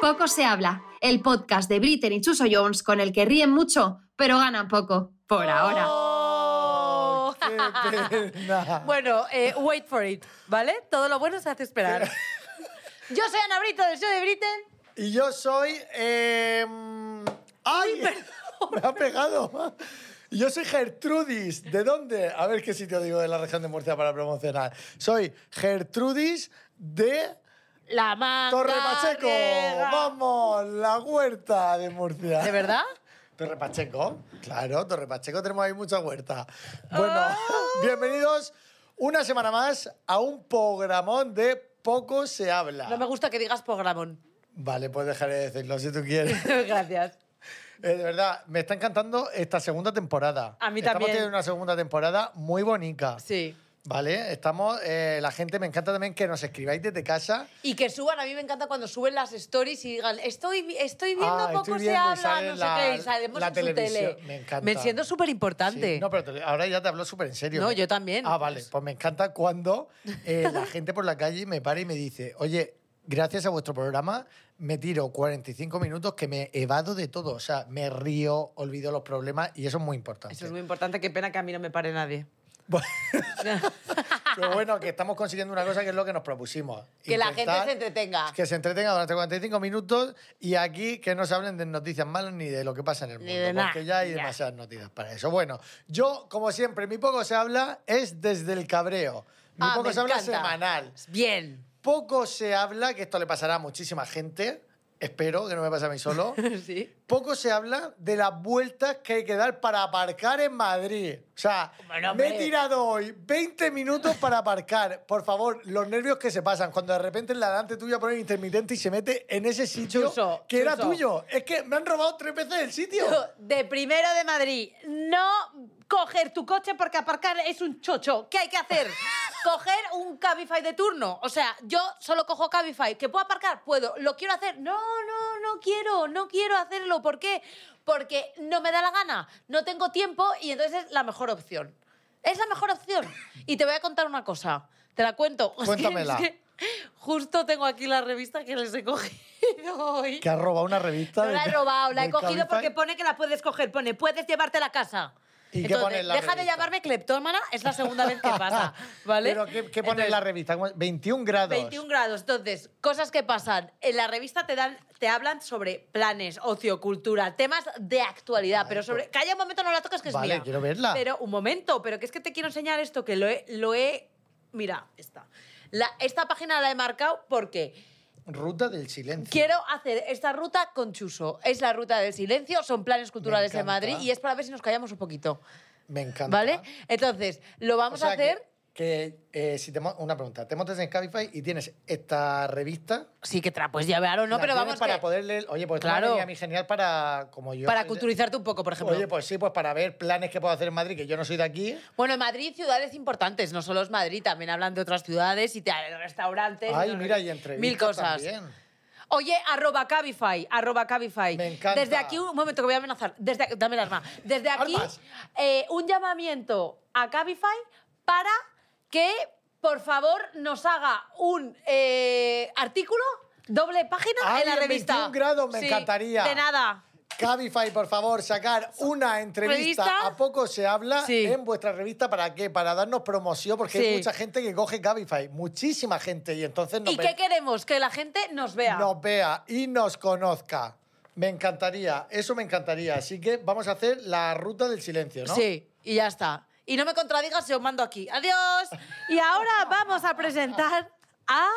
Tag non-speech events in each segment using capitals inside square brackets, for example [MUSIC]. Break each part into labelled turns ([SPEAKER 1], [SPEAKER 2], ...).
[SPEAKER 1] Poco se habla, el podcast de Britten y Chuso Jones con el que ríen mucho, pero ganan poco, por ahora.
[SPEAKER 2] ¡Oh!
[SPEAKER 3] [LAUGHS] ¡Qué pena!
[SPEAKER 2] [LAUGHS] bueno, eh, wait for it, ¿vale? Todo lo bueno se hace esperar. [LAUGHS] Yo soy Ana Brito del show de Britain.
[SPEAKER 3] Y yo soy. em, ¡Ay! [LAUGHS] Me ha pegado. Y Yo soy Gertrudis. ¿De dónde? A ver qué sitio digo de la región de Murcia para promocionar. Soy Gertrudis de
[SPEAKER 2] La manga.
[SPEAKER 3] Torre Pacheco.
[SPEAKER 2] griega.
[SPEAKER 3] ¡Vamos! La huerta de Murcia.
[SPEAKER 2] ¿De verdad?
[SPEAKER 3] Torre Pacheco, claro, Torre Pacheco tenemos ahí mucha huerta. Bueno,
[SPEAKER 2] Ah.
[SPEAKER 3] [LAUGHS] bienvenidos una semana más a un programón de Poco se habla.
[SPEAKER 2] No me gusta que digas programón.
[SPEAKER 3] Vale, pues dejaré de decirlo si tú quieres.
[SPEAKER 2] [LAUGHS] Gracias.
[SPEAKER 3] Eh, de verdad, me está encantando esta segunda temporada.
[SPEAKER 2] A mí
[SPEAKER 3] Estamos
[SPEAKER 2] también.
[SPEAKER 3] teniendo una segunda temporada muy bonita.
[SPEAKER 2] Sí.
[SPEAKER 3] Vale, estamos, eh, la gente me encanta también que nos escribáis desde casa.
[SPEAKER 2] Y que suban, a mí me encanta cuando suben las stories y digan, estoy, vi- estoy viendo
[SPEAKER 3] Ah,
[SPEAKER 2] poco
[SPEAKER 3] estoy
[SPEAKER 2] se
[SPEAKER 3] viendo y
[SPEAKER 2] habla,
[SPEAKER 3] sale
[SPEAKER 2] no
[SPEAKER 3] la-
[SPEAKER 2] sé qué, y salemos
[SPEAKER 3] la
[SPEAKER 2] en su
[SPEAKER 3] televisión.
[SPEAKER 2] tele.
[SPEAKER 3] Me encanta.
[SPEAKER 2] siento súper importante.
[SPEAKER 3] Sí, No, pero te- ahora ya te hablo súper en serio.
[SPEAKER 2] No,
[SPEAKER 3] ¿eh?
[SPEAKER 2] yo también.
[SPEAKER 3] Ah, vale. Pues me encanta cuando eh,
[SPEAKER 2] [LAUGHS]
[SPEAKER 3] la gente por la calle me para y me dice, oye, gracias a vuestro programa me tiro 45 minutos que me evado de todo. O sea, me río, olvido los problemas y eso es muy importante.
[SPEAKER 2] Eso es muy importante, qué pena que a mí no me pare nadie. [LAUGHS]
[SPEAKER 3] Bueno, Pero bueno, que estamos consiguiendo una cosa que es lo que nos propusimos.
[SPEAKER 2] Que la
[SPEAKER 3] Intentar
[SPEAKER 2] gente se entretenga.
[SPEAKER 3] Que se entretenga durante 45 minutos y aquí que no se hablen de noticias malas ni de lo que pasa en el
[SPEAKER 2] Ni
[SPEAKER 3] mundo.
[SPEAKER 2] de nada,
[SPEAKER 3] porque ya hay
[SPEAKER 2] ya.
[SPEAKER 3] demasiadas noticias para eso. Bueno, yo, como siempre, mi poco se habla es desde el cabreo. Mi
[SPEAKER 2] Ah,
[SPEAKER 3] poco
[SPEAKER 2] me
[SPEAKER 3] se habla
[SPEAKER 2] encanta.
[SPEAKER 3] semanal. [LAUGHS]
[SPEAKER 2] Bien.
[SPEAKER 3] Poco se habla, que esto le pasará a muchísima gente. Espero que no me pase a mí solo.
[SPEAKER 2] Sí.
[SPEAKER 3] Poco se habla de las vueltas que hay que dar para aparcar en Madrid. O sea,
[SPEAKER 2] Bueno,
[SPEAKER 3] me he
[SPEAKER 2] hombre.
[SPEAKER 3] tirado hoy 20 minutos para aparcar. Por favor, los nervios que se pasan cuando de repente en la delante tuya ponen intermitente y se mete en ese sitio
[SPEAKER 2] Chuso,
[SPEAKER 3] que era
[SPEAKER 2] chuso.
[SPEAKER 3] tuyo. Es que me han robado tres veces el sitio.
[SPEAKER 2] De primero de Madrid, no coger tu coche porque aparcar es un chocho. ¿Qué hay
[SPEAKER 3] [LAUGHS]
[SPEAKER 2] que hacer? coger un Cabify de turno. O sea, yo solo cojo Cabify. ¿Que puedo aparcar? Puedo. ¿Lo quiero hacer? No, no, no quiero. No quiero hacerlo. ¿Por qué? Porque no me da la gana. No tengo tiempo y entonces es la mejor opción. Es la mejor opción. Y te voy a contar una cosa. Te la cuento. [LAUGHS] Es que-
[SPEAKER 3] Cuéntamela.
[SPEAKER 2] es que justo tengo aquí la revista que les he cogido [LAUGHS] hoy.
[SPEAKER 3] Que has robado una revista.
[SPEAKER 2] No la he
[SPEAKER 3] del-
[SPEAKER 2] robado, la he
[SPEAKER 3] del
[SPEAKER 2] cogido
[SPEAKER 3] Cabify.
[SPEAKER 2] porque pone que la puedes coger. Pone, puedes llevarte a la casa.
[SPEAKER 3] ¿Y qué
[SPEAKER 2] Entonces,
[SPEAKER 3] pone en la
[SPEAKER 2] deja de
[SPEAKER 3] revista?
[SPEAKER 2] llamarme cleptómana, es la segunda vez que
[SPEAKER 3] [LAUGHS]
[SPEAKER 2] pasa, ¿vale?
[SPEAKER 3] Pero ¿qué, qué pone
[SPEAKER 2] Entonces,
[SPEAKER 3] en la revista? ¿Cómo es? 21 grados.
[SPEAKER 2] 21 grados. Entonces, cosas que pasan. En la revista te dan te hablan sobre planes, ocio, cultura, temas de actualidad, pero sobre... Calla un momento, no la toques, que es
[SPEAKER 3] pues Vale,
[SPEAKER 2] mía.
[SPEAKER 3] quiero verla.
[SPEAKER 2] Pero un momento, pero que es que te quiero enseñar esto, que lo he... Lo he mira, esta. La, esta página la he marcado porque...
[SPEAKER 3] Ruta del silencio.
[SPEAKER 2] Quiero hacer esta ruta con Chuso. Es la ruta del silencio, son planes culturales de
[SPEAKER 3] encanta.
[SPEAKER 2] Madrid y es para ver si nos callamos un poquito.
[SPEAKER 3] Me encanta.
[SPEAKER 2] ¿Vale? Entonces, lo vamos
[SPEAKER 3] O sea
[SPEAKER 2] a hacer.
[SPEAKER 3] Que, que, eh, si te mo- una pregunta, te montas en Cabify y tienes esta revista.
[SPEAKER 2] Sí, que te la puedes llevar o no,
[SPEAKER 3] la
[SPEAKER 2] pero
[SPEAKER 3] tienes
[SPEAKER 2] vamos
[SPEAKER 3] para
[SPEAKER 2] que-
[SPEAKER 3] poder leer. Oye, pues claro.
[SPEAKER 2] Claro.
[SPEAKER 3] a mí genial para como yo.
[SPEAKER 2] para
[SPEAKER 3] soy de-
[SPEAKER 2] culturizarte un poco, por ejemplo.
[SPEAKER 3] Oye, pues sí, pues para ver planes que puedo hacer en Madrid, que yo no soy de aquí.
[SPEAKER 2] Bueno, en Madrid, ciudades importantes, no solo es Madrid, también hablan de otras ciudades y te hablan de restaurantes.
[SPEAKER 3] Ay,
[SPEAKER 2] no sé
[SPEAKER 3] mira,
[SPEAKER 2] qué.
[SPEAKER 3] y entrevistas
[SPEAKER 2] Mil cosas.
[SPEAKER 3] también.
[SPEAKER 2] Oye, arroba Cabify, arroba Cabify.
[SPEAKER 3] Me encanta.
[SPEAKER 2] Desde aquí, un momento que voy a amenazar. Desde, aquí- dame el arma. Desde aquí,
[SPEAKER 3] Armas.
[SPEAKER 2] eh, un llamamiento a Cabify para que, por favor, nos haga un eh, artículo, doble página
[SPEAKER 3] Ay,
[SPEAKER 2] en la
[SPEAKER 3] en
[SPEAKER 2] revista.
[SPEAKER 3] 21 grados, me
[SPEAKER 2] Sí,
[SPEAKER 3] encantaría.
[SPEAKER 2] De nada.
[SPEAKER 3] Cabify, por favor, sacar una entrevista.
[SPEAKER 2] ¿Revista?
[SPEAKER 3] A poco se habla
[SPEAKER 2] Sí.
[SPEAKER 3] en vuestra revista. ¿Para qué? Para darnos promoción, porque hay
[SPEAKER 2] Sí.
[SPEAKER 3] mucha gente que coge Cabify. Muchísima gente. Y entonces nos
[SPEAKER 2] ¿Y
[SPEAKER 3] ven-
[SPEAKER 2] qué queremos? Que la gente nos vea.
[SPEAKER 3] nos vea y nos conozca. Me encantaría, eso me encantaría. Así que vamos a hacer la ruta del silencio, ¿no?
[SPEAKER 2] Sí, y ya está. Y no me contradigas, se os mando aquí. ¡Adiós! Y ahora vamos a presentar a...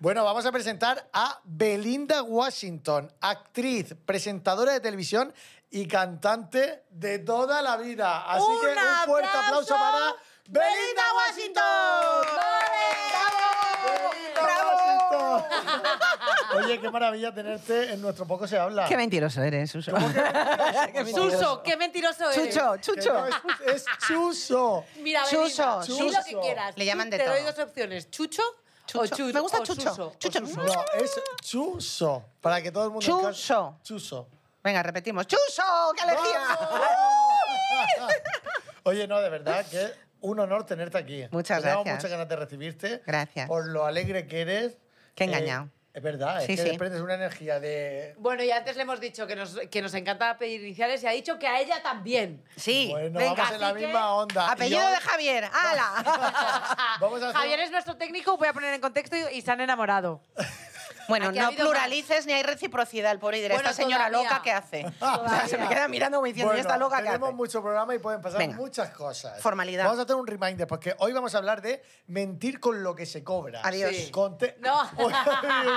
[SPEAKER 3] Bueno, vamos a presentar a Belinda Washington, actriz, presentadora de televisión y cantante de toda la vida. Así que un fuerte aplauso, para Belinda Washington.
[SPEAKER 2] ¡Vale!
[SPEAKER 3] ¡Belinda Washington! [LAUGHS] Oye, qué maravilla tenerte en nuestro poco se habla.
[SPEAKER 4] [LAUGHS] Qué mentiroso eres, Suso. [LAUGHS]
[SPEAKER 2] Suso, qué mentiroso eres.
[SPEAKER 4] Chucho,
[SPEAKER 3] Que no,
[SPEAKER 4] Chucho.
[SPEAKER 3] es, es chuso.
[SPEAKER 2] Mira,
[SPEAKER 4] Chuso,
[SPEAKER 2] Belinda, di lo
[SPEAKER 3] Chuso.
[SPEAKER 2] que quieras.
[SPEAKER 4] Le llaman de
[SPEAKER 2] Te doy
[SPEAKER 4] todo.
[SPEAKER 2] dos opciones, Chucho, o
[SPEAKER 4] Chucho.
[SPEAKER 2] Chucho.
[SPEAKER 4] Me gusta Chucho. Chucho.
[SPEAKER 3] No, es chuso. Para que todo el mundo. encaje.
[SPEAKER 4] Chuso.
[SPEAKER 3] Chuso.
[SPEAKER 4] Venga, repetimos. ¡Chuso! ¡Qué alegría!
[SPEAKER 3] ¡Ah! Oye, no, de verdad que es un honor tenerte aquí.
[SPEAKER 4] Muchas
[SPEAKER 3] Teníamos
[SPEAKER 4] gracias.
[SPEAKER 3] muchas ganas de recibirte.
[SPEAKER 4] Gracias.
[SPEAKER 3] Por lo alegre que eres.
[SPEAKER 4] Qué
[SPEAKER 3] Eh,
[SPEAKER 4] engañado.
[SPEAKER 3] Es verdad, es
[SPEAKER 4] Sí,
[SPEAKER 3] que
[SPEAKER 4] sí.
[SPEAKER 3] desprendes una energía de...
[SPEAKER 2] Bueno, y antes le hemos dicho que nos, que nos encanta pedir iniciales y ha dicho que a ella también.
[SPEAKER 4] Sí.
[SPEAKER 3] Bueno,
[SPEAKER 2] venga,
[SPEAKER 3] vamos en la
[SPEAKER 2] así que-
[SPEAKER 3] misma onda. Y
[SPEAKER 4] Apellido
[SPEAKER 3] yo-
[SPEAKER 4] de Javier.
[SPEAKER 3] [LAUGHS]
[SPEAKER 4] ¡Hala!
[SPEAKER 3] Vamos a hacer-
[SPEAKER 2] Ah, Javier es nuestro técnico, voy a poner en contexto y, y se han enamorado.
[SPEAKER 4] Bueno,
[SPEAKER 2] Aquí ha
[SPEAKER 4] no
[SPEAKER 2] habido
[SPEAKER 4] pluralices ni hay reciprocidad, el pobre dirá,
[SPEAKER 2] Bueno,
[SPEAKER 4] esta señora
[SPEAKER 2] todavía.
[SPEAKER 4] loca, ¿qué hace? [LAUGHS] O sea,
[SPEAKER 2] Todavía.
[SPEAKER 4] se me queda mirando como diciendo,
[SPEAKER 3] Bueno,
[SPEAKER 4] ¿y esta loca qué
[SPEAKER 3] tenemos
[SPEAKER 4] hace?
[SPEAKER 3] mucho programa y pueden pasar
[SPEAKER 4] Venga.
[SPEAKER 3] muchas cosas.
[SPEAKER 4] Formalidad.
[SPEAKER 3] Vamos a hacer un reminder, porque hoy vamos a hablar de mentir con lo que se cobra.
[SPEAKER 4] Adiós.
[SPEAKER 2] Sí.
[SPEAKER 3] Con te-
[SPEAKER 2] [LAUGHS] No.
[SPEAKER 3] [LAUGHS] Uy,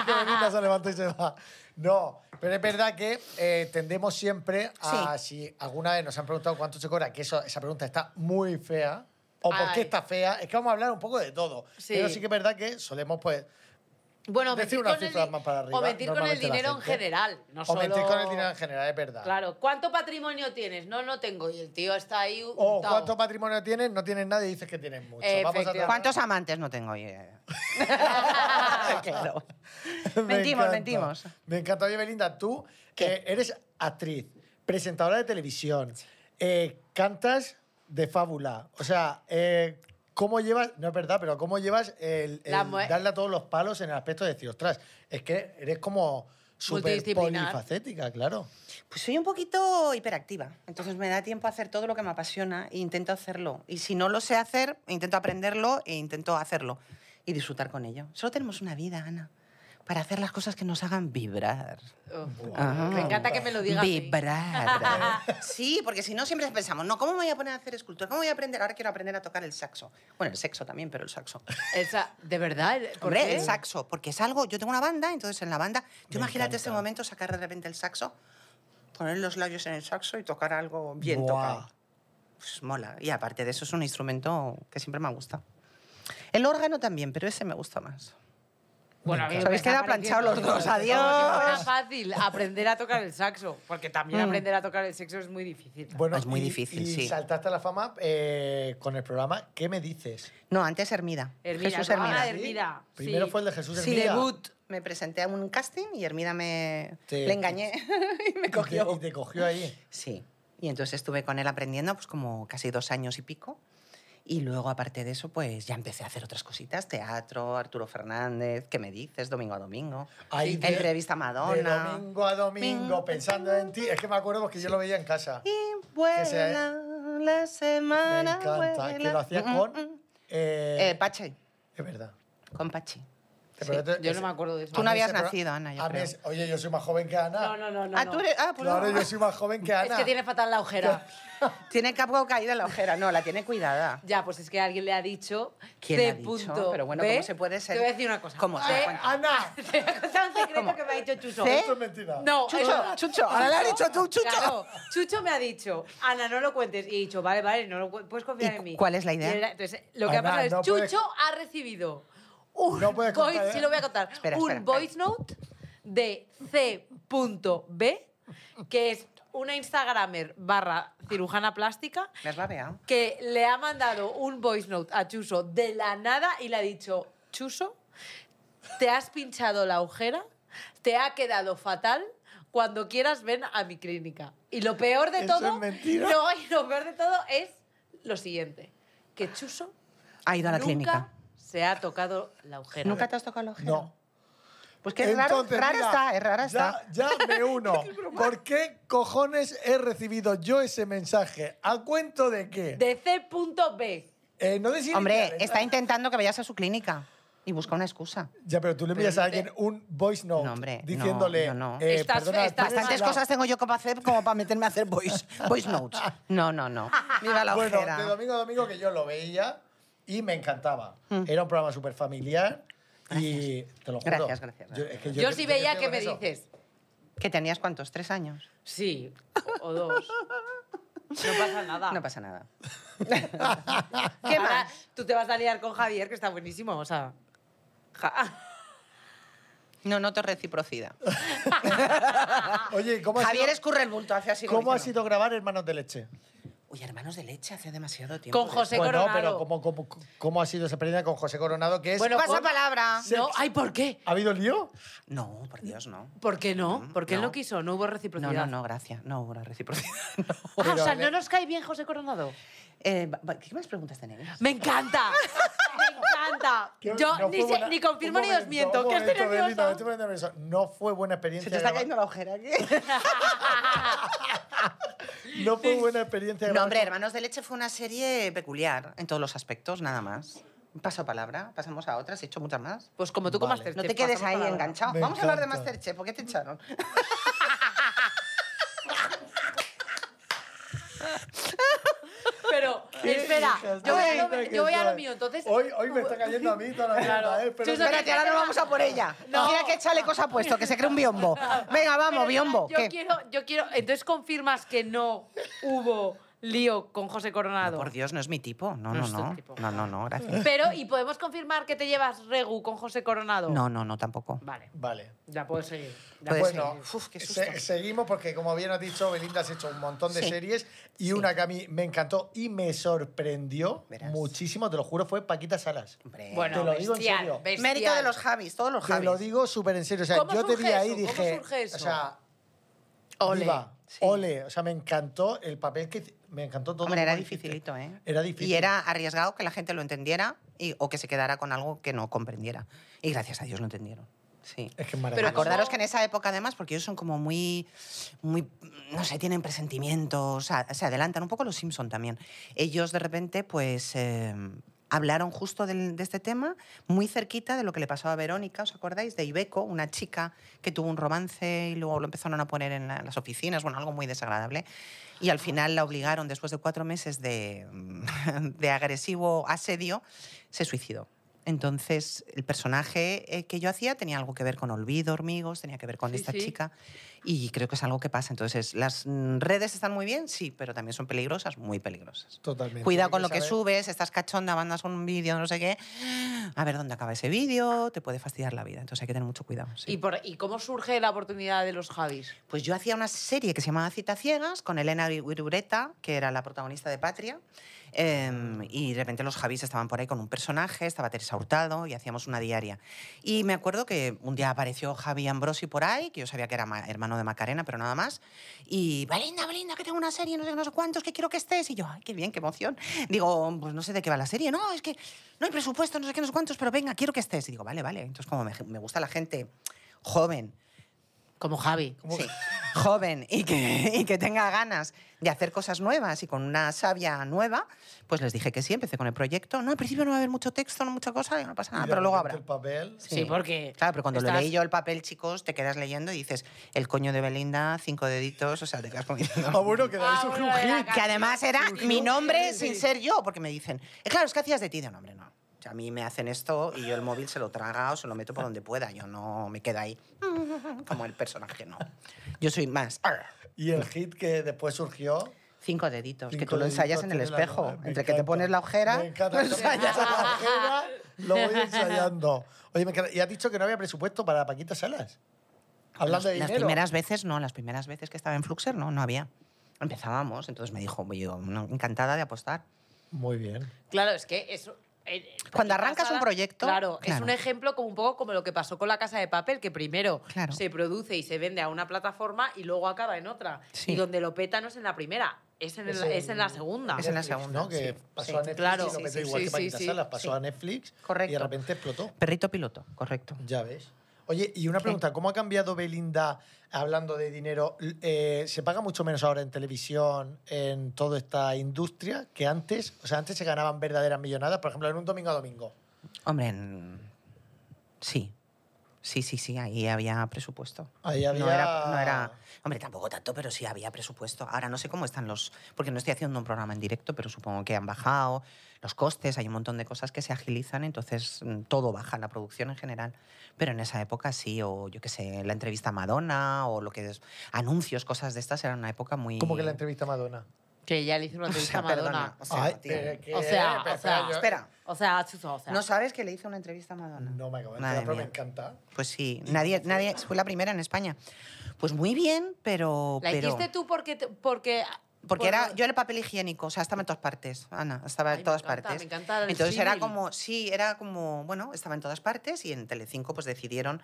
[SPEAKER 3] qué bonita se levanta y se va. No, pero es verdad que eh, tendemos siempre a, si alguna vez nos han preguntado cuánto se cobra, que eso, esa pregunta está muy fea, o por qué
[SPEAKER 2] Ay.
[SPEAKER 3] está fea, es que vamos a hablar un poco de todo.
[SPEAKER 2] Sí.
[SPEAKER 3] Pero sí que es verdad que solemos, pues,
[SPEAKER 2] Bueno, o
[SPEAKER 3] Decir
[SPEAKER 2] mentir
[SPEAKER 3] unas
[SPEAKER 2] con el
[SPEAKER 3] cifras
[SPEAKER 2] di-
[SPEAKER 3] más para arriba,
[SPEAKER 2] O mentir con el
[SPEAKER 3] normalmente la
[SPEAKER 2] dinero en
[SPEAKER 3] gente.
[SPEAKER 2] general. No
[SPEAKER 3] o mentir
[SPEAKER 2] solo-
[SPEAKER 3] con el dinero en general, es verdad.
[SPEAKER 2] Claro, ¿cuánto patrimonio tienes? No, no tengo. Y el tío está ahí.
[SPEAKER 3] O
[SPEAKER 2] untao.
[SPEAKER 3] Oh, cuánto patrimonio tienes, no tienes nada y dices que tienes mucho. Vamos a
[SPEAKER 2] Efectivamente.
[SPEAKER 3] tratar-
[SPEAKER 4] ¿Cuántos amantes no tengo? Oye.
[SPEAKER 3] [LAUGHS]
[SPEAKER 4] [LAUGHS] claro.
[SPEAKER 3] Me
[SPEAKER 4] Mentimos,
[SPEAKER 3] encanta.
[SPEAKER 4] mentimos.
[SPEAKER 3] Me encanta. Oye, Belinda, tú eh, eres actriz, presentadora de televisión, eh, cantas de fábula. O sea, eh, ¿cómo llevas, no es verdad, pero cómo llevas el, el
[SPEAKER 2] La mue-
[SPEAKER 3] darle a todos los palos en el aspecto de decir, ostras, es que eres como súper
[SPEAKER 2] Multidisciplinar.
[SPEAKER 3] polifacética, claro.
[SPEAKER 4] Pues soy un poquito hiperactiva, entonces me da tiempo a hacer todo lo que me apasiona e intento hacerlo. Y si no lo sé hacer, intento aprenderlo e intento hacerlo y disfrutar con ello. Solo tenemos una vida, Ana, para hacer las cosas que nos hagan vibrar.
[SPEAKER 2] Uf,
[SPEAKER 4] Ah.
[SPEAKER 2] Oh. Me encanta que me lo digas. a mí.
[SPEAKER 4] Vibrar.
[SPEAKER 2] [LAUGHS]
[SPEAKER 4] sí, porque si no siempre pensamos, no, ¿cómo me voy a poner a hacer escultura? ¿Cómo voy a aprender? Ahora quiero aprender a tocar el saxo. Bueno, el sexo también, pero el saxo.
[SPEAKER 2] Esa- de verdad. ¿Por
[SPEAKER 4] Hombre,
[SPEAKER 2] qué?
[SPEAKER 4] el saxo, porque es algo, yo tengo una banda, entonces en la banda, tú
[SPEAKER 3] Me
[SPEAKER 4] imagínate ese
[SPEAKER 3] encanta.
[SPEAKER 4] momento sacar de repente el saxo, poner los labios en el saxo y tocar algo bien
[SPEAKER 3] Buah.
[SPEAKER 4] tocado. Pues mola. Y aparte de eso es un instrumento que siempre me gusta. El órgano también, pero ese me gusta más.
[SPEAKER 2] Bueno, a mí
[SPEAKER 4] Os
[SPEAKER 2] me
[SPEAKER 4] habéis
[SPEAKER 2] está
[SPEAKER 4] quedado planchados los
[SPEAKER 2] pareciendo-
[SPEAKER 4] dos,
[SPEAKER 2] Como si fuera
[SPEAKER 4] adiós.
[SPEAKER 2] fácil aprender a tocar el saxo, porque también
[SPEAKER 4] Mm.
[SPEAKER 2] aprender a tocar el sexo es muy difícil.
[SPEAKER 3] Bueno,
[SPEAKER 4] Ah, Es muy
[SPEAKER 3] y-
[SPEAKER 4] difícil,
[SPEAKER 3] y
[SPEAKER 4] sí.
[SPEAKER 3] saltaste a la fama eh, con el programa ¿Qué me dices?
[SPEAKER 4] No, antes Hermida.
[SPEAKER 2] Hermida,
[SPEAKER 4] Jesús
[SPEAKER 2] ¿no?
[SPEAKER 4] Hermida.
[SPEAKER 2] Ah, Hermida, sí.
[SPEAKER 3] Primero fue el de Jesús
[SPEAKER 4] Sí,
[SPEAKER 3] Hermida.
[SPEAKER 4] debut. Me presenté a un casting y Hermida me...
[SPEAKER 3] Te-
[SPEAKER 4] le engañé
[SPEAKER 3] [LAUGHS]
[SPEAKER 4] y me
[SPEAKER 3] Y te-
[SPEAKER 4] cogió.
[SPEAKER 3] Y te cogió ahí.
[SPEAKER 4] Sí. Y entonces estuve con él aprendiendo pues como casi dos años y pico. Y luego, aparte de eso, pues ya empecé a hacer otras cositas. Teatro, Arturo Fernández, ¿qué me dices? Domingo a domingo.
[SPEAKER 3] Ahí de-
[SPEAKER 4] Entrevista a
[SPEAKER 3] De
[SPEAKER 4] Madonna.
[SPEAKER 3] domingo a domingo,
[SPEAKER 4] Ping.
[SPEAKER 3] pensando en ti. Es que me acuerdo porque yo lo veía en casa. Me
[SPEAKER 4] Y vuela la semana,
[SPEAKER 3] encanta.
[SPEAKER 4] vuela.
[SPEAKER 3] Que lo hacía
[SPEAKER 4] Mm,
[SPEAKER 3] con.
[SPEAKER 4] mm.
[SPEAKER 3] eh,
[SPEAKER 4] Eh, Pachi,
[SPEAKER 3] es verdad.
[SPEAKER 4] con Pachi.
[SPEAKER 3] Pero tú-
[SPEAKER 2] Yo
[SPEAKER 3] es-
[SPEAKER 2] no me acuerdo de eso.
[SPEAKER 4] Tú no
[SPEAKER 3] a mí
[SPEAKER 4] habías
[SPEAKER 3] ese pro-
[SPEAKER 4] nacido, Ana, yo
[SPEAKER 3] a mí
[SPEAKER 4] creo.
[SPEAKER 3] es- Oye, yo soy más joven que Ana.
[SPEAKER 2] No, no, no, no.
[SPEAKER 4] ah,
[SPEAKER 2] no.
[SPEAKER 4] tú eres... Ah, pues
[SPEAKER 3] Claro,
[SPEAKER 4] no.
[SPEAKER 3] yo soy más joven que Ana.
[SPEAKER 2] Es que tiene fatal la ojera.
[SPEAKER 4] Tiene el capo caído en la ojera. No, la tiene cuidada.
[SPEAKER 2] Ya, pues es que alguien le ha dicho
[SPEAKER 4] ¿Quién
[SPEAKER 2] de
[SPEAKER 4] ha dicho?
[SPEAKER 2] punto
[SPEAKER 4] Pero bueno,
[SPEAKER 2] B.
[SPEAKER 4] ¿cómo se puede ser?
[SPEAKER 2] Te voy a decir una cosa.
[SPEAKER 4] ¿Cómo se
[SPEAKER 2] [LAUGHS] Te-
[SPEAKER 3] ¡Eh,
[SPEAKER 4] cuenta?
[SPEAKER 3] ¡Ana!
[SPEAKER 2] te voy a contar un secreto que me ha dicho Chuso.
[SPEAKER 4] ¿Sí?
[SPEAKER 3] Esto es mentira.
[SPEAKER 2] No,
[SPEAKER 4] Chucho,
[SPEAKER 2] es verdad.
[SPEAKER 4] Chucho, ahora le has dicho tú, Chucho.
[SPEAKER 2] Claro, Chucho me ha dicho, Ana, no lo cuentes. Y he dicho, vale, vale, no lo cu- puedes confiar
[SPEAKER 4] ¿Y
[SPEAKER 2] en mí.
[SPEAKER 4] cuál es la idea?
[SPEAKER 2] Y era- entonces, lo que
[SPEAKER 3] Ana,
[SPEAKER 2] ha pasado es,
[SPEAKER 3] no puedes-
[SPEAKER 2] Chucho ha recibido un
[SPEAKER 3] No puedes
[SPEAKER 2] voice,
[SPEAKER 3] contar, ¿eh?
[SPEAKER 2] sí lo voy a contar,
[SPEAKER 4] Espera,
[SPEAKER 2] un
[SPEAKER 4] espera.
[SPEAKER 2] voice note de C.B, que es una Instagramer barra cirujana plástica,
[SPEAKER 4] Me has babeado.
[SPEAKER 2] que le ha mandado un voice note a Chuso de la nada y le ha dicho, Chuso, te has pinchado la ojera, te ha quedado fatal, cuando quieras ven a mi clínica. Y lo peor de
[SPEAKER 3] Eso
[SPEAKER 2] todo,
[SPEAKER 3] es mentira.
[SPEAKER 2] [LAUGHS] no, y lo peor de todo es lo siguiente, que Chuso
[SPEAKER 4] Ha ido a la
[SPEAKER 2] nunca
[SPEAKER 4] clínica.
[SPEAKER 2] se ha tocado la ojera.
[SPEAKER 4] ¿Nunca te has tocado la ojera?
[SPEAKER 3] No.
[SPEAKER 4] Pues que es raro,
[SPEAKER 3] Entonces,
[SPEAKER 4] rara
[SPEAKER 3] mira,
[SPEAKER 4] está, es rara
[SPEAKER 3] ya,
[SPEAKER 4] está.
[SPEAKER 3] Ya
[SPEAKER 4] [LAUGHS]
[SPEAKER 3] me uno. ¿Por qué cojones he recibido yo ese mensaje? ¿A cuento de qué?
[SPEAKER 2] De C.B.
[SPEAKER 3] Eh, no decir
[SPEAKER 4] Hombre,
[SPEAKER 3] iniciales,
[SPEAKER 4] está
[SPEAKER 3] ¿no?
[SPEAKER 4] intentando que vayas a su clínica y busca una excusa.
[SPEAKER 3] Ya, pero tú le envías
[SPEAKER 2] no
[SPEAKER 3] a
[SPEAKER 2] te-
[SPEAKER 3] alguien un voice note
[SPEAKER 4] No, hombre, no,
[SPEAKER 3] diciéndole.
[SPEAKER 4] yo no.
[SPEAKER 3] eh,
[SPEAKER 2] Estás-
[SPEAKER 3] perdona,
[SPEAKER 2] estás-
[SPEAKER 3] tú eres
[SPEAKER 4] Bastantes
[SPEAKER 3] la-
[SPEAKER 4] cosas tengo yo que hacer como para meterme a hacer voice, voice notes. No, no, no. Viva
[SPEAKER 3] [LAUGHS]
[SPEAKER 4] la
[SPEAKER 3] Bueno,
[SPEAKER 4] ojera.
[SPEAKER 3] de domingo a domingo que yo lo veía y me encantaba. Era un programa súper familiar y te lo juro.
[SPEAKER 4] Mm. Gracias, gracias,
[SPEAKER 3] Yo, es que
[SPEAKER 2] Yo, sí veía
[SPEAKER 3] crecí
[SPEAKER 2] que
[SPEAKER 3] con
[SPEAKER 2] me
[SPEAKER 3] eso.
[SPEAKER 2] dices,
[SPEAKER 4] ¿Que tenías cuántos? ¿Tres años?
[SPEAKER 2] sí, o,
[SPEAKER 3] [LAUGHS]
[SPEAKER 2] o dos. No pasa nada.
[SPEAKER 4] No pasa nada.
[SPEAKER 2] ¿Qué más? Tú te vas a liar con Javier, que está buenísimo, o sea... ja-
[SPEAKER 4] No noto reciprocidad.
[SPEAKER 3] Ah. Oye, ¿cómo ha
[SPEAKER 4] Javier
[SPEAKER 3] sido,
[SPEAKER 4] escurre el bulto, hace así. como
[SPEAKER 3] ¿cómo ha
[SPEAKER 4] diciendo,
[SPEAKER 3] sido grabar Hermanos de Leche?
[SPEAKER 4] Uy, hermanos de leche, hace demasiado tiempo.
[SPEAKER 2] Con José
[SPEAKER 3] bueno,
[SPEAKER 2] Coronado.
[SPEAKER 3] pero ¿cómo, cómo, cómo ha sido esa experiencia con José Coronado? Que es,
[SPEAKER 2] Bueno,
[SPEAKER 4] Pasa
[SPEAKER 2] con-
[SPEAKER 4] palabra.
[SPEAKER 2] [LAUGHS] No, ay, ¿por qué?
[SPEAKER 3] ¿Ha habido lío?
[SPEAKER 4] No, por Dios, no.
[SPEAKER 2] ¿Por qué
[SPEAKER 3] Mm,
[SPEAKER 2] no? Porque él
[SPEAKER 4] no.
[SPEAKER 2] no quiso, no hubo
[SPEAKER 4] No,
[SPEAKER 2] reciprocidad.
[SPEAKER 4] no, no, gracias. No hubo una reciprocidad. [LAUGHS] no.
[SPEAKER 2] Ah, o
[SPEAKER 3] Pero
[SPEAKER 2] sea,
[SPEAKER 3] le-
[SPEAKER 2] ¿no nos cae bien José Coronado?
[SPEAKER 4] Eh, va- va- ¿Qué más preguntas tenéis?
[SPEAKER 2] [LAUGHS] ¡Me encanta! ¡Me garganta.
[SPEAKER 3] Que
[SPEAKER 2] Yo
[SPEAKER 3] no
[SPEAKER 2] ni,
[SPEAKER 3] fue
[SPEAKER 2] sé-
[SPEAKER 3] buena-
[SPEAKER 2] ni confirmo
[SPEAKER 3] un
[SPEAKER 2] ni
[SPEAKER 3] momento,
[SPEAKER 2] os miento,
[SPEAKER 3] un
[SPEAKER 2] que estoy
[SPEAKER 3] momento, Belén, no,
[SPEAKER 2] nerviosa.
[SPEAKER 3] estoy poniendo nerviosa. No fue buena
[SPEAKER 4] Se
[SPEAKER 3] experiencia.
[SPEAKER 4] te está
[SPEAKER 3] grabar-
[SPEAKER 4] cayendo la ojera [LAUGHS] aquí.
[SPEAKER 3] No fue buena experiencia.
[SPEAKER 4] No,
[SPEAKER 3] grabar
[SPEAKER 4] hombre,
[SPEAKER 3] con-
[SPEAKER 4] Hermanos de Leche fue una serie peculiar en todos los aspectos, nada más. Paso palabra, pasamos a otras, he hecho muchas más.
[SPEAKER 2] [LAUGHS] Pues como tú
[SPEAKER 3] Vale.
[SPEAKER 2] como
[SPEAKER 4] No te quedes ahí enganchado.
[SPEAKER 3] Me
[SPEAKER 4] Vamos a hablar de
[SPEAKER 3] encanta.
[SPEAKER 4] Masterchef, ¿por qué te echaron?
[SPEAKER 2] Pero, eh,
[SPEAKER 3] Qué
[SPEAKER 2] espera,
[SPEAKER 3] hijas
[SPEAKER 2] yo voy,
[SPEAKER 3] de
[SPEAKER 2] a lo,
[SPEAKER 3] puta
[SPEAKER 2] mi-
[SPEAKER 3] que
[SPEAKER 2] yo voy a lo
[SPEAKER 3] soy.
[SPEAKER 2] mío, entonces...
[SPEAKER 3] Hoy, hoy me está
[SPEAKER 2] [LAUGHS]
[SPEAKER 3] cayendo a mí toda la
[SPEAKER 2] Claro.
[SPEAKER 3] mierda, ¿eh? Pero
[SPEAKER 2] Sí, sí,
[SPEAKER 4] Espérate, ahora no vamos a por ella.
[SPEAKER 2] No.
[SPEAKER 4] Mira qué chaleco se ha puesto, que se cree un biombo. Venga, vamos,
[SPEAKER 2] Pero,
[SPEAKER 4] biombo.
[SPEAKER 2] Yo
[SPEAKER 4] ¿qué?
[SPEAKER 2] quiero, yo quiero... Entonces confirmas que no hubo lío con José Coronado.
[SPEAKER 4] Por Dios, no es mi tipo. No,
[SPEAKER 2] No
[SPEAKER 4] no,
[SPEAKER 2] es tu
[SPEAKER 4] no.
[SPEAKER 2] tipo.
[SPEAKER 4] No, no, no, gracias.
[SPEAKER 2] Pero, ¿y podemos confirmar que te llevas regu con José Coronado?
[SPEAKER 4] No, no, no, tampoco.
[SPEAKER 2] Vale,
[SPEAKER 3] Vale.
[SPEAKER 2] ya puedo seguir. Ya
[SPEAKER 4] Puedes
[SPEAKER 2] puedo
[SPEAKER 4] seguir.
[SPEAKER 3] Bueno,
[SPEAKER 4] Uf, qué
[SPEAKER 3] se-
[SPEAKER 4] susto.
[SPEAKER 3] seguimos porque, como bien has dicho, Belinda has hecho un montón de
[SPEAKER 4] Sí.
[SPEAKER 3] series y una que a mí me encantó y me sorprendió
[SPEAKER 4] Verás.
[SPEAKER 3] muchísimo, te lo juro, fue Paquita Salas.
[SPEAKER 4] Hombre.
[SPEAKER 2] Bueno,
[SPEAKER 3] Te lo digo en
[SPEAKER 2] bestial,
[SPEAKER 3] serio.
[SPEAKER 2] bestial.
[SPEAKER 4] Mérito de los Javis, todos los
[SPEAKER 3] Te lo
[SPEAKER 4] Javis.
[SPEAKER 3] digo súper en serio. O sea,
[SPEAKER 2] ¿Cómo
[SPEAKER 3] yo te vi
[SPEAKER 2] surge
[SPEAKER 3] ahí y
[SPEAKER 2] eso? ¿Cómo
[SPEAKER 3] dije.
[SPEAKER 2] surge eso?
[SPEAKER 3] O sea,
[SPEAKER 4] Ole.
[SPEAKER 3] viva,
[SPEAKER 4] Sí.
[SPEAKER 3] ole. O sea, me encantó el papel que. Me encantó todo.
[SPEAKER 4] Hombre,
[SPEAKER 3] como
[SPEAKER 4] era
[SPEAKER 3] lo hiciste.
[SPEAKER 4] dificilito, ¿eh?
[SPEAKER 3] Era difícil.
[SPEAKER 4] Y era arriesgado que la gente lo entendiera y- o que se quedara con algo que no comprendiera. Y gracias a Dios lo entendieron. Sí.
[SPEAKER 3] Es que es
[SPEAKER 2] Pero
[SPEAKER 3] maravilloso.
[SPEAKER 4] Acordaros
[SPEAKER 2] ¿cómo?
[SPEAKER 4] que en esa época, además, porque ellos son como muy, muy no sé, tienen presentimientos, a- se adelantan un poco los Simpson también. Ellos de repente, pues, eh, hablaron justo del- de este tema, muy cerquita de lo que le pasó a Verónica, ¿os acordáis? De Ibeco, una chica que tuvo un romance y luego lo empezaron a poner en la- las oficinas, bueno, algo muy desagradable. Y al final la obligaron, después de cuatro meses de, [LAUGHS] de agresivo asedio, se suicidó. Entonces, el personaje eh, que yo hacía tenía algo que ver con olvido, hormigos, tenía que ver con
[SPEAKER 2] Sí,
[SPEAKER 4] esta
[SPEAKER 2] sí.
[SPEAKER 4] chica y creo que es algo que pasa. Entonces, las mm, redes están muy bien, sí, pero también son peligrosas, muy peligrosas.
[SPEAKER 3] Totalmente.
[SPEAKER 4] Cuidado
[SPEAKER 3] Hay
[SPEAKER 4] con lo que
[SPEAKER 3] saber-
[SPEAKER 4] subes, estás cachonda, mandas un vídeo, no sé qué. A ver dónde acaba ese vídeo, te puede fastidiar la vida. Entonces hay que tener mucho cuidado. sí.
[SPEAKER 2] ¿Y, por- ¿Y cómo surge la oportunidad de los Javis?
[SPEAKER 4] Pues yo hacía una serie que se llamaba Cita Ciegas con Elena Virureta, que era la protagonista de Patria. em, y de repente los Javis estaban por ahí con un personaje, estaba Teresa Hurtado y hacíamos una diaria. Y me acuerdo que un día apareció Javi Ambrosi por ahí, que yo sabía que era ma- hermano de Macarena, pero nada más. Y, Belinda, Belinda, que tengo una serie, no sé, no sé cuántos, que quiero que estés. Y yo, ay, qué bien, qué emoción. Digo, pues no sé de qué va la serie. No, es que no hay presupuesto, no sé qué, no sé cuántos, pero venga, quiero que estés. Y digo, vale, vale. Entonces, como me, me gusta la gente joven,
[SPEAKER 2] Como Javi.
[SPEAKER 4] Sí. [LAUGHS] joven y que, y que tenga ganas de hacer cosas nuevas y con una savia nueva, pues les dije que sí, empecé con el proyecto. No, al principio no va a haber mucho texto, no mucha cosa, digo, no pasa
[SPEAKER 3] y
[SPEAKER 4] nada,
[SPEAKER 3] de
[SPEAKER 4] Ah, pero luego
[SPEAKER 3] repente
[SPEAKER 4] habrá.
[SPEAKER 3] El papel.
[SPEAKER 2] Sí, porque
[SPEAKER 4] Claro, pero cuando lo
[SPEAKER 2] estás-
[SPEAKER 4] leí yo el papel, chicos, te quedas leyendo y dices, el coño de Belinda, cinco deditos, o sea, te quedas como diciendo-
[SPEAKER 3] Ah, bueno, que de ahí
[SPEAKER 2] Ah,
[SPEAKER 3] surgió
[SPEAKER 2] bueno,
[SPEAKER 3] un
[SPEAKER 2] de la
[SPEAKER 3] hit.
[SPEAKER 4] [LAUGHS] que además era mi nombre
[SPEAKER 2] Sí, sí.
[SPEAKER 4] sin ser yo, porque me dicen, "Eh, claro, es que hacías de ti, de nombre, no. O sea, a mí me hacen esto y yo el móvil se lo traga o se lo meto por donde pueda, yo no me quedo ahí [LAUGHS] como el personaje, no. Yo soy más "Arr".
[SPEAKER 3] Y el hit que después surgió.
[SPEAKER 4] cinco deditos, que
[SPEAKER 3] Cinco
[SPEAKER 4] tú lo ensayas
[SPEAKER 3] deditos
[SPEAKER 4] en el
[SPEAKER 3] tiene la
[SPEAKER 4] espejo,
[SPEAKER 3] luna. Me
[SPEAKER 4] entre que te
[SPEAKER 3] encanta.
[SPEAKER 4] pones la ojera,
[SPEAKER 3] Me encanta.
[SPEAKER 4] [LAUGHS] lo
[SPEAKER 3] Yo me
[SPEAKER 4] ensayas.
[SPEAKER 3] pongo la [LAUGHS] ojera, lo voy ensayando. Oye, me encanta. Y has dicho que no había presupuesto para Paquita Salas.
[SPEAKER 4] Las,
[SPEAKER 3] Hablando de
[SPEAKER 4] las
[SPEAKER 3] dinero.
[SPEAKER 4] primeras veces no, las primeras veces que estaba en Fluxer no, no había. Empezábamos, entonces me dijo, yo no, encantada de apostar.
[SPEAKER 3] Muy bien.
[SPEAKER 2] Claro, es que eso. eh,
[SPEAKER 4] Cuando
[SPEAKER 2] la
[SPEAKER 4] arrancas un proyecto,
[SPEAKER 2] Claro, es
[SPEAKER 4] claro.
[SPEAKER 2] un ejemplo como un poco como lo que pasó con la casa de papel, que primero
[SPEAKER 4] Claro.
[SPEAKER 2] se produce y se vende a una plataforma y luego acaba en otra.
[SPEAKER 4] Sí.
[SPEAKER 2] Y donde lo peta no es en la primera, es en,
[SPEAKER 3] Es
[SPEAKER 2] la,
[SPEAKER 3] en-
[SPEAKER 2] es en la segunda.
[SPEAKER 4] Es en la
[SPEAKER 3] Netflix,
[SPEAKER 4] segunda,
[SPEAKER 3] ¿no? Que
[SPEAKER 4] sí.
[SPEAKER 3] pasó
[SPEAKER 4] Sí,
[SPEAKER 3] a Netflix
[SPEAKER 2] claro.
[SPEAKER 3] y lo
[SPEAKER 2] Sí,
[SPEAKER 3] petó
[SPEAKER 2] sí,
[SPEAKER 3] igual
[SPEAKER 2] sí,
[SPEAKER 3] que Paquita
[SPEAKER 2] sí, sí.
[SPEAKER 3] Salas. Pasó
[SPEAKER 4] Sí.
[SPEAKER 3] a Netflix y de
[SPEAKER 4] Correcto.
[SPEAKER 3] repente explotó.
[SPEAKER 4] Perrito piloto, correcto.
[SPEAKER 3] Ya ves. Oye, y una pregunta, ¿cómo ha cambiado Belinda hablando de dinero? L- eh, ¿Se paga mucho menos ahora en televisión, en toda esta industria, que antes? O sea, antes se ganaban verdaderas millonadas, por ejemplo, en un domingo a domingo.
[SPEAKER 4] Hombre, en- sí. Sí, sí, sí, ahí había presupuesto.
[SPEAKER 3] Ahí
[SPEAKER 4] No,
[SPEAKER 3] había-
[SPEAKER 4] era, no era- Hombre, tampoco tanto, pero sí había presupuesto. Ahora no sé cómo están los... Porque no estoy haciendo un programa en directo, pero supongo que han bajado los costes, hay un montón de cosas que se agilizan, entonces mm, todo baja, la producción en general. Pero en esa época sí, o yo qué sé, la entrevista a Madonna, o lo que... es- anuncios, cosas de estas, era una época muy...
[SPEAKER 3] Como que la entrevista a Madonna.
[SPEAKER 2] Que ya le hizo una
[SPEAKER 4] [LAUGHS] O sea,
[SPEAKER 2] entrevista a
[SPEAKER 4] perdona,
[SPEAKER 2] Madonna.
[SPEAKER 4] o sea,
[SPEAKER 3] Ay,
[SPEAKER 4] tío.
[SPEAKER 3] pero que-
[SPEAKER 2] O sea,
[SPEAKER 3] pero
[SPEAKER 2] o sea,
[SPEAKER 3] yo-
[SPEAKER 4] Espera,
[SPEAKER 2] O sea, chuzo, o sea.
[SPEAKER 4] ¿no sabes que le hice una entrevista a Madonna?
[SPEAKER 3] No me acabo de
[SPEAKER 4] Madre
[SPEAKER 3] enterar, pero me
[SPEAKER 4] mía.
[SPEAKER 3] encanta.
[SPEAKER 4] Pues sí, nadie, nadie fue la primera en España. Pues muy bien, pero...
[SPEAKER 2] la
[SPEAKER 4] pero...
[SPEAKER 2] hiciste tú porque, te- porque
[SPEAKER 4] Porque
[SPEAKER 2] Bueno.
[SPEAKER 4] era yo era el papel higiénico, o sea, estaba en todas partes, Ana, estaba
[SPEAKER 2] Ay,
[SPEAKER 4] en
[SPEAKER 2] me
[SPEAKER 4] todas
[SPEAKER 2] encanta,
[SPEAKER 4] partes.
[SPEAKER 2] me encanta el
[SPEAKER 4] Entonces era
[SPEAKER 2] símil.
[SPEAKER 4] como, sí, era como, bueno, estaba en todas partes y en Telecinco pues decidieron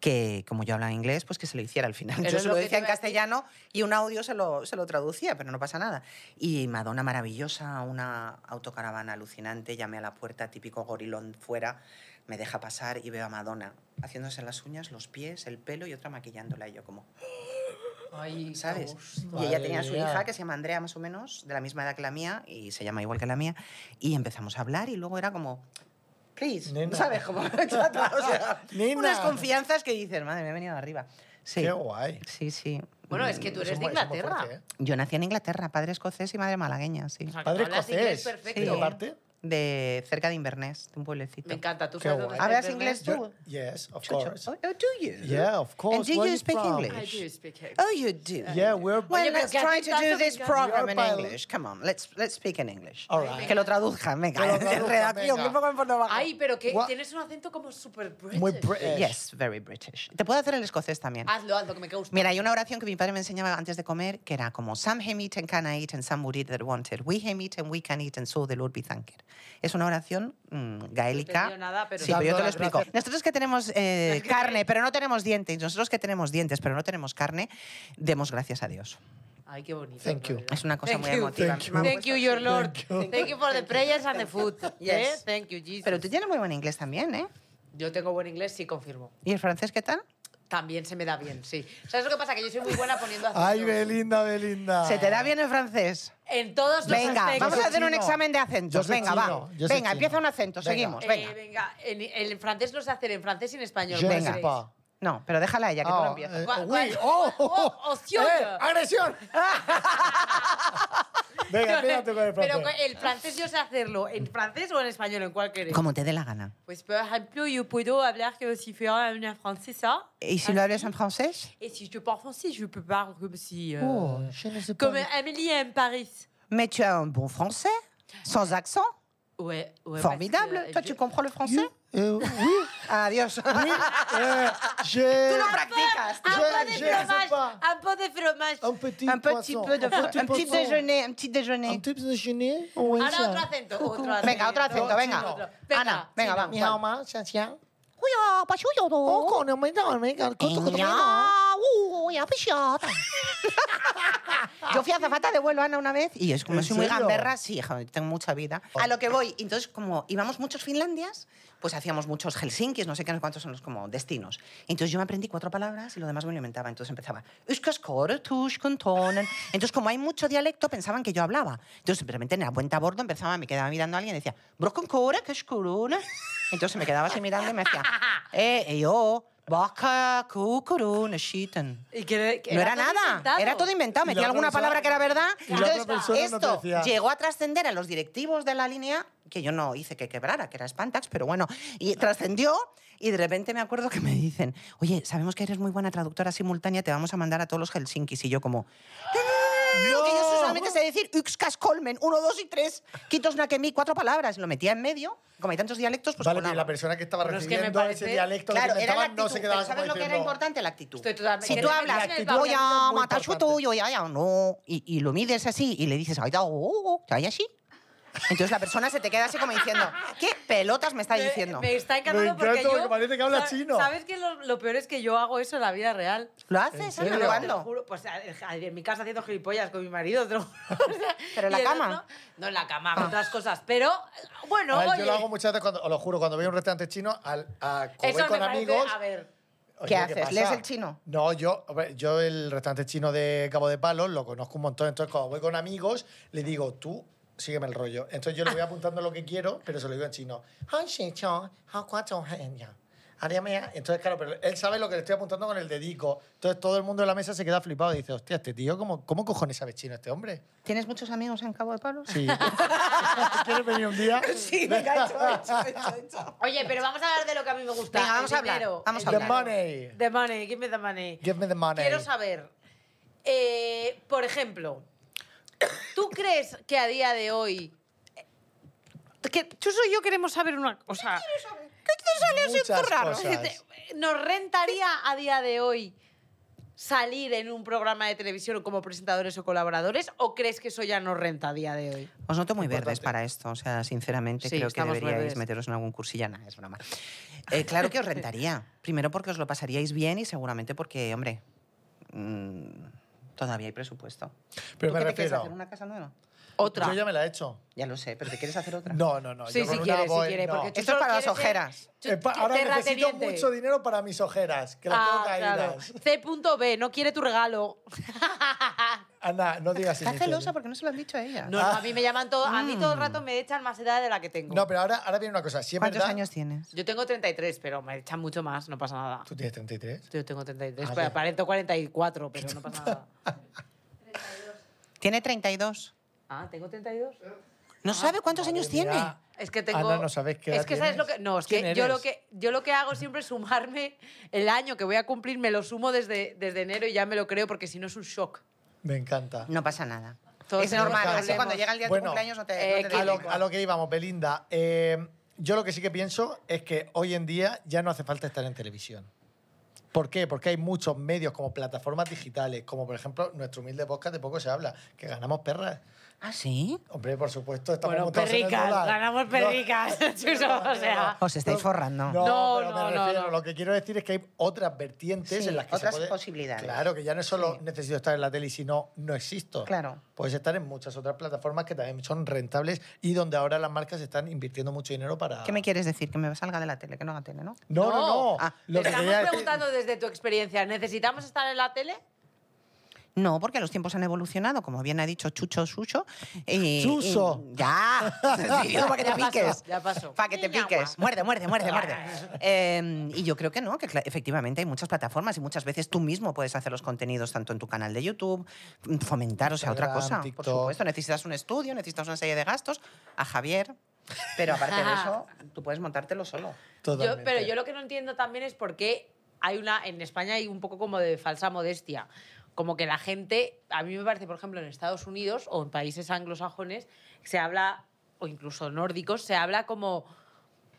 [SPEAKER 4] que, como yo hablaba inglés, pues que se lo hiciera al final.
[SPEAKER 2] Pero
[SPEAKER 4] yo
[SPEAKER 2] es
[SPEAKER 4] se
[SPEAKER 2] lo
[SPEAKER 4] lo
[SPEAKER 2] que te
[SPEAKER 4] decía en
[SPEAKER 2] iba a decir.
[SPEAKER 4] castellano y un audio se lo, se lo traducía, pero no pasa nada. Y Madonna maravillosa, una autocaravana alucinante, llamé a la puerta, típico gorilón fuera, me deja pasar y veo a Madonna haciéndose las uñas, los pies, el pelo y otra maquillándola y yo como...
[SPEAKER 2] Ay,
[SPEAKER 4] ¿sabes? Y
[SPEAKER 3] Madre
[SPEAKER 4] ella tenía a su
[SPEAKER 3] mía.
[SPEAKER 4] hija que se llama Andrea más o menos, de la misma edad que la mía, y se llama igual que la mía, y empezamos a hablar y luego era como, please,
[SPEAKER 3] Nena.
[SPEAKER 4] ¿sabes?
[SPEAKER 3] [LAUGHS]
[SPEAKER 4] Como, [LAUGHS] chata, o sea,
[SPEAKER 3] Nena.
[SPEAKER 4] unas confianzas que dices, madre, me he venido de arriba. Sí,
[SPEAKER 3] Qué guay.
[SPEAKER 4] sí, sí.
[SPEAKER 2] Bueno, es que tú
[SPEAKER 3] Eso
[SPEAKER 2] eres de
[SPEAKER 3] mu- eso muy
[SPEAKER 2] Inglaterra.
[SPEAKER 3] fuerte, ¿eh?
[SPEAKER 4] Yo nací en Inglaterra, padre escocés y madre malagueña, sí.
[SPEAKER 2] O sea, que
[SPEAKER 3] Padre
[SPEAKER 2] hablas inglés
[SPEAKER 3] escocés.
[SPEAKER 2] perfecto.
[SPEAKER 3] ¿De qué parte?
[SPEAKER 4] De cerca de Inverness, de un pueblecito.
[SPEAKER 2] Me encanta, tú
[SPEAKER 3] Qué
[SPEAKER 2] sabes dónde
[SPEAKER 3] guay.
[SPEAKER 2] está
[SPEAKER 4] ¿Hablas
[SPEAKER 2] Inverness?
[SPEAKER 4] inglés?
[SPEAKER 3] Yo- yes, of
[SPEAKER 4] Chucho.
[SPEAKER 3] course.
[SPEAKER 4] Oh, oh, do you?
[SPEAKER 3] Yeah, of course.
[SPEAKER 4] And do
[SPEAKER 3] Where
[SPEAKER 4] you
[SPEAKER 3] you
[SPEAKER 4] speak
[SPEAKER 3] from?
[SPEAKER 2] I
[SPEAKER 4] English?
[SPEAKER 2] do speak English.
[SPEAKER 4] Oh, you do.
[SPEAKER 3] Yeah, we're-
[SPEAKER 4] Well,
[SPEAKER 2] Oye, pero
[SPEAKER 4] let's
[SPEAKER 2] que a
[SPEAKER 4] try
[SPEAKER 2] ti
[SPEAKER 4] to
[SPEAKER 2] tanto
[SPEAKER 4] do
[SPEAKER 2] te
[SPEAKER 4] this
[SPEAKER 2] encanta.
[SPEAKER 4] program in
[SPEAKER 3] You're pal-
[SPEAKER 4] English. Come on, let's let's speak in English.
[SPEAKER 3] All right.
[SPEAKER 4] Que lo traduzcan, venga.
[SPEAKER 3] Que lo
[SPEAKER 4] [LAUGHS]
[SPEAKER 3] traduzcan,
[SPEAKER 4] Redacción,
[SPEAKER 3] venga.
[SPEAKER 4] que pongan por debajo.
[SPEAKER 2] Ay, pero que
[SPEAKER 3] Gua-
[SPEAKER 2] tienes un acento como super British.
[SPEAKER 3] Muy British.
[SPEAKER 4] Eh, Yes, very British. Te puedo hacer el escocés también.
[SPEAKER 2] Hazlo, hazlo, que me gusta.
[SPEAKER 4] Mira, hay una oración que mi padre me enseñaba antes de comer que era como Some him eat and can I eat and some would eat that wanted. We him eat and we can eat and so the Lord be thanked. Es una oración mm, gaélica.
[SPEAKER 2] entendido nada, pero-
[SPEAKER 4] sí, pero yo te
[SPEAKER 3] Dando
[SPEAKER 4] lo
[SPEAKER 3] las
[SPEAKER 4] explico.
[SPEAKER 3] gracias.
[SPEAKER 4] Nosotros que tenemos eh, carne, pero no tenemos dientes, nosotros que tenemos dientes, pero no tenemos carne, demos gracias a Dios.
[SPEAKER 2] Ay, qué bonito.
[SPEAKER 3] Thank
[SPEAKER 2] la
[SPEAKER 3] you.
[SPEAKER 2] verdad.
[SPEAKER 4] Es una cosa
[SPEAKER 2] Thank
[SPEAKER 4] muy
[SPEAKER 2] you.
[SPEAKER 4] emotiva.
[SPEAKER 3] Thank
[SPEAKER 4] Me han
[SPEAKER 3] you.
[SPEAKER 2] Thank
[SPEAKER 4] puesto
[SPEAKER 2] you, your
[SPEAKER 4] así.
[SPEAKER 2] Lord. Thank you for the prayers and the food.
[SPEAKER 4] [LAUGHS] Yes.
[SPEAKER 2] Eh, Thank you, Jesus.
[SPEAKER 4] Pero tú tienes muy buen inglés también, ¿eh?
[SPEAKER 2] Yo tengo buen inglés, sí, confirmo.
[SPEAKER 4] ¿Y el francés qué tal?
[SPEAKER 2] También se me da bien, sí. ¿Sabes lo que pasa? Que yo soy muy buena poniendo acento.
[SPEAKER 3] Ay, Belinda, Belinda.
[SPEAKER 4] ¿Se te
[SPEAKER 2] Ah.
[SPEAKER 4] da bien el francés?
[SPEAKER 2] En todos los
[SPEAKER 4] Venga,
[SPEAKER 2] aspectos.
[SPEAKER 4] vamos a hacer un
[SPEAKER 3] chino.
[SPEAKER 4] examen de
[SPEAKER 3] Yo
[SPEAKER 4] acentos.
[SPEAKER 3] soy
[SPEAKER 4] Venga,
[SPEAKER 3] chino,
[SPEAKER 4] va.
[SPEAKER 3] yo soy
[SPEAKER 4] Venga,
[SPEAKER 3] chino.
[SPEAKER 4] empieza un acento,
[SPEAKER 3] Venga.
[SPEAKER 4] seguimos.
[SPEAKER 2] Eh,
[SPEAKER 4] Venga.
[SPEAKER 2] venga, en, en francés no sé hacer, en francés y en español.
[SPEAKER 3] Je ne
[SPEAKER 4] Venga.
[SPEAKER 3] sais pas.
[SPEAKER 4] No, pero déjala a ella, que tú no
[SPEAKER 3] Ah,
[SPEAKER 4] empiezas.
[SPEAKER 3] eh,
[SPEAKER 2] Gua-
[SPEAKER 3] uy,
[SPEAKER 2] gua-
[SPEAKER 3] oh,
[SPEAKER 2] oh,
[SPEAKER 3] oh,
[SPEAKER 2] opción.
[SPEAKER 3] eh, agresión. Venga, fíjate con el
[SPEAKER 2] Pero
[SPEAKER 3] francés.
[SPEAKER 2] el francés yo sé hacerlo, en francés o en español, en cuál
[SPEAKER 3] eh.
[SPEAKER 2] queréis.
[SPEAKER 4] Como te dé la gana.
[SPEAKER 2] Pues, por ejemplo, yo puedo hablar como si fuera una francesa.
[SPEAKER 4] ¿Y si lo hablas en francés?
[SPEAKER 2] Et si je parle français, je peux parler comme si... euh,
[SPEAKER 3] Oh, je ne sais
[SPEAKER 2] Comme
[SPEAKER 3] pas.
[SPEAKER 2] Amélie aime Paris.
[SPEAKER 4] Mais tu as un bon français, sans accent,
[SPEAKER 2] Ouais, ouais,
[SPEAKER 4] formidable.
[SPEAKER 2] parce que euh,
[SPEAKER 4] Toi,
[SPEAKER 2] je-
[SPEAKER 4] tu comprends le français
[SPEAKER 3] Eh,
[SPEAKER 4] [LAUGHS]
[SPEAKER 3] oui,
[SPEAKER 4] Adiós.
[SPEAKER 3] oui, eh, je-
[SPEAKER 4] Tú lo practicas.
[SPEAKER 2] Un
[SPEAKER 3] Je-
[SPEAKER 2] peu de
[SPEAKER 3] je ne sais
[SPEAKER 2] fromage,
[SPEAKER 3] pas.
[SPEAKER 2] un peu de fromage.
[SPEAKER 3] Un petit
[SPEAKER 4] Un petit
[SPEAKER 3] poisson,
[SPEAKER 4] peu de... Un petit
[SPEAKER 3] poisson.
[SPEAKER 4] déjeuner, un petit
[SPEAKER 3] Un
[SPEAKER 4] déjeuner.
[SPEAKER 3] petit déjeuner. oui,
[SPEAKER 2] Ahora
[SPEAKER 3] ça.
[SPEAKER 2] otro acento, otro acento.
[SPEAKER 4] Venga, otro acento, venga.
[SPEAKER 2] Otro.
[SPEAKER 4] Ana, venga,
[SPEAKER 2] chino.
[SPEAKER 4] va.
[SPEAKER 3] Mi mamá se hacía,
[SPEAKER 4] Cuidado, pa' suyo, no.
[SPEAKER 3] "Oh, con el mandado, me encanta, con tu comida".
[SPEAKER 4] Ya, uy, apichata. Yo fui azafata de vuelo, Ana, una vez, y es como
[SPEAKER 3] ¿En
[SPEAKER 4] soy muy
[SPEAKER 3] serio?
[SPEAKER 4] gamberra, sí, hija, tengo mucha vida. A lo que voy, entonces, como íbamos muchos Finlandias, pues hacíamos muchos Helsinkis, no sé qué, no sé cuántos son los como destinos. Entonces yo me aprendí cuatro palabras y lo demás me lo inventaba. Entonces empezaba, "Yskaskortuskuntonen". entonces como hay mucho dialecto, pensaban que yo hablaba. Entonces simplemente en la cuenta a bordo empezaba, me quedaba mirando a alguien y decía, "Broskonkoura, kaskuruna". Entonces me quedaba así mirando y me decía, eh, eh, yo, vaca, cucuruna, shiten.
[SPEAKER 2] Y que- que
[SPEAKER 4] No era
[SPEAKER 2] todo
[SPEAKER 4] nada,
[SPEAKER 2] inventado.
[SPEAKER 4] era todo inventado.
[SPEAKER 3] Y la
[SPEAKER 4] Metía alguna
[SPEAKER 3] otra
[SPEAKER 4] palabra que era verdad.
[SPEAKER 3] y la otra
[SPEAKER 4] Entonces,
[SPEAKER 3] persona no te
[SPEAKER 4] esto
[SPEAKER 3] decía.
[SPEAKER 4] llegó a trascender a los directivos de la línea, que yo no hice que quebrara, que era Spantax, pero bueno, y trascendió. Y de repente me acuerdo que me dicen, oye, sabemos que eres muy buena traductora simultánea, te vamos a mandar a todos los Helsinkis. Y yo como, "No, no, no, no, que yo solamente sé decir Uxcas Colmen, uno, dos y tres, Quitos Nakemi, cuatro palabras. Lo metía en medio, como hay tantos dialectos, pues
[SPEAKER 3] Mm. Vale,
[SPEAKER 4] colaba.
[SPEAKER 3] pero la persona que estaba
[SPEAKER 2] Bueno, es que me
[SPEAKER 3] recibiendo
[SPEAKER 2] parece-
[SPEAKER 3] ese dialecto
[SPEAKER 4] Claro,
[SPEAKER 3] que
[SPEAKER 4] era la
[SPEAKER 3] inventaban
[SPEAKER 4] actitud.
[SPEAKER 3] no se
[SPEAKER 4] pero
[SPEAKER 3] quedaba
[SPEAKER 4] ¿Sabes
[SPEAKER 3] como
[SPEAKER 4] lo que era
[SPEAKER 3] diciendo,
[SPEAKER 4] importante? La actitud.
[SPEAKER 2] Estoy totalmente-
[SPEAKER 4] Si
[SPEAKER 2] que
[SPEAKER 4] tú
[SPEAKER 2] la
[SPEAKER 4] hablas,
[SPEAKER 2] actitud
[SPEAKER 4] voy
[SPEAKER 3] es
[SPEAKER 4] a
[SPEAKER 3] muy
[SPEAKER 4] matar
[SPEAKER 3] importante.
[SPEAKER 4] tuyo, ya, ya, no, y, y lo mides así y le dices, ay, da, oh, oh, ya, ya, sí. Entonces la persona se te queda así como diciendo, ¿qué pelotas me está
[SPEAKER 2] Me-
[SPEAKER 4] diciendo?
[SPEAKER 2] Me está encantando
[SPEAKER 3] Me
[SPEAKER 2] porque
[SPEAKER 3] encanta
[SPEAKER 2] yo...
[SPEAKER 3] porque parece que habla
[SPEAKER 2] ¿sabes-
[SPEAKER 3] chino.
[SPEAKER 2] ¿Sabes qué? es Lo, lo peor es que yo hago eso en la vida real.
[SPEAKER 4] ¿Lo
[SPEAKER 3] ¿En
[SPEAKER 4] haces?
[SPEAKER 3] serio?
[SPEAKER 4] Ana?
[SPEAKER 2] Te lo
[SPEAKER 4] ¿Cuándo?
[SPEAKER 2] juro, pues a- a- en mi casa haciendo gilipollas con mi marido. te lo juro. O sea,
[SPEAKER 4] ¿Pero en
[SPEAKER 2] [LAUGHS]
[SPEAKER 4] la
[SPEAKER 2] y el
[SPEAKER 4] cama? Ah.
[SPEAKER 2] otro- no, en la cama, con otras cosas. Pero, bueno,
[SPEAKER 3] Ay,
[SPEAKER 2] oye...
[SPEAKER 3] yo lo hago muchas veces, cuando, os lo juro, cuando voy a un restaurante chino, al, a comer
[SPEAKER 2] eso me
[SPEAKER 3] con
[SPEAKER 2] parece-
[SPEAKER 3] amigos.
[SPEAKER 2] A ver...
[SPEAKER 3] Oye,
[SPEAKER 4] ¿Qué haces?
[SPEAKER 3] pasa?
[SPEAKER 4] ¿Lees el chino?
[SPEAKER 3] No, yo, hombre, yo el restaurante chino de Cabo de Palos lo conozco un montón. Entonces, cuando voy con amigos, le digo, tú, sígueme el rollo. Entonces,
[SPEAKER 4] [LAUGHS]
[SPEAKER 3] yo le voy apuntando lo que quiero, pero se lo digo en chino. Han shi chong, han kua chong hen ya. Haría mea. Entonces, claro, pero él sabe lo que le estoy apuntando con el dedico. Entonces, todo el mundo de la mesa se queda flipado y dice, hostia, este tío, ¿cómo, cómo cojones sabe chino este hombre?
[SPEAKER 4] ¿Tienes muchos amigos en Cabo de Palos? [LAUGHS]
[SPEAKER 3] Sí. ¿Quieres venir un día?
[SPEAKER 4] Sí, venga, hecho, hecho, hecho.
[SPEAKER 2] Oye, pero vamos a hablar de lo que a mí me gusta.
[SPEAKER 4] Venga, vamos
[SPEAKER 2] el
[SPEAKER 4] a hablar,
[SPEAKER 2] dinero,
[SPEAKER 4] vamos
[SPEAKER 2] el
[SPEAKER 4] a
[SPEAKER 3] The
[SPEAKER 4] hablar.
[SPEAKER 2] dinero.
[SPEAKER 3] money.
[SPEAKER 2] The money, give me the money.
[SPEAKER 3] Give me the money.
[SPEAKER 2] Quiero saber, eh, por ejemplo, ¿tú crees que a día de hoy... eh, Que Chuso y yo queremos saber una cosa.
[SPEAKER 3] Muchas
[SPEAKER 2] Raro.
[SPEAKER 4] [LAUGHS]
[SPEAKER 3] cosas.
[SPEAKER 2] ¿Nos rentaría a día de hoy salir en un programa de televisión como presentadores o colaboradores? ¿O crees que eso ya no renta a día de hoy?
[SPEAKER 4] Os noto muy
[SPEAKER 3] Importante.
[SPEAKER 4] verdes para esto, o sea, sinceramente
[SPEAKER 2] Sí,
[SPEAKER 4] creo que
[SPEAKER 2] estamos
[SPEAKER 4] deberíais
[SPEAKER 2] verdes.
[SPEAKER 4] meteros en algún cursillo, nada, es broma. Eh, claro que os rentaría, primero porque os lo pasaríais bien y seguramente porque, hombre, mm, todavía hay presupuesto.
[SPEAKER 3] Pero
[SPEAKER 4] ¿Tú
[SPEAKER 3] me
[SPEAKER 4] qué te quieres hacer
[SPEAKER 3] refiero.
[SPEAKER 4] una casa nueva?
[SPEAKER 2] Otra.
[SPEAKER 3] Yo ya me la he hecho.
[SPEAKER 4] Ya lo sé, pero ¿te quieres hacer otra?
[SPEAKER 3] No, no, no.
[SPEAKER 2] Sí,
[SPEAKER 3] yo
[SPEAKER 2] sí
[SPEAKER 3] con una
[SPEAKER 2] quiere, sí
[SPEAKER 3] voy-
[SPEAKER 2] quiere.
[SPEAKER 3] no.
[SPEAKER 2] porque tú
[SPEAKER 4] Esto es
[SPEAKER 2] solo
[SPEAKER 4] para las
[SPEAKER 2] quieres ser-
[SPEAKER 4] ojeras.
[SPEAKER 2] tú-
[SPEAKER 3] Eh, pa- ahora necesito
[SPEAKER 2] terrateniente.
[SPEAKER 3] mucho dinero para mis ojeras, que las tengo
[SPEAKER 2] Ah, claro.
[SPEAKER 3] caídas.
[SPEAKER 2] C.B. no quiere tu regalo.
[SPEAKER 3] Ana, no digas
[SPEAKER 4] Está
[SPEAKER 3] inútiles.
[SPEAKER 4] celosa porque no se lo han dicho a ella.
[SPEAKER 2] No, no, a mí me llaman todo,
[SPEAKER 3] [LAUGHS]
[SPEAKER 2] a mí todo el rato me echan más edad de la que tengo.
[SPEAKER 3] Ah. No, pero ahora, ahora viene una cosa. Si es
[SPEAKER 4] ¿Cuántos
[SPEAKER 3] verdad-
[SPEAKER 4] años tienes?
[SPEAKER 2] Yo tengo 33, pero me echan mucho más, no pasa nada.
[SPEAKER 3] ¿Tú tienes 33?
[SPEAKER 2] Yo tengo 33,
[SPEAKER 3] Ah,
[SPEAKER 2] pero
[SPEAKER 3] ya.
[SPEAKER 2] aparento 44, pero no pasa
[SPEAKER 3] [LAUGHS]
[SPEAKER 2] nada.
[SPEAKER 4] Tiene 32.
[SPEAKER 2] Ah, tengo 32.
[SPEAKER 4] ¿No sabe cuántos años
[SPEAKER 3] Madre mía.
[SPEAKER 4] tiene?
[SPEAKER 2] Es que tengo
[SPEAKER 3] Ana, no sabes qué
[SPEAKER 2] Es
[SPEAKER 3] edad
[SPEAKER 2] que sabes lo
[SPEAKER 3] tienes.
[SPEAKER 2] que no, es
[SPEAKER 3] ¿Quién
[SPEAKER 2] que yo
[SPEAKER 3] eres?
[SPEAKER 2] lo que yo lo que hago siempre es sumarme el año que voy a cumplir, me lo sumo desde desde enero y ya me lo creo porque si no es un shock.
[SPEAKER 3] Me encanta.
[SPEAKER 4] No pasa nada.
[SPEAKER 2] Todos
[SPEAKER 4] es
[SPEAKER 2] tenemos
[SPEAKER 4] normal, así
[SPEAKER 2] problemas.
[SPEAKER 4] cuando llega el día de
[SPEAKER 3] Bueno,
[SPEAKER 4] tu cumpleaños no te,
[SPEAKER 2] eh,
[SPEAKER 4] no te
[SPEAKER 3] A
[SPEAKER 4] da
[SPEAKER 3] lo,
[SPEAKER 4] igual.
[SPEAKER 3] a lo que íbamos, Belinda. eh, yo lo que sí que pienso es que hoy en día ya no hace falta estar en televisión. ¿Por qué? Porque hay muchos medios como plataformas digitales, como por ejemplo nuestro humilde podcast de poco se habla, que ganamos perras.
[SPEAKER 4] ¿Ah, sí?
[SPEAKER 3] Hombre, por supuesto, estamos
[SPEAKER 2] Bueno,
[SPEAKER 3] montados en el
[SPEAKER 2] perricas,
[SPEAKER 3] dólar.
[SPEAKER 2] ganamos
[SPEAKER 3] No, [LAUGHS]
[SPEAKER 2] perricas, [LAUGHS] Chuso, o sea.
[SPEAKER 4] Os estáis
[SPEAKER 2] No,
[SPEAKER 4] forrando.
[SPEAKER 3] pero
[SPEAKER 2] no,
[SPEAKER 3] me
[SPEAKER 2] no,
[SPEAKER 3] refiero,
[SPEAKER 2] no.
[SPEAKER 3] Lo que quiero decir es que hay otras vertientes
[SPEAKER 4] Sí,
[SPEAKER 3] en las que se
[SPEAKER 4] otras
[SPEAKER 3] puede-
[SPEAKER 4] posibilidades.
[SPEAKER 3] Claro, que ya no es solo
[SPEAKER 4] Sí.
[SPEAKER 3] necesito estar en la tele, sino no existo.
[SPEAKER 4] Claro.
[SPEAKER 3] Puedes estar en muchas otras plataformas que también son rentables y donde ahora las marcas están invirtiendo mucho dinero para.
[SPEAKER 4] ¿Qué me quieres decir? Que me salga de la tele, que no haga tele, ¿no?
[SPEAKER 3] No, no, no.
[SPEAKER 4] Ah,
[SPEAKER 2] Te
[SPEAKER 3] lo que
[SPEAKER 2] estamos
[SPEAKER 3] quería decir-
[SPEAKER 2] preguntando desde tu experiencia, ¿necesitamos estar en la tele?
[SPEAKER 4] No, porque los tiempos han evolucionado, como bien ha dicho Chucho Sucho. Y,
[SPEAKER 3] Suso.
[SPEAKER 4] y- [LAUGHS] ya. para que te
[SPEAKER 2] Ya pasó,
[SPEAKER 4] piques.
[SPEAKER 2] ya pasó.
[SPEAKER 4] Para que te
[SPEAKER 2] Niña
[SPEAKER 4] piques.
[SPEAKER 3] pues.
[SPEAKER 2] guapa.
[SPEAKER 4] Muerde, muerde,
[SPEAKER 3] [LAUGHS]
[SPEAKER 4] muerde, muerde. Eh, y yo creo que no, que cla- efectivamente hay muchas plataformas y muchas veces tú mismo puedes hacer los contenidos tanto en tu canal de YouTube, mm, fomentar, o sea, otra
[SPEAKER 3] Instagram,
[SPEAKER 4] cosa.
[SPEAKER 3] TikTok.
[SPEAKER 4] Por supuesto, necesitas un estudio, necesitas una serie de gastos. A Javier. Pero aparte de eso, tú puedes montártelo solo.
[SPEAKER 2] Yo,
[SPEAKER 3] Totalmente.
[SPEAKER 2] pero yo lo que no entiendo también es por qué hay una. En España hay un poco como de falsa modestia. Como que la gente. A mí me parece, por ejemplo, en Estados Unidos o en países anglosajones, se habla, o incluso nórdicos, se habla como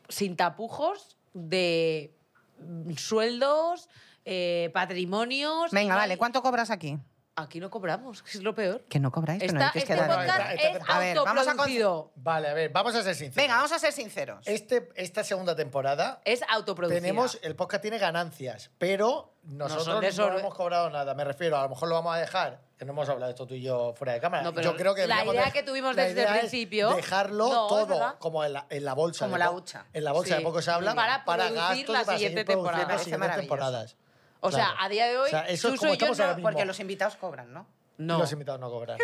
[SPEAKER 2] sin tapujos de mm, sueldos, eh, patrimonios.
[SPEAKER 4] Venga,
[SPEAKER 2] No
[SPEAKER 4] vale,
[SPEAKER 2] hay-
[SPEAKER 4] ¿cuánto cobras aquí?
[SPEAKER 2] Aquí no cobramos, que es lo peor.
[SPEAKER 4] Que no cobráis, que no
[SPEAKER 2] Esta-
[SPEAKER 4] hay que
[SPEAKER 2] este
[SPEAKER 4] quedar-
[SPEAKER 2] podcast
[SPEAKER 3] Esta- esta
[SPEAKER 2] es
[SPEAKER 3] temporada-
[SPEAKER 4] A ver, vamos a con-
[SPEAKER 2] autoproducido.
[SPEAKER 3] Vale, a ver, vamos a ser sinceros.
[SPEAKER 4] Venga, vamos a ser sinceros.
[SPEAKER 3] Este, esta segunda temporada
[SPEAKER 2] Es autoproducido.
[SPEAKER 3] tenemos el podcast tiene ganancias, pero
[SPEAKER 2] son
[SPEAKER 3] nosotros
[SPEAKER 2] de eh.
[SPEAKER 3] no,
[SPEAKER 2] sobre-
[SPEAKER 3] hemos cobrado nada. Me refiero, a lo mejor lo vamos a dejar, que no hemos hablado de esto tú y yo fuera de cámara.
[SPEAKER 2] No, pero
[SPEAKER 3] yo creo que
[SPEAKER 2] la
[SPEAKER 3] deberíamos
[SPEAKER 2] idea
[SPEAKER 3] dej-
[SPEAKER 2] que tuvimos
[SPEAKER 3] la
[SPEAKER 2] desde
[SPEAKER 3] idea
[SPEAKER 2] el
[SPEAKER 3] es
[SPEAKER 2] principio-
[SPEAKER 3] dejarlo
[SPEAKER 2] No, es verdad.
[SPEAKER 3] todo como en la, en la bolsa,
[SPEAKER 4] Como
[SPEAKER 3] de
[SPEAKER 4] la
[SPEAKER 3] po-
[SPEAKER 4] hucha.
[SPEAKER 3] en la bolsa
[SPEAKER 2] Sí.
[SPEAKER 3] de poco se habla
[SPEAKER 2] Para producir
[SPEAKER 3] gastos y
[SPEAKER 2] la
[SPEAKER 3] para seguir produciendo
[SPEAKER 2] siguiente temporada.
[SPEAKER 3] las siguientes
[SPEAKER 4] Parece
[SPEAKER 3] temporadas.
[SPEAKER 2] O sea,
[SPEAKER 3] Claro.
[SPEAKER 2] a día de hoy,
[SPEAKER 3] O sea, eso es
[SPEAKER 2] Suso
[SPEAKER 3] como
[SPEAKER 2] y yo
[SPEAKER 3] estamos
[SPEAKER 2] no-
[SPEAKER 3] ahora mismo.
[SPEAKER 4] Porque los invitados cobran, ¿no?
[SPEAKER 2] No.
[SPEAKER 3] Los invitados no
[SPEAKER 2] [LAUGHS]
[SPEAKER 3] cobran.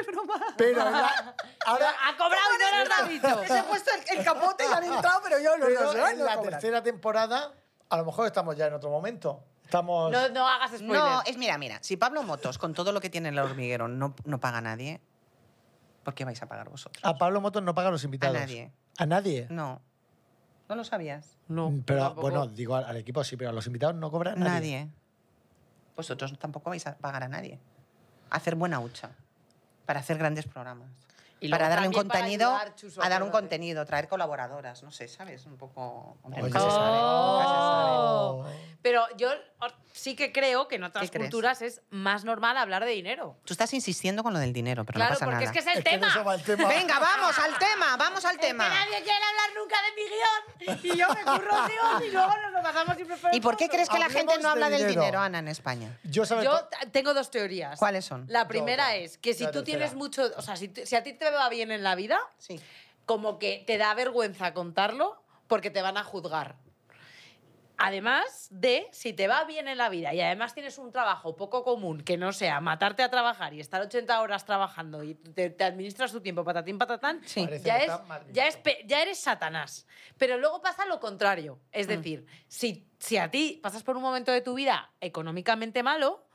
[SPEAKER 3] Pero en la- ahora
[SPEAKER 2] Ha cobrado y no nos lo ha dicho.
[SPEAKER 4] Se ha puesto el, el capote y han entrado, pero yo no
[SPEAKER 3] Pero
[SPEAKER 4] no sé,
[SPEAKER 3] en
[SPEAKER 4] no
[SPEAKER 3] la
[SPEAKER 4] cobran.
[SPEAKER 3] tercera temporada, a lo mejor estamos ya en otro momento. Estamos.
[SPEAKER 2] No, no hagas spoilers.
[SPEAKER 4] No, es mira, mira, si Pablo Motos, con todo lo que tiene el hormiguero, no, no paga a nadie, ¿por qué vais a pagar vosotros?
[SPEAKER 3] A Pablo Motos no pagan los invitados.
[SPEAKER 4] A nadie.
[SPEAKER 3] A nadie.
[SPEAKER 4] No. ¿No lo sabías?
[SPEAKER 2] No,
[SPEAKER 3] Mm, pero
[SPEAKER 2] tampoco.
[SPEAKER 3] bueno, digo al, al equipo sí, pero a los invitados no cobran nadie.
[SPEAKER 4] Nadie. Vosotros tampoco vais a pagar a nadie. Hacer buena hucha. Para hacer grandes programas.
[SPEAKER 2] Y luego
[SPEAKER 4] para darle un
[SPEAKER 2] también para
[SPEAKER 4] contenido,
[SPEAKER 2] ayudar, Chuso,
[SPEAKER 4] a dar un
[SPEAKER 2] acuérdate.
[SPEAKER 4] contenido, traer colaboradoras, no sé, ¿sabes? Un poco... Hombre,
[SPEAKER 3] Oye.
[SPEAKER 4] nunca se sabe, nunca se sabe.
[SPEAKER 2] Oh. Pero yo o- sí que creo que en otras
[SPEAKER 4] ¿Qué crees?
[SPEAKER 2] culturas es más normal hablar de dinero.
[SPEAKER 4] Tú estás insistiendo con lo del dinero, pero
[SPEAKER 2] claro,
[SPEAKER 4] no pasa
[SPEAKER 2] porque es
[SPEAKER 4] nada.
[SPEAKER 2] que es el
[SPEAKER 3] Es que de
[SPEAKER 2] tema.
[SPEAKER 3] eso va el tema.
[SPEAKER 4] Venga, vamos al tema, vamos al
[SPEAKER 2] Es que
[SPEAKER 4] tema.
[SPEAKER 2] nadie quiere hablar nunca de mi guión. [LAUGHS] Y yo me curro el guión y luego nos lo pasamos siempre por el
[SPEAKER 4] ¿Y por qué
[SPEAKER 2] forro.
[SPEAKER 4] crees que la gente
[SPEAKER 3] Hablemos
[SPEAKER 4] no habla
[SPEAKER 3] de
[SPEAKER 4] del
[SPEAKER 3] dinero.
[SPEAKER 4] dinero, Ana, en España?
[SPEAKER 3] Yo, ¿sabes
[SPEAKER 2] Yo
[SPEAKER 3] cuál?
[SPEAKER 2] t- tengo dos teorías.
[SPEAKER 4] ¿Cuáles son?
[SPEAKER 2] La primera
[SPEAKER 3] otra.
[SPEAKER 2] es que si
[SPEAKER 3] La
[SPEAKER 2] tú
[SPEAKER 3] tercera.
[SPEAKER 2] tienes mucho, o sea, si, te- si a ti te va bien en la vida,
[SPEAKER 4] Sí.
[SPEAKER 2] como que te da vergüenza contarlo porque te van a juzgar. Además de, si te va bien en la vida y además tienes un trabajo poco común, que no sea matarte a trabajar y estar 80 horas trabajando y te, te administras tu tiempo patatín patatán,
[SPEAKER 4] Sí.
[SPEAKER 3] Parece
[SPEAKER 2] ya,
[SPEAKER 3] que
[SPEAKER 2] es,
[SPEAKER 3] está maldito.
[SPEAKER 2] ya, es pe- ya eres satanás. Pero luego pasa lo contrario. Es
[SPEAKER 3] Mm.
[SPEAKER 2] decir, si, si a ti pasas por un momento de tu vida económicamente malo,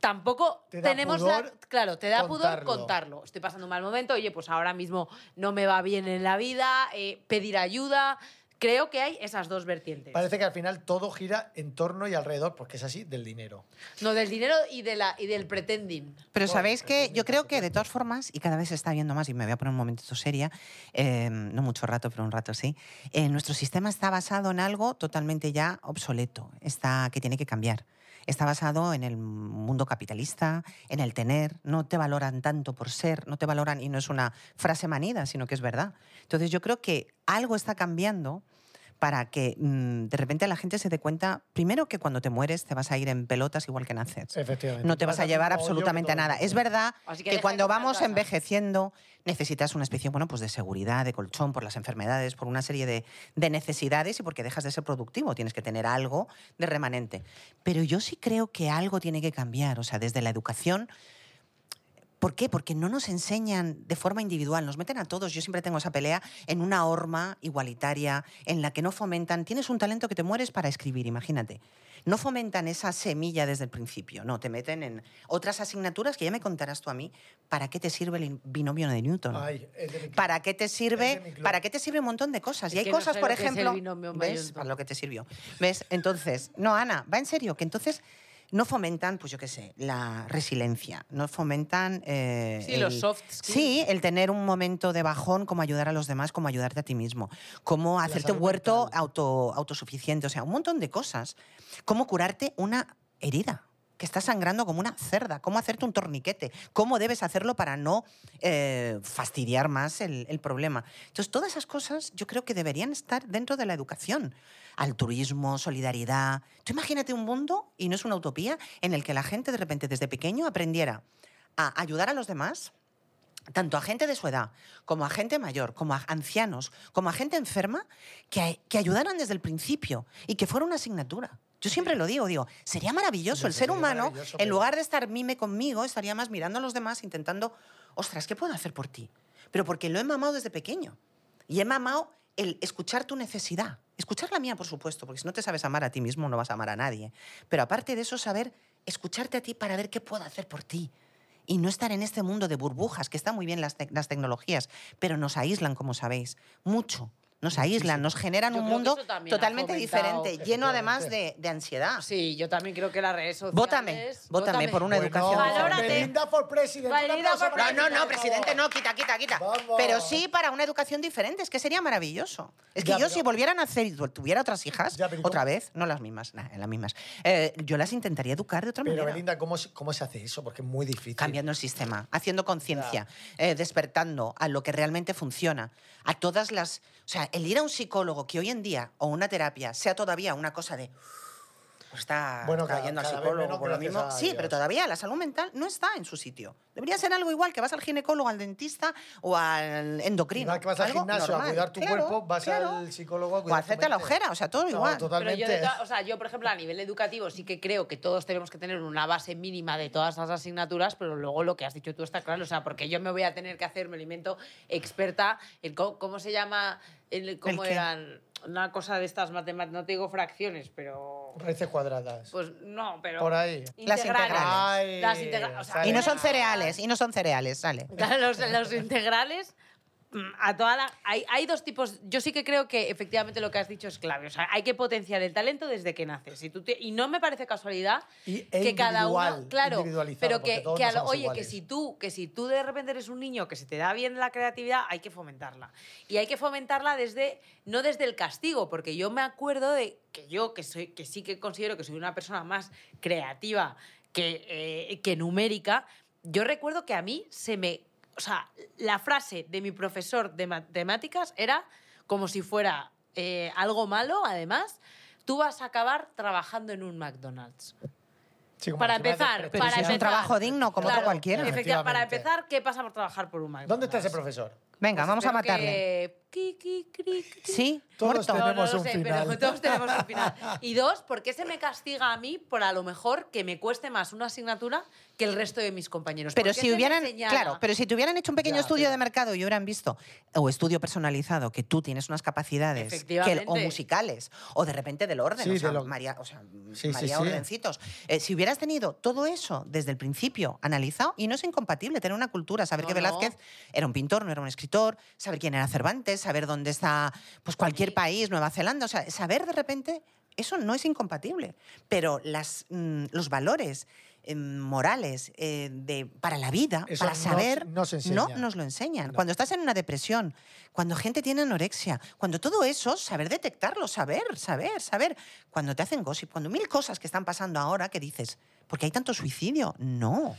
[SPEAKER 2] tampoco
[SPEAKER 3] Te da
[SPEAKER 2] tenemos la...
[SPEAKER 3] pudor
[SPEAKER 2] Claro, te da pudor
[SPEAKER 3] contarlo.
[SPEAKER 2] contarlo. Estoy pasando un mal momento, oye, pues ahora mismo no me va bien en la vida, eh, pedir ayuda. Creo que hay esas dos vertientes.
[SPEAKER 3] Parece que al final todo gira en torno y alrededor, porque es así, del dinero.
[SPEAKER 2] No, del dinero y, de la, y del pretending.
[SPEAKER 4] Pero
[SPEAKER 3] Bueno,
[SPEAKER 4] sabéis
[SPEAKER 3] pues
[SPEAKER 4] que
[SPEAKER 3] sí,
[SPEAKER 4] yo
[SPEAKER 3] por
[SPEAKER 4] creo que de
[SPEAKER 3] supuesto.
[SPEAKER 4] todas formas, y cada vez se está viendo más, y me voy a poner un momentito seria, eh, no mucho rato, pero un rato sí, eh, nuestro sistema está basado en algo totalmente ya obsoleto, está, que tiene que cambiar. Está basado en el mundo capitalista, en el tener, no te valoran tanto por ser, no te valoran, y no es una frase manida, sino que es verdad. Entonces yo creo que algo está cambiando para que mm, de repente la gente se dé cuenta, primero que cuando te mueres te vas a ir en pelotas igual que naces.
[SPEAKER 3] Efectivamente.
[SPEAKER 4] No te vas a llevar absolutamente a nada. Es verdad
[SPEAKER 2] Así que
[SPEAKER 4] que,
[SPEAKER 2] deja de
[SPEAKER 4] cuando
[SPEAKER 2] comprar
[SPEAKER 4] vamos
[SPEAKER 2] casas.
[SPEAKER 4] envejeciendo necesitas una especie bueno, pues de seguridad, de colchón por las enfermedades, por una serie de, de necesidades y porque dejas de ser productivo. Tienes que tener algo de remanente. Pero yo sí creo que algo tiene que cambiar. O sea, desde la educación ¿Por qué? Porque no nos enseñan de forma individual, nos meten a todos. Yo siempre tengo esa pelea en una horma igualitaria en la que no fomentan. Tienes un talento que te mueres para escribir, imagínate. No fomentan esa semilla desde el principio, no. Te meten en otras asignaturas que ya me contarás tú a mí. ¿Para qué te sirve el in- binomio de Newton?
[SPEAKER 3] Ay, es de mi club.
[SPEAKER 4] ¿Para qué te
[SPEAKER 3] Es de mi
[SPEAKER 4] sirve?
[SPEAKER 3] club.
[SPEAKER 4] ¿Para qué te sirve un montón de cosas?
[SPEAKER 2] Es
[SPEAKER 4] y hay
[SPEAKER 2] que no
[SPEAKER 4] cosas,
[SPEAKER 2] sé
[SPEAKER 4] por
[SPEAKER 2] lo que es el
[SPEAKER 4] mayúsculo.
[SPEAKER 2] binomio
[SPEAKER 4] ¿Ves?
[SPEAKER 2] mayúsculo.
[SPEAKER 4] Para lo que te sirvió. ¿Ves? Entonces, no, Ana, va en serio, que entonces no fomentan, pues yo qué sé, la resiliencia, no fomentan... eh,
[SPEAKER 2] Sí, los soft skills.
[SPEAKER 4] Sí, el tener un momento de bajón, como ayudar a los demás, como ayudarte a ti mismo, cómo hacerte
[SPEAKER 3] salud
[SPEAKER 4] huerto
[SPEAKER 3] mental.
[SPEAKER 4] auto, autosuficiente, o sea, un montón de cosas. Cómo curarte una herida que está sangrando como una cerda, cómo hacerte un torniquete, cómo debes hacerlo para no eh, fastidiar más el, el problema. Entonces, todas esas cosas yo creo que deberían estar dentro de la educación. Altruismo, solidaridad. Tú imagínate un mundo, y no es una utopía, en el que la gente de repente desde pequeño aprendiera a ayudar a los demás, tanto a gente de su edad, como a gente mayor, como a ancianos, como a gente enferma, que, que ayudaran desde el principio y que fuera una asignatura. Yo siempre lo digo, digo, sería maravilloso el
[SPEAKER 3] Desde
[SPEAKER 4] ser
[SPEAKER 3] luego
[SPEAKER 4] humano,
[SPEAKER 3] maravilloso,
[SPEAKER 4] en
[SPEAKER 3] pero-
[SPEAKER 4] lugar de estar mime conmigo, estaría más mirando a los demás, intentando, ostras, ¿qué puedo hacer por ti? Pero porque lo he mamado desde pequeño. Y he mamado el escuchar tu necesidad. Escuchar la mía, por supuesto, porque si no te sabes amar a ti mismo, no vas a amar a nadie. Pero aparte de eso, saber escucharte a ti para ver qué puedo hacer por ti. Y no estar en este mundo de burbujas, que están muy bien las, tec- las tecnologías, pero nos aíslan, como sabéis, mucho. Nos aíslan, nos generan
[SPEAKER 2] Yo
[SPEAKER 4] un
[SPEAKER 2] creo que
[SPEAKER 4] mundo
[SPEAKER 2] eso también ha
[SPEAKER 4] totalmente
[SPEAKER 2] fomentado,
[SPEAKER 4] diferente, lleno además de, de ansiedad.
[SPEAKER 2] Sí, yo también creo que las redes sociales...
[SPEAKER 4] Vótame, vótame por una
[SPEAKER 3] Bueno, pues,
[SPEAKER 4] educación.
[SPEAKER 2] Valórate.
[SPEAKER 4] diferente.
[SPEAKER 3] Belinda for president. Un
[SPEAKER 2] Belinda
[SPEAKER 3] aplauso
[SPEAKER 2] for
[SPEAKER 3] para
[SPEAKER 4] No, no,
[SPEAKER 3] Belinda,
[SPEAKER 4] no,
[SPEAKER 3] por
[SPEAKER 4] presidente,
[SPEAKER 3] favor.
[SPEAKER 4] no, quita, quita, quita.
[SPEAKER 3] Vamos.
[SPEAKER 4] Pero sí para una educación diferente, es que sería maravilloso. Es que
[SPEAKER 3] Ya,
[SPEAKER 4] yo
[SPEAKER 3] pero-
[SPEAKER 4] si volviera a nacer y tu- tuviera otras hijas,
[SPEAKER 3] Ya, pero ¿y cómo?
[SPEAKER 4] otra vez, no las mismas, nah, las mismas, eh, yo las intentaría educar de otra
[SPEAKER 3] Pero
[SPEAKER 4] manera.
[SPEAKER 3] Belinda, ¿cómo, se- ¿cómo se hace eso? Porque es muy difícil.
[SPEAKER 4] Cambiando el sistema, haciendo conciencia, eh, despertando a lo que realmente funciona, a todas las... O sea, el ir a un psicólogo que hoy en día, o una terapia, sea todavía una cosa de... "Pues Está,
[SPEAKER 3] Bueno,
[SPEAKER 4] está
[SPEAKER 3] cada-
[SPEAKER 4] yendo al
[SPEAKER 3] cada vez
[SPEAKER 4] psicólogo
[SPEAKER 3] menos,
[SPEAKER 4] por lo
[SPEAKER 3] gracias
[SPEAKER 4] mismo.
[SPEAKER 3] a
[SPEAKER 4] Sí,
[SPEAKER 3] Dios.
[SPEAKER 4] pero todavía la salud mental no está en su sitio. Debería ser algo igual que vas al ginecólogo, al dentista o al endocrino.
[SPEAKER 3] Igual que vas al
[SPEAKER 4] Algo
[SPEAKER 3] gimnasio
[SPEAKER 4] normal.
[SPEAKER 3] a cuidar tu
[SPEAKER 4] Claro,
[SPEAKER 3] cuerpo, vas
[SPEAKER 4] claro.
[SPEAKER 3] al psicólogo a
[SPEAKER 4] O
[SPEAKER 3] cuidar tu
[SPEAKER 4] hacerte la
[SPEAKER 3] mente.
[SPEAKER 4] ojera, o sea, todo
[SPEAKER 3] No,
[SPEAKER 4] igual.
[SPEAKER 2] Pero yo,
[SPEAKER 3] totalmente.
[SPEAKER 2] de todas- o sea, yo, por ejemplo, a nivel educativo sí que creo que todos tenemos que tener una base mínima de todas las asignaturas, pero luego lo que has dicho tú está claro, o sea, porque yo me voy a tener que hacer, me alimento experta en co- cómo se llama, en cómo
[SPEAKER 4] qué?
[SPEAKER 2] eran una cosa de estas matemáticas, no te digo fracciones, pero...
[SPEAKER 3] Raíces cuadradas.
[SPEAKER 2] Pues no, pero...
[SPEAKER 3] Por ahí.
[SPEAKER 4] Las
[SPEAKER 3] integrales.
[SPEAKER 2] Las
[SPEAKER 3] Ay,
[SPEAKER 2] integra- o sea,
[SPEAKER 3] sale.
[SPEAKER 4] Y no son cereales, y no son cereales, sale.
[SPEAKER 2] los, los integrales mm, a toda la- hay, hay dos tipos yo sí que creo que efectivamente lo que has dicho es clave o sea hay que potenciar el talento desde que naces y, tú te- y no me parece casualidad
[SPEAKER 3] Y- e
[SPEAKER 2] que cada uno
[SPEAKER 3] individual,
[SPEAKER 2] claro
[SPEAKER 3] individualizado,
[SPEAKER 2] pero
[SPEAKER 3] porque
[SPEAKER 2] que,
[SPEAKER 3] todos
[SPEAKER 2] que
[SPEAKER 3] no
[SPEAKER 2] a lo-
[SPEAKER 3] somos
[SPEAKER 2] oye
[SPEAKER 3] iguales.
[SPEAKER 2] que si tú que si tú de repente eres un niño que se te da bien la creatividad hay que fomentarla y hay que fomentarla desde no desde el castigo porque yo me acuerdo de que yo que soy que sí que considero que soy una persona más creativa que, eh, que numérica yo recuerdo que a mí se me o sea la frase de mi profesor de matemáticas era como si fuera eh, algo malo además tú vas a acabar trabajando en un McDonald's
[SPEAKER 3] Sí, como
[SPEAKER 2] para
[SPEAKER 3] encima de-
[SPEAKER 2] empezar,
[SPEAKER 4] Pero
[SPEAKER 2] para
[SPEAKER 4] si es un
[SPEAKER 2] empezar.
[SPEAKER 4] trabajo digno, como otro cualquiera.
[SPEAKER 2] efectiva- para
[SPEAKER 3] Efectivamente.
[SPEAKER 2] empezar, ¿qué pasa por trabajar por un McDonald's?
[SPEAKER 3] ¿Dónde está ese profesor?
[SPEAKER 4] Venga,
[SPEAKER 2] Pues
[SPEAKER 4] vamos a
[SPEAKER 2] espero
[SPEAKER 4] matarle.
[SPEAKER 2] que- Qui, qui, cri, cri.
[SPEAKER 4] [LAUGHS] Sí,
[SPEAKER 3] Todos
[SPEAKER 4] muerto.
[SPEAKER 2] No, no
[SPEAKER 3] Tenemos
[SPEAKER 2] lo
[SPEAKER 3] un
[SPEAKER 2] sé,
[SPEAKER 3] final.
[SPEAKER 2] pero todos tenemos
[SPEAKER 3] [LAUGHS]
[SPEAKER 2] un final. Y dos, ¿por qué se me castiga a mí por a lo mejor que me cueste más una asignatura que el resto de mis compañeros?
[SPEAKER 4] Pero
[SPEAKER 2] ¿Por qué se
[SPEAKER 4] si
[SPEAKER 2] me
[SPEAKER 4] hubieran,
[SPEAKER 2] señala?
[SPEAKER 4] claro, pero si te hubieran hecho un pequeño
[SPEAKER 3] Ya,
[SPEAKER 4] estudio
[SPEAKER 3] pero-
[SPEAKER 4] de mercado y hubieran visto o estudio personalizado que tú tienes unas capacidades que- o
[SPEAKER 2] Efectivamente.
[SPEAKER 4] musicales o de repente del orden,
[SPEAKER 3] Sí,
[SPEAKER 4] o sea,
[SPEAKER 3] de lo-
[SPEAKER 4] María, o sea,
[SPEAKER 3] Sí, sí,
[SPEAKER 4] María
[SPEAKER 3] sí.
[SPEAKER 4] Ordencitos. Eh, si hubieras tenido todo eso desde el principio analizado y no es incompatible tener una cultura, saber
[SPEAKER 2] No,
[SPEAKER 4] que
[SPEAKER 2] no.
[SPEAKER 4] Velázquez era un pintor, no era un escritor, saber quién era Cervantes, saber dónde está pues cualquier país, Nueva Zelanda, o sea, saber de repente Eso no es incompatible, pero las, mm, los valores eh, morales eh, de, para la vida,
[SPEAKER 3] Eso
[SPEAKER 4] para
[SPEAKER 3] no
[SPEAKER 4] saber,
[SPEAKER 3] se- no se
[SPEAKER 4] no
[SPEAKER 3] enseña.
[SPEAKER 4] nos lo enseñan.
[SPEAKER 3] No.
[SPEAKER 4] Cuando estás en una depresión, cuando gente tiene anorexia, cuando todo eso, saber detectarlo, saber, saber, saber, cuando te hacen gossip, cuando mil cosas que están pasando ahora que dices, ¿por qué hay tanto suicidio? No.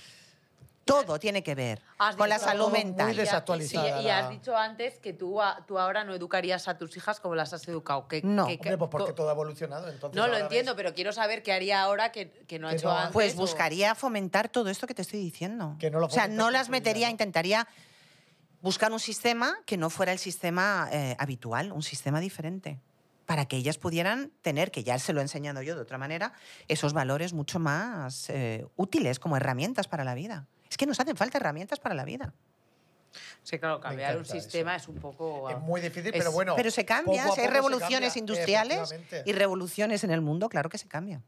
[SPEAKER 4] Todo tiene que ver
[SPEAKER 2] Has
[SPEAKER 4] con la
[SPEAKER 2] dicho
[SPEAKER 4] salud
[SPEAKER 2] algo muy
[SPEAKER 4] mental.
[SPEAKER 3] Y desactualizada
[SPEAKER 2] Y, y
[SPEAKER 3] la-
[SPEAKER 2] has dicho antes que tú, a- tú ahora no educarías a tus hijas como las has educado. Que,
[SPEAKER 4] No.
[SPEAKER 2] que- que-
[SPEAKER 3] Hombre, pues porque
[SPEAKER 2] co-
[SPEAKER 3] todo ha evolucionado. Entonces
[SPEAKER 2] No, lo
[SPEAKER 3] ahora
[SPEAKER 2] entiendo,
[SPEAKER 3] ves
[SPEAKER 2] pero quiero saber qué haría ahora que, que no ha
[SPEAKER 3] Que
[SPEAKER 2] hecho
[SPEAKER 3] no
[SPEAKER 2] antes.
[SPEAKER 4] Pues
[SPEAKER 2] o-
[SPEAKER 4] buscaría fomentar todo esto que te estoy diciendo.
[SPEAKER 3] Que no lo
[SPEAKER 4] o sea,
[SPEAKER 3] fomentas
[SPEAKER 4] no
[SPEAKER 3] con
[SPEAKER 4] las
[SPEAKER 3] seguridad,
[SPEAKER 4] metería,
[SPEAKER 3] ¿no?
[SPEAKER 4] intentaría buscar un sistema que no fuera el sistema eh, habitual, un sistema diferente, para que ellas pudieran tener, que ya se lo he enseñado yo de otra manera, esos valores mucho más eh, útiles como herramientas para la vida. Es que nos hacen falta herramientas para la vida.
[SPEAKER 2] Sí, claro, cambiar un
[SPEAKER 3] encanta eso.
[SPEAKER 2] sistema es un poco...
[SPEAKER 3] Es muy difícil,
[SPEAKER 2] Es-
[SPEAKER 3] pero bueno.
[SPEAKER 4] Pero se cambia,
[SPEAKER 3] poco a
[SPEAKER 4] si hay
[SPEAKER 3] poco se
[SPEAKER 4] revoluciones
[SPEAKER 3] cambia,
[SPEAKER 4] industriales
[SPEAKER 3] efectivamente.
[SPEAKER 4] y revoluciones en el mundo, claro que se cambia.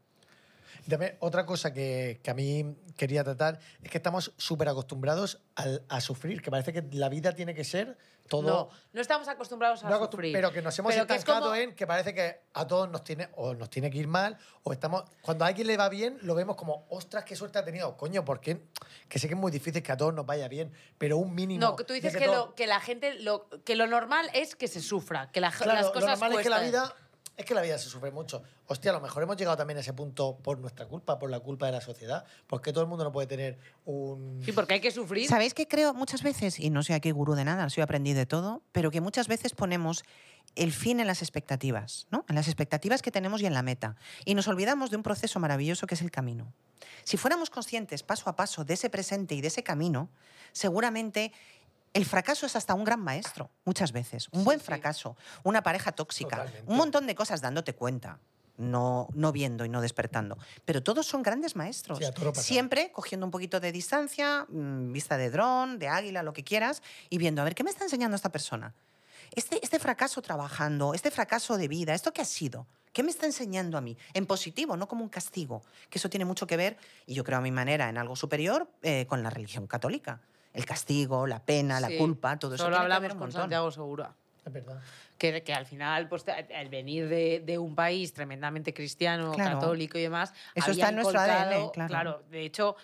[SPEAKER 3] Dame, otra cosa que, que a mí quería tratar es que estamos súper acostumbrados al- a sufrir, que parece que la vida tiene que ser
[SPEAKER 2] No,
[SPEAKER 3] todo...
[SPEAKER 2] no estamos acostumbrados a
[SPEAKER 3] no acostum-
[SPEAKER 2] sufrir.
[SPEAKER 3] pero que nos hemos
[SPEAKER 2] Pero que es
[SPEAKER 3] estancado
[SPEAKER 2] como-
[SPEAKER 3] en que parece que a todos nos tiene o nos tiene que ir mal o estamos cuando a alguien le va bien lo vemos como ostras qué suerte ha tenido coño porque que sé que es muy difícil que a todos nos vaya bien pero un mínimo
[SPEAKER 2] No, que tú
[SPEAKER 3] de
[SPEAKER 2] dices que,
[SPEAKER 3] todo-
[SPEAKER 2] lo, que la gente... Lo, que lo normal es que se sufra, que la-
[SPEAKER 3] Claro,
[SPEAKER 2] las cosas
[SPEAKER 3] lo normal es que la
[SPEAKER 2] cuesten.
[SPEAKER 3] vida es que la vida se sufre mucho. Hostia, a lo mejor hemos llegado también a ese punto por nuestra culpa, por la culpa de la sociedad, porque todo el mundo no puede tener un
[SPEAKER 2] Sí, porque hay que sufrir.
[SPEAKER 4] ¿Sabéis que creo muchas veces, y no soy aquí gurú de nada, soy aprendí de todo, pero que muchas veces ponemos el fin en las expectativas, ¿no? En las expectativas que tenemos y en la meta. Y nos olvidamos de un proceso maravilloso que es el camino. Si fuéramos conscientes paso a paso de ese presente y de ese camino, seguramente el fracaso es hasta un gran maestro, muchas veces. Un
[SPEAKER 2] Sí,
[SPEAKER 4] buen
[SPEAKER 2] sí.
[SPEAKER 4] fracaso, una pareja tóxica,
[SPEAKER 3] Totalmente.
[SPEAKER 4] un montón de cosas dándote cuenta. No, no viendo y no despertando. Pero todos son grandes maestros.
[SPEAKER 3] Sí, a toro pasado.
[SPEAKER 4] Siempre cogiendo un poquito de distancia, mm, vista de dron, de águila, lo que quieras, y viendo, a ver, ¿qué me está enseñando esta persona? Este, este fracaso trabajando, este fracaso de vida, ¿esto qué ha sido? ¿Qué me está enseñando a mí? En positivo, no como un castigo. Que eso tiene mucho que ver, y yo creo a mi manera, en algo superior, eh, con la religión católica. El castigo, la pena,
[SPEAKER 2] Sí.
[SPEAKER 4] la culpa, todo eso.
[SPEAKER 2] Solo
[SPEAKER 4] tiene que
[SPEAKER 2] hablamos
[SPEAKER 4] ver un
[SPEAKER 2] con
[SPEAKER 4] montón.
[SPEAKER 2] Santiago Segura.
[SPEAKER 3] Es verdad.
[SPEAKER 2] que, que al final, pues, te- el venir de, de un país tremendamente cristiano,
[SPEAKER 4] Claro.
[SPEAKER 2] católico y demás,
[SPEAKER 4] Eso
[SPEAKER 2] había
[SPEAKER 4] está en nuestro ADN,
[SPEAKER 2] inculcado-
[SPEAKER 4] claro.
[SPEAKER 2] de hecho,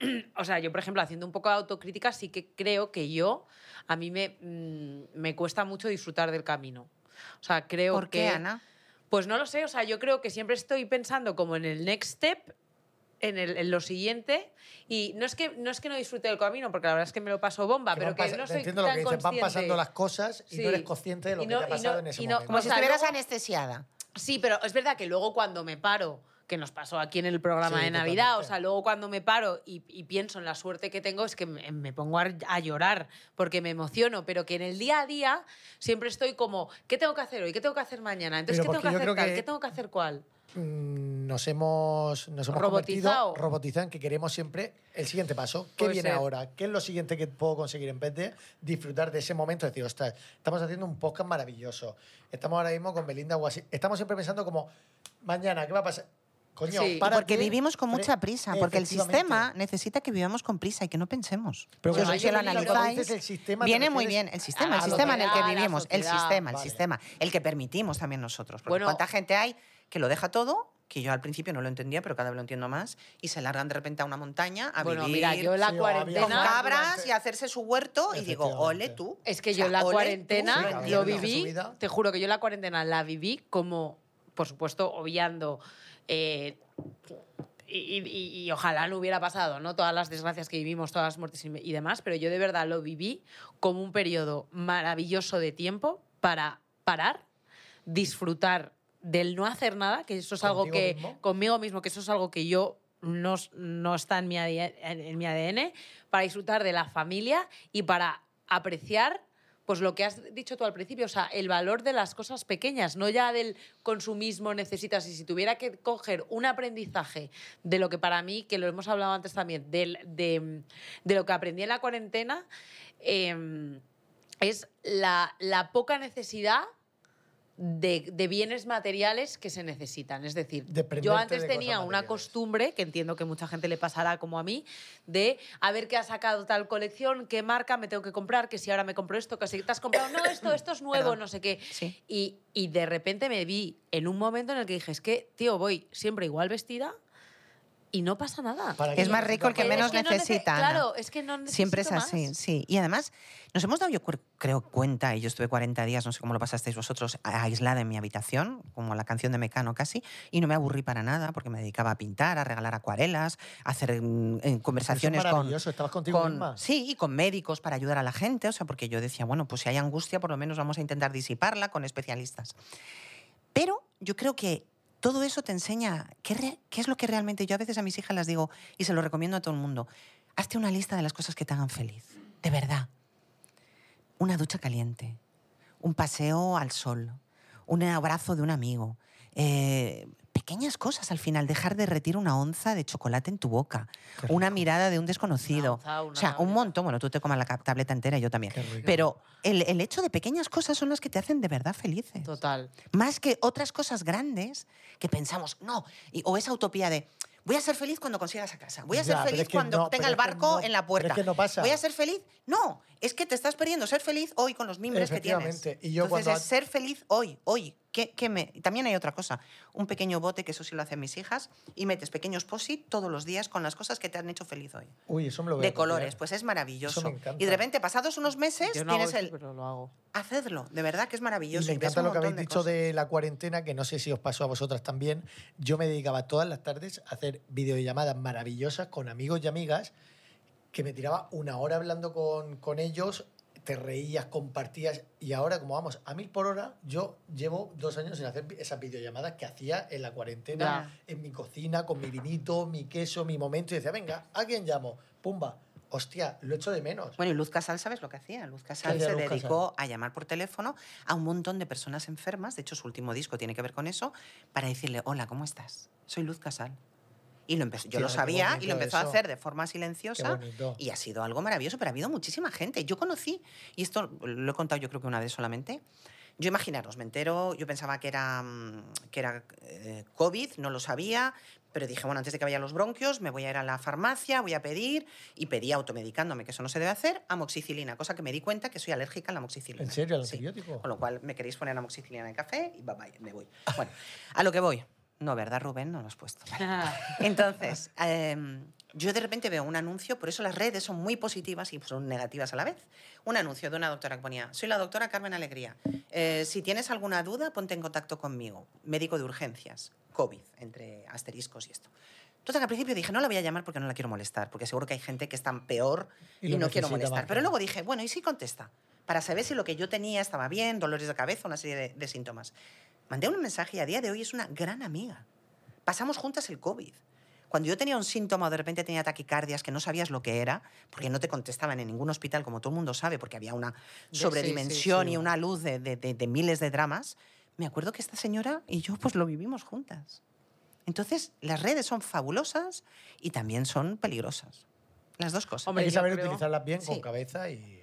[SPEAKER 2] [CLEARS THROAT] o sea, yo, por ejemplo, haciendo un poco de autocrítica, sí que creo que yo, a mí me, mm, me cuesta mucho disfrutar del camino. O sea, creo
[SPEAKER 4] ¿Por
[SPEAKER 2] que...
[SPEAKER 4] qué, Ana?
[SPEAKER 2] Pues no lo sé, o sea, yo creo que siempre estoy pensando como en el next step, en, el- en lo siguiente, y no es, que, no es que no disfrute del camino, porque la verdad es que me lo paso bomba,
[SPEAKER 3] Que
[SPEAKER 2] pero
[SPEAKER 3] van
[SPEAKER 2] que
[SPEAKER 3] pas-
[SPEAKER 2] no
[SPEAKER 3] te
[SPEAKER 2] soy
[SPEAKER 3] entiendo
[SPEAKER 2] tan
[SPEAKER 3] lo que dices, van
[SPEAKER 2] consciente.
[SPEAKER 3] pasando las cosas y
[SPEAKER 2] Sí.
[SPEAKER 3] no eres consciente de lo
[SPEAKER 2] Y
[SPEAKER 3] que
[SPEAKER 2] no-
[SPEAKER 3] te ha
[SPEAKER 2] y no-
[SPEAKER 3] pasado en ese
[SPEAKER 2] y no-
[SPEAKER 3] momento.
[SPEAKER 4] Como
[SPEAKER 2] o
[SPEAKER 4] si
[SPEAKER 2] sea,
[SPEAKER 4] estuvieras
[SPEAKER 2] luego-
[SPEAKER 4] anestesiada.
[SPEAKER 2] Sí, pero es verdad que luego cuando me paro, que nos pasó aquí en el programa
[SPEAKER 3] Sí,
[SPEAKER 2] de Navidad, o
[SPEAKER 3] totalmente.
[SPEAKER 2] sea, luego cuando me paro y, y pienso en la suerte que tengo, es que me, me pongo a, a llorar porque me emociono, pero que en el día a día siempre estoy como, ¿qué tengo que hacer hoy? ¿Qué tengo que hacer mañana? Entonces,
[SPEAKER 3] Pero
[SPEAKER 2] ¿qué tengo
[SPEAKER 3] porque
[SPEAKER 2] que
[SPEAKER 3] yo
[SPEAKER 2] hacer
[SPEAKER 3] creo
[SPEAKER 2] tal?
[SPEAKER 3] que-
[SPEAKER 2] ¿Qué tengo que hacer cuál?
[SPEAKER 3] Mm, Nos hemos, nos hemos
[SPEAKER 2] Robotizado.
[SPEAKER 3] convertido robotizado en que queremos siempre el siguiente paso. ¿Qué
[SPEAKER 2] Puede
[SPEAKER 3] viene
[SPEAKER 2] ser.
[SPEAKER 3] ahora? ¿Qué es lo siguiente que puedo conseguir? En vez de disfrutar de ese momento, decir, ostras, estamos haciendo un podcast maravilloso. Estamos ahora mismo con Belinda Guasi. Estamos siempre pensando como, mañana, ¿qué va a pasar? Coño,
[SPEAKER 2] Sí,
[SPEAKER 3] párate,
[SPEAKER 4] Porque vivimos con
[SPEAKER 3] fre-
[SPEAKER 4] mucha prisa, porque el
[SPEAKER 3] Efectivamente.
[SPEAKER 4] sistema necesita que vivamos con prisa y que no pensemos.
[SPEAKER 3] Pero
[SPEAKER 4] Si os-
[SPEAKER 3] bueno,
[SPEAKER 4] si lo
[SPEAKER 3] ahí viene lo que
[SPEAKER 4] analizáis,
[SPEAKER 3] dices, el sistema, te
[SPEAKER 4] viene muy
[SPEAKER 3] refieres
[SPEAKER 4] bien el sistema,
[SPEAKER 2] a
[SPEAKER 4] el
[SPEAKER 2] la
[SPEAKER 4] sistema en el que
[SPEAKER 2] sociedad, a la
[SPEAKER 4] vivimos, el
[SPEAKER 2] sociedad,
[SPEAKER 4] sistema, el
[SPEAKER 3] vale.
[SPEAKER 4] sistema, el que permitimos también nosotros. Porque
[SPEAKER 2] Bueno.
[SPEAKER 4] cuánta gente hay que lo deja todo, que yo al principio no lo entendía, pero cada vez lo entiendo más, y se largan de repente a una montaña a
[SPEAKER 2] bueno,
[SPEAKER 4] vivir
[SPEAKER 2] mira, yo la
[SPEAKER 3] sí, o
[SPEAKER 4] con
[SPEAKER 3] había-
[SPEAKER 2] cuarentena...
[SPEAKER 4] cabras
[SPEAKER 3] durante-
[SPEAKER 4] y hacerse su huerto, y digo, ole
[SPEAKER 3] Efectivamente. Eh,
[SPEAKER 4] tú.
[SPEAKER 2] Es que
[SPEAKER 4] O sea,
[SPEAKER 2] yo la
[SPEAKER 4] ole tú.
[SPEAKER 3] Sí,
[SPEAKER 2] cuarentena
[SPEAKER 3] cada
[SPEAKER 2] lo
[SPEAKER 3] uno tiene su
[SPEAKER 2] viví,
[SPEAKER 3] vida.
[SPEAKER 2] te juro que yo la cuarentena la viví como, por supuesto, obviando. eh, y, y- y ojalá no hubiera pasado, ¿no? Todas las desgracias que vivimos, todas las muertes y, y demás, pero yo de verdad lo viví como un periodo maravilloso de tiempo para parar, disfrutar del no hacer nada, que eso es algo
[SPEAKER 3] ¿Contigo
[SPEAKER 2] que
[SPEAKER 3] mismo?
[SPEAKER 2] conmigo mismo, que eso es algo que yo no, no está en mi, ADN, en- en mi ADN, para disfrutar de la familia y para apreciar pues lo que has dicho tú al principio, o sea, el valor de las cosas pequeñas, no ya del consumismo necesitas. Y si tuviera que coger un aprendizaje de lo que para mí, que lo hemos hablado antes también, del- de, de lo que aprendí en la cuarentena, em, es la, la poca necesidad de, de bienes materiales que se necesitan. Es decir, yo
[SPEAKER 3] Dependerte
[SPEAKER 2] antes
[SPEAKER 3] de
[SPEAKER 2] tenía
[SPEAKER 3] cosas
[SPEAKER 2] una
[SPEAKER 3] materiales.
[SPEAKER 2] costumbre, que entiendo que mucha gente le pasará como a mí, de a ver qué ha sacado tal colección, qué marca me tengo que comprar, que si ahora me compro esto, que si te has comprado, no, esto, esto es nuevo,
[SPEAKER 4] Perdón.
[SPEAKER 2] no sé qué.
[SPEAKER 4] Sí.
[SPEAKER 2] Y, y de repente me vi en un momento en el que dije, es que, tío, voy siempre igual vestida y no pasa nada.
[SPEAKER 3] Para
[SPEAKER 4] Es
[SPEAKER 3] que-
[SPEAKER 4] más rico el que
[SPEAKER 2] Es
[SPEAKER 4] menos
[SPEAKER 2] no nece-
[SPEAKER 4] necesita. Ana.
[SPEAKER 2] claro, es que no necesito
[SPEAKER 4] Siempre es así,
[SPEAKER 2] más.
[SPEAKER 4] sí. Y además, nos hemos dado, yo cuer- creo, cuenta, y yo estuve 40 días, no sé cómo lo pasasteis vosotros, a- aislada en mi habitación, como la canción de Mecano casi, y no me aburrí para nada, porque me dedicaba a pintar, a regalar acuarelas, a hacer mm, eh, conversaciones
[SPEAKER 3] Eso es
[SPEAKER 4] con,
[SPEAKER 3] maravilloso, estabas contigo
[SPEAKER 4] con-
[SPEAKER 3] misma.
[SPEAKER 4] Sí, y con médicos para ayudar a la gente, o sea, porque yo decía, bueno, pues si hay angustia, por lo menos vamos a intentar disiparla con especialistas. Pero yo creo que todo eso te enseña qué, re- qué es lo que realmente yo a veces a mis hijas las digo y se lo recomiendo a todo el mundo. Hazte una lista de las cosas que te hagan feliz, de verdad. Una ducha caliente, un paseo al sol, un abrazo de un amigo. eh, pequeñas cosas al final, dejar de derretir una onza de chocolate en tu boca, una mirada de un desconocido.
[SPEAKER 2] Una onza, una
[SPEAKER 4] o sea, un
[SPEAKER 2] tableta.
[SPEAKER 4] montón. Bueno, tú te comas la ca- tableta entera y yo también.
[SPEAKER 3] Qué rico.
[SPEAKER 4] Pero el, el hecho de pequeñas cosas son las que te hacen de verdad felices
[SPEAKER 2] [LAUGHS] Total.
[SPEAKER 4] más que otras cosas grandes que pensamos, no, y- o esa utopía de voy a ser feliz cuando consigas a casa, voy a
[SPEAKER 3] Ya,
[SPEAKER 4] ser
[SPEAKER 3] pero
[SPEAKER 4] feliz
[SPEAKER 3] es que
[SPEAKER 4] cuando
[SPEAKER 3] no, pero
[SPEAKER 4] tenga el
[SPEAKER 3] es que
[SPEAKER 4] barco
[SPEAKER 3] no,
[SPEAKER 4] en
[SPEAKER 3] pero
[SPEAKER 4] la
[SPEAKER 3] es
[SPEAKER 4] puerta.
[SPEAKER 3] que no pasa.
[SPEAKER 4] Voy a ser feliz. No, es que te estás perdiendo ser feliz hoy con los mimbres que tienes.
[SPEAKER 3] Efectivamente, y yo
[SPEAKER 4] Entonces
[SPEAKER 3] cuando-
[SPEAKER 4] es ser feliz hoy, hoy. ¿Qué- qué me... También hay otra cosa, un pequeño bote, que eso sí lo hacen mis hijas, y metes pequeños posit todos los días con las cosas que te han hecho feliz hoy.
[SPEAKER 3] Uy, eso me lo veo.
[SPEAKER 4] De colores, pues es
[SPEAKER 3] Eso
[SPEAKER 4] maravilloso.
[SPEAKER 3] me encanta.
[SPEAKER 4] Y de repente, pasados unos meses,
[SPEAKER 2] Yo no hago
[SPEAKER 4] tienes
[SPEAKER 2] eso,
[SPEAKER 4] el...
[SPEAKER 2] pero lo hago.
[SPEAKER 4] Hacedlo, de verdad que es
[SPEAKER 3] Y
[SPEAKER 4] maravilloso.
[SPEAKER 3] me
[SPEAKER 4] y ves
[SPEAKER 3] encanta
[SPEAKER 4] un
[SPEAKER 3] lo que
[SPEAKER 4] montón
[SPEAKER 3] habéis dicho
[SPEAKER 4] cosas.
[SPEAKER 3] de la cuarentena, que no sé si os pasó a vosotras también. Yo me dedicaba todas las tardes a hacer videollamadas maravillosas con amigos y amigas, que me tiraba una hora hablando con, con ellos, te reías, compartías, y ahora, como vamos, a mil por hora, yo llevo dos años sin hacer esas videollamadas que hacía en la cuarentena, en mi cocina, con mi vinito, mi queso, mi momento, y decía, venga, ¿a quién llamo? Pumba, hostia, lo echo de menos.
[SPEAKER 4] Bueno, y Luz Casal, ¿sabes lo que hacía? Luz Casal
[SPEAKER 3] hacía
[SPEAKER 4] se
[SPEAKER 3] Luz
[SPEAKER 4] dedicó a llamar por teléfono a un montón de personas enfermas, de hecho su último disco tiene que ver con eso, para decirle, hola, ¿cómo estás? Soy Luz Casal. Y lo empezó, yo
[SPEAKER 3] Hostia,
[SPEAKER 4] lo
[SPEAKER 3] qué
[SPEAKER 4] sabía y
[SPEAKER 3] bonito
[SPEAKER 4] lo empezó a
[SPEAKER 3] eso.
[SPEAKER 4] hacer de forma
[SPEAKER 3] Qué
[SPEAKER 4] silenciosa
[SPEAKER 3] bonito.
[SPEAKER 4] y ha sido algo maravilloso, pero ha habido muchísima gente. Yo conocí, y esto lo he contado yo creo que una vez solamente, yo imaginaros, me entero, yo pensaba que era, mm, que era eh, COVID, no lo sabía, pero dije, bueno, antes de que vaya a los bronquios, me voy a ir a la farmacia, voy a pedir, y pedí automedicándome, que eso no se debe hacer, amoxicilina, cosa que me di cuenta que soy alérgica a la amoxicilina.
[SPEAKER 3] ¿En serio, al
[SPEAKER 4] Sí.
[SPEAKER 3] antibiótico?
[SPEAKER 4] Con lo cual, me queréis poner amoxicilina en el café y bye bye, me voy. Bueno, a lo que voy. No, ¿verdad, Rubén? No lo has puesto. Vale. Entonces, em, yo de repente veo un anuncio, por eso las redes son muy positivas y son negativas a la vez. Un anuncio de una doctora que ponía, soy la doctora Carmen Alegría, Eh, si tienes alguna duda, ponte en contacto conmigo, médico de urgencias, COVID, entre asteriscos y esto. Entonces, al principio dije, no la voy a llamar porque no la quiero molestar, porque seguro que hay gente que es tan peor
[SPEAKER 3] Y
[SPEAKER 4] y,
[SPEAKER 3] lo
[SPEAKER 4] no quiero
[SPEAKER 3] necesita
[SPEAKER 4] molestar.
[SPEAKER 3] más,
[SPEAKER 4] Pero
[SPEAKER 3] claro.
[SPEAKER 4] luego dije, bueno, ¿y si contesta? Para saber si lo que yo tenía estaba bien, dolores de cabeza, una serie de, de síntomas. Mandé un mensaje y a día de hoy es una gran amiga. Pasamos juntas el COVID. Cuando yo tenía un síntoma o de repente tenía taquicardias que no sabías lo que era, porque no te contestaban en ningún hospital, como todo el mundo sabe, porque había una
[SPEAKER 2] sí,
[SPEAKER 4] sobredimensión
[SPEAKER 2] sí, sí.
[SPEAKER 4] y una luz de, de- de- de miles de dramas, me acuerdo que esta señora y yo pues lo vivimos juntas. Entonces, las redes son fabulosas y también son peligrosas. Las dos cosas.
[SPEAKER 2] Hombre,
[SPEAKER 3] hay que
[SPEAKER 2] yo
[SPEAKER 3] saber
[SPEAKER 2] creo-
[SPEAKER 3] utilizarlas bien con
[SPEAKER 4] Sí.
[SPEAKER 3] cabeza y.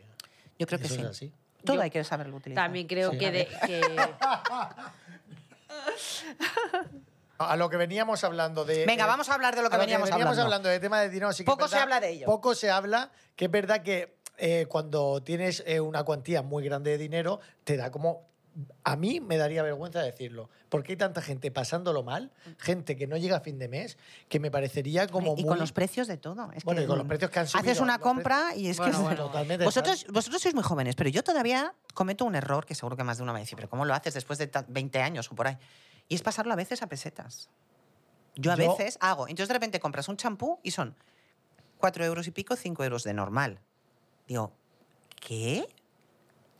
[SPEAKER 4] yo creo que
[SPEAKER 3] eso
[SPEAKER 4] sí.
[SPEAKER 3] es así.
[SPEAKER 4] Todo
[SPEAKER 2] Yo
[SPEAKER 4] hay que saberlo utilizar.
[SPEAKER 2] También creo
[SPEAKER 3] Sí.
[SPEAKER 2] que,
[SPEAKER 4] [LAUGHS]
[SPEAKER 2] de- que-
[SPEAKER 3] A lo que veníamos hablando de.
[SPEAKER 4] Venga,
[SPEAKER 3] eh,
[SPEAKER 4] vamos a hablar de lo que,
[SPEAKER 3] a
[SPEAKER 4] veníamos, hablando.
[SPEAKER 3] de tema de dinero. sí que
[SPEAKER 4] Poco
[SPEAKER 3] es
[SPEAKER 4] se habla de ello.
[SPEAKER 3] Poco se habla, que es verdad que eh, cuando tienes eh, una cuantía muy grande de dinero, te da como. A mí me daría vergüenza decirlo, porque hay tanta gente pasándolo mal, gente que no llega a fin de mes, que me parecería como
[SPEAKER 4] y
[SPEAKER 3] muy.
[SPEAKER 4] con los precios de todo. Es
[SPEAKER 3] Bueno,
[SPEAKER 4] que,
[SPEAKER 3] y con los
[SPEAKER 4] mm,
[SPEAKER 3] precios que han subido.
[SPEAKER 4] Haces una
[SPEAKER 3] los pre-
[SPEAKER 4] compra y es [LAUGHS] que...
[SPEAKER 2] Bueno,
[SPEAKER 3] Sí,
[SPEAKER 2] bueno.
[SPEAKER 3] totalmente.
[SPEAKER 4] Vosotros, vosotros sois muy jóvenes, pero yo todavía cometo un error que seguro que más de uno me dice, pero ¿cómo lo haces después de ta- 20 años o por ahí? Y es pasarlo a veces a pesetas. Yo a
[SPEAKER 3] Yo-
[SPEAKER 4] veces hago. Entonces de repente compras un champú y son 4 euros y pico, 5 euros de normal. Digo, ¿qué?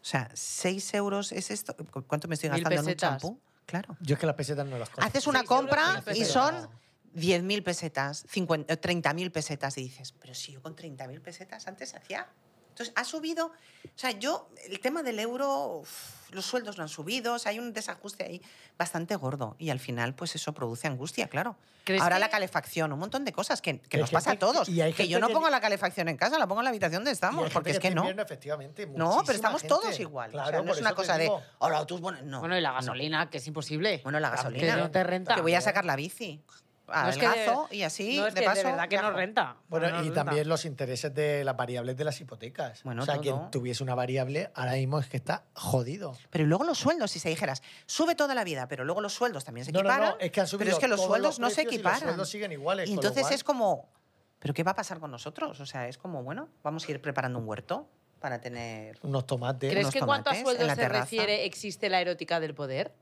[SPEAKER 4] O sea, 6 euros es esto. ¿Cu- ¿Cuánto me estoy
[SPEAKER 2] Mil
[SPEAKER 4] gastando en un
[SPEAKER 2] pesetas.
[SPEAKER 4] champú? Claro.
[SPEAKER 3] Yo es que las pesetas no las compro.
[SPEAKER 4] Haces una
[SPEAKER 2] Seis euros,
[SPEAKER 4] compra
[SPEAKER 2] mil
[SPEAKER 4] y
[SPEAKER 2] pesetas.
[SPEAKER 4] son 10.000 pesetas, 50 eh, 30.000 pesetas. Y dices, pero si yo con 30.000 pesetas antes hacía Entonces, ha subido, o sea, yo, el tema del euro, uf, los sueldos no han subido, o sea, hay un desajuste ahí bastante gordo y al final, pues eso produce angustia, claro.
[SPEAKER 2] ¿Crees
[SPEAKER 4] Ahora
[SPEAKER 2] que-
[SPEAKER 4] la calefacción, un montón de cosas que, que
[SPEAKER 3] hay
[SPEAKER 4] nos pasa a
[SPEAKER 3] gente-
[SPEAKER 4] todos.
[SPEAKER 3] y hay
[SPEAKER 4] Que yo
[SPEAKER 3] gente
[SPEAKER 4] no
[SPEAKER 3] que-
[SPEAKER 4] pongo la calefacción en casa, la pongo en la habitación donde
[SPEAKER 3] Y hay
[SPEAKER 4] estamos,
[SPEAKER 3] gente
[SPEAKER 4] porque es que
[SPEAKER 3] está
[SPEAKER 4] no.
[SPEAKER 3] invierno, efectivamente,
[SPEAKER 4] No,
[SPEAKER 3] muchísima
[SPEAKER 4] pero estamos
[SPEAKER 3] gente.
[SPEAKER 4] todos igual.
[SPEAKER 3] Claro,
[SPEAKER 4] o sea, no
[SPEAKER 3] por
[SPEAKER 4] es una
[SPEAKER 3] eso te
[SPEAKER 4] cosa de,
[SPEAKER 3] digo.
[SPEAKER 4] hola, tú, bueno, no.
[SPEAKER 2] Bueno, y la
[SPEAKER 4] no.
[SPEAKER 2] gasolina, que es imposible.
[SPEAKER 4] Bueno, la
[SPEAKER 3] También.
[SPEAKER 4] gasolina.
[SPEAKER 2] Que no te renta.
[SPEAKER 4] Que voy a sacar la bici.
[SPEAKER 2] No, es que de-
[SPEAKER 4] Algazo y así,
[SPEAKER 2] no, es
[SPEAKER 4] de
[SPEAKER 2] que
[SPEAKER 4] paso.
[SPEAKER 2] de verdad que no
[SPEAKER 4] viajo.
[SPEAKER 2] renta.
[SPEAKER 3] Bueno,
[SPEAKER 2] No, no
[SPEAKER 3] y
[SPEAKER 2] renta.
[SPEAKER 3] también los intereses de las variables de las hipotecas.
[SPEAKER 4] Bueno,
[SPEAKER 3] o sea,
[SPEAKER 4] todo.
[SPEAKER 3] quien tuviese una variable ahora mismo es que está jodido.
[SPEAKER 4] Pero luego los sueldos, si se dijeras, sube toda la vida, pero luego los sueldos también se
[SPEAKER 3] No, no,
[SPEAKER 4] equiparan.
[SPEAKER 3] no, es que han subido
[SPEAKER 4] Pero es que los
[SPEAKER 3] todos
[SPEAKER 4] sueldos
[SPEAKER 3] los
[SPEAKER 4] no se
[SPEAKER 3] precios y los
[SPEAKER 4] equiparan.
[SPEAKER 3] sueldos siguen iguales, con
[SPEAKER 4] Y
[SPEAKER 3] lo
[SPEAKER 4] entonces
[SPEAKER 3] cual-
[SPEAKER 4] es como, ¿pero qué va a pasar con nosotros? O sea, es como, bueno, vamos a ir preparando un huerto para tener.
[SPEAKER 3] Unos tomates.
[SPEAKER 2] ¿Crees
[SPEAKER 4] unos
[SPEAKER 2] que en cuanto a
[SPEAKER 4] tomates en
[SPEAKER 2] sueldos
[SPEAKER 4] la
[SPEAKER 2] se
[SPEAKER 4] terraza?
[SPEAKER 2] refiere existe la erótica del poder?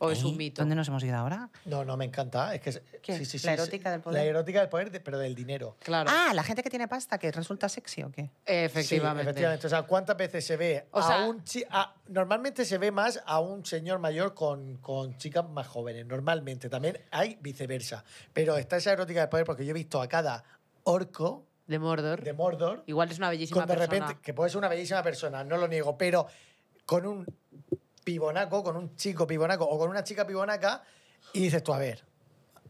[SPEAKER 2] ¿O es
[SPEAKER 4] Ahí,
[SPEAKER 2] un mito?
[SPEAKER 4] ¿Eh? ¿Dónde nos hemos ido ahora?
[SPEAKER 3] No, no, me encanta. Es que es-
[SPEAKER 4] ¿Qué?
[SPEAKER 3] sí, sí, sí,
[SPEAKER 4] La
[SPEAKER 3] sí.
[SPEAKER 4] erótica del poder.
[SPEAKER 3] La erótica del poder, de- pero del dinero.
[SPEAKER 2] Claro.
[SPEAKER 4] Ah, la gente que tiene pasta, que resulta sexy o qué.
[SPEAKER 3] Sí,
[SPEAKER 2] efectivamente.
[SPEAKER 3] efectivamente. O sea, ¿cuántas veces se ve
[SPEAKER 2] O sea-
[SPEAKER 3] a un chi- a- Normalmente se ve más a un señor mayor con, con chicas más jóvenes. Normalmente. También hay viceversa. Pero está esa erótica del poder porque yo he visto a cada orco
[SPEAKER 2] De Mordor.
[SPEAKER 3] de Mordor
[SPEAKER 2] Igual es una bellísima
[SPEAKER 3] con de
[SPEAKER 2] persona.
[SPEAKER 3] repente, que puede ser una bellísima persona, no lo niego, pero con un pibonaco, con un chico pibonaco o con una chica pibonaca, y dices tú, a ver,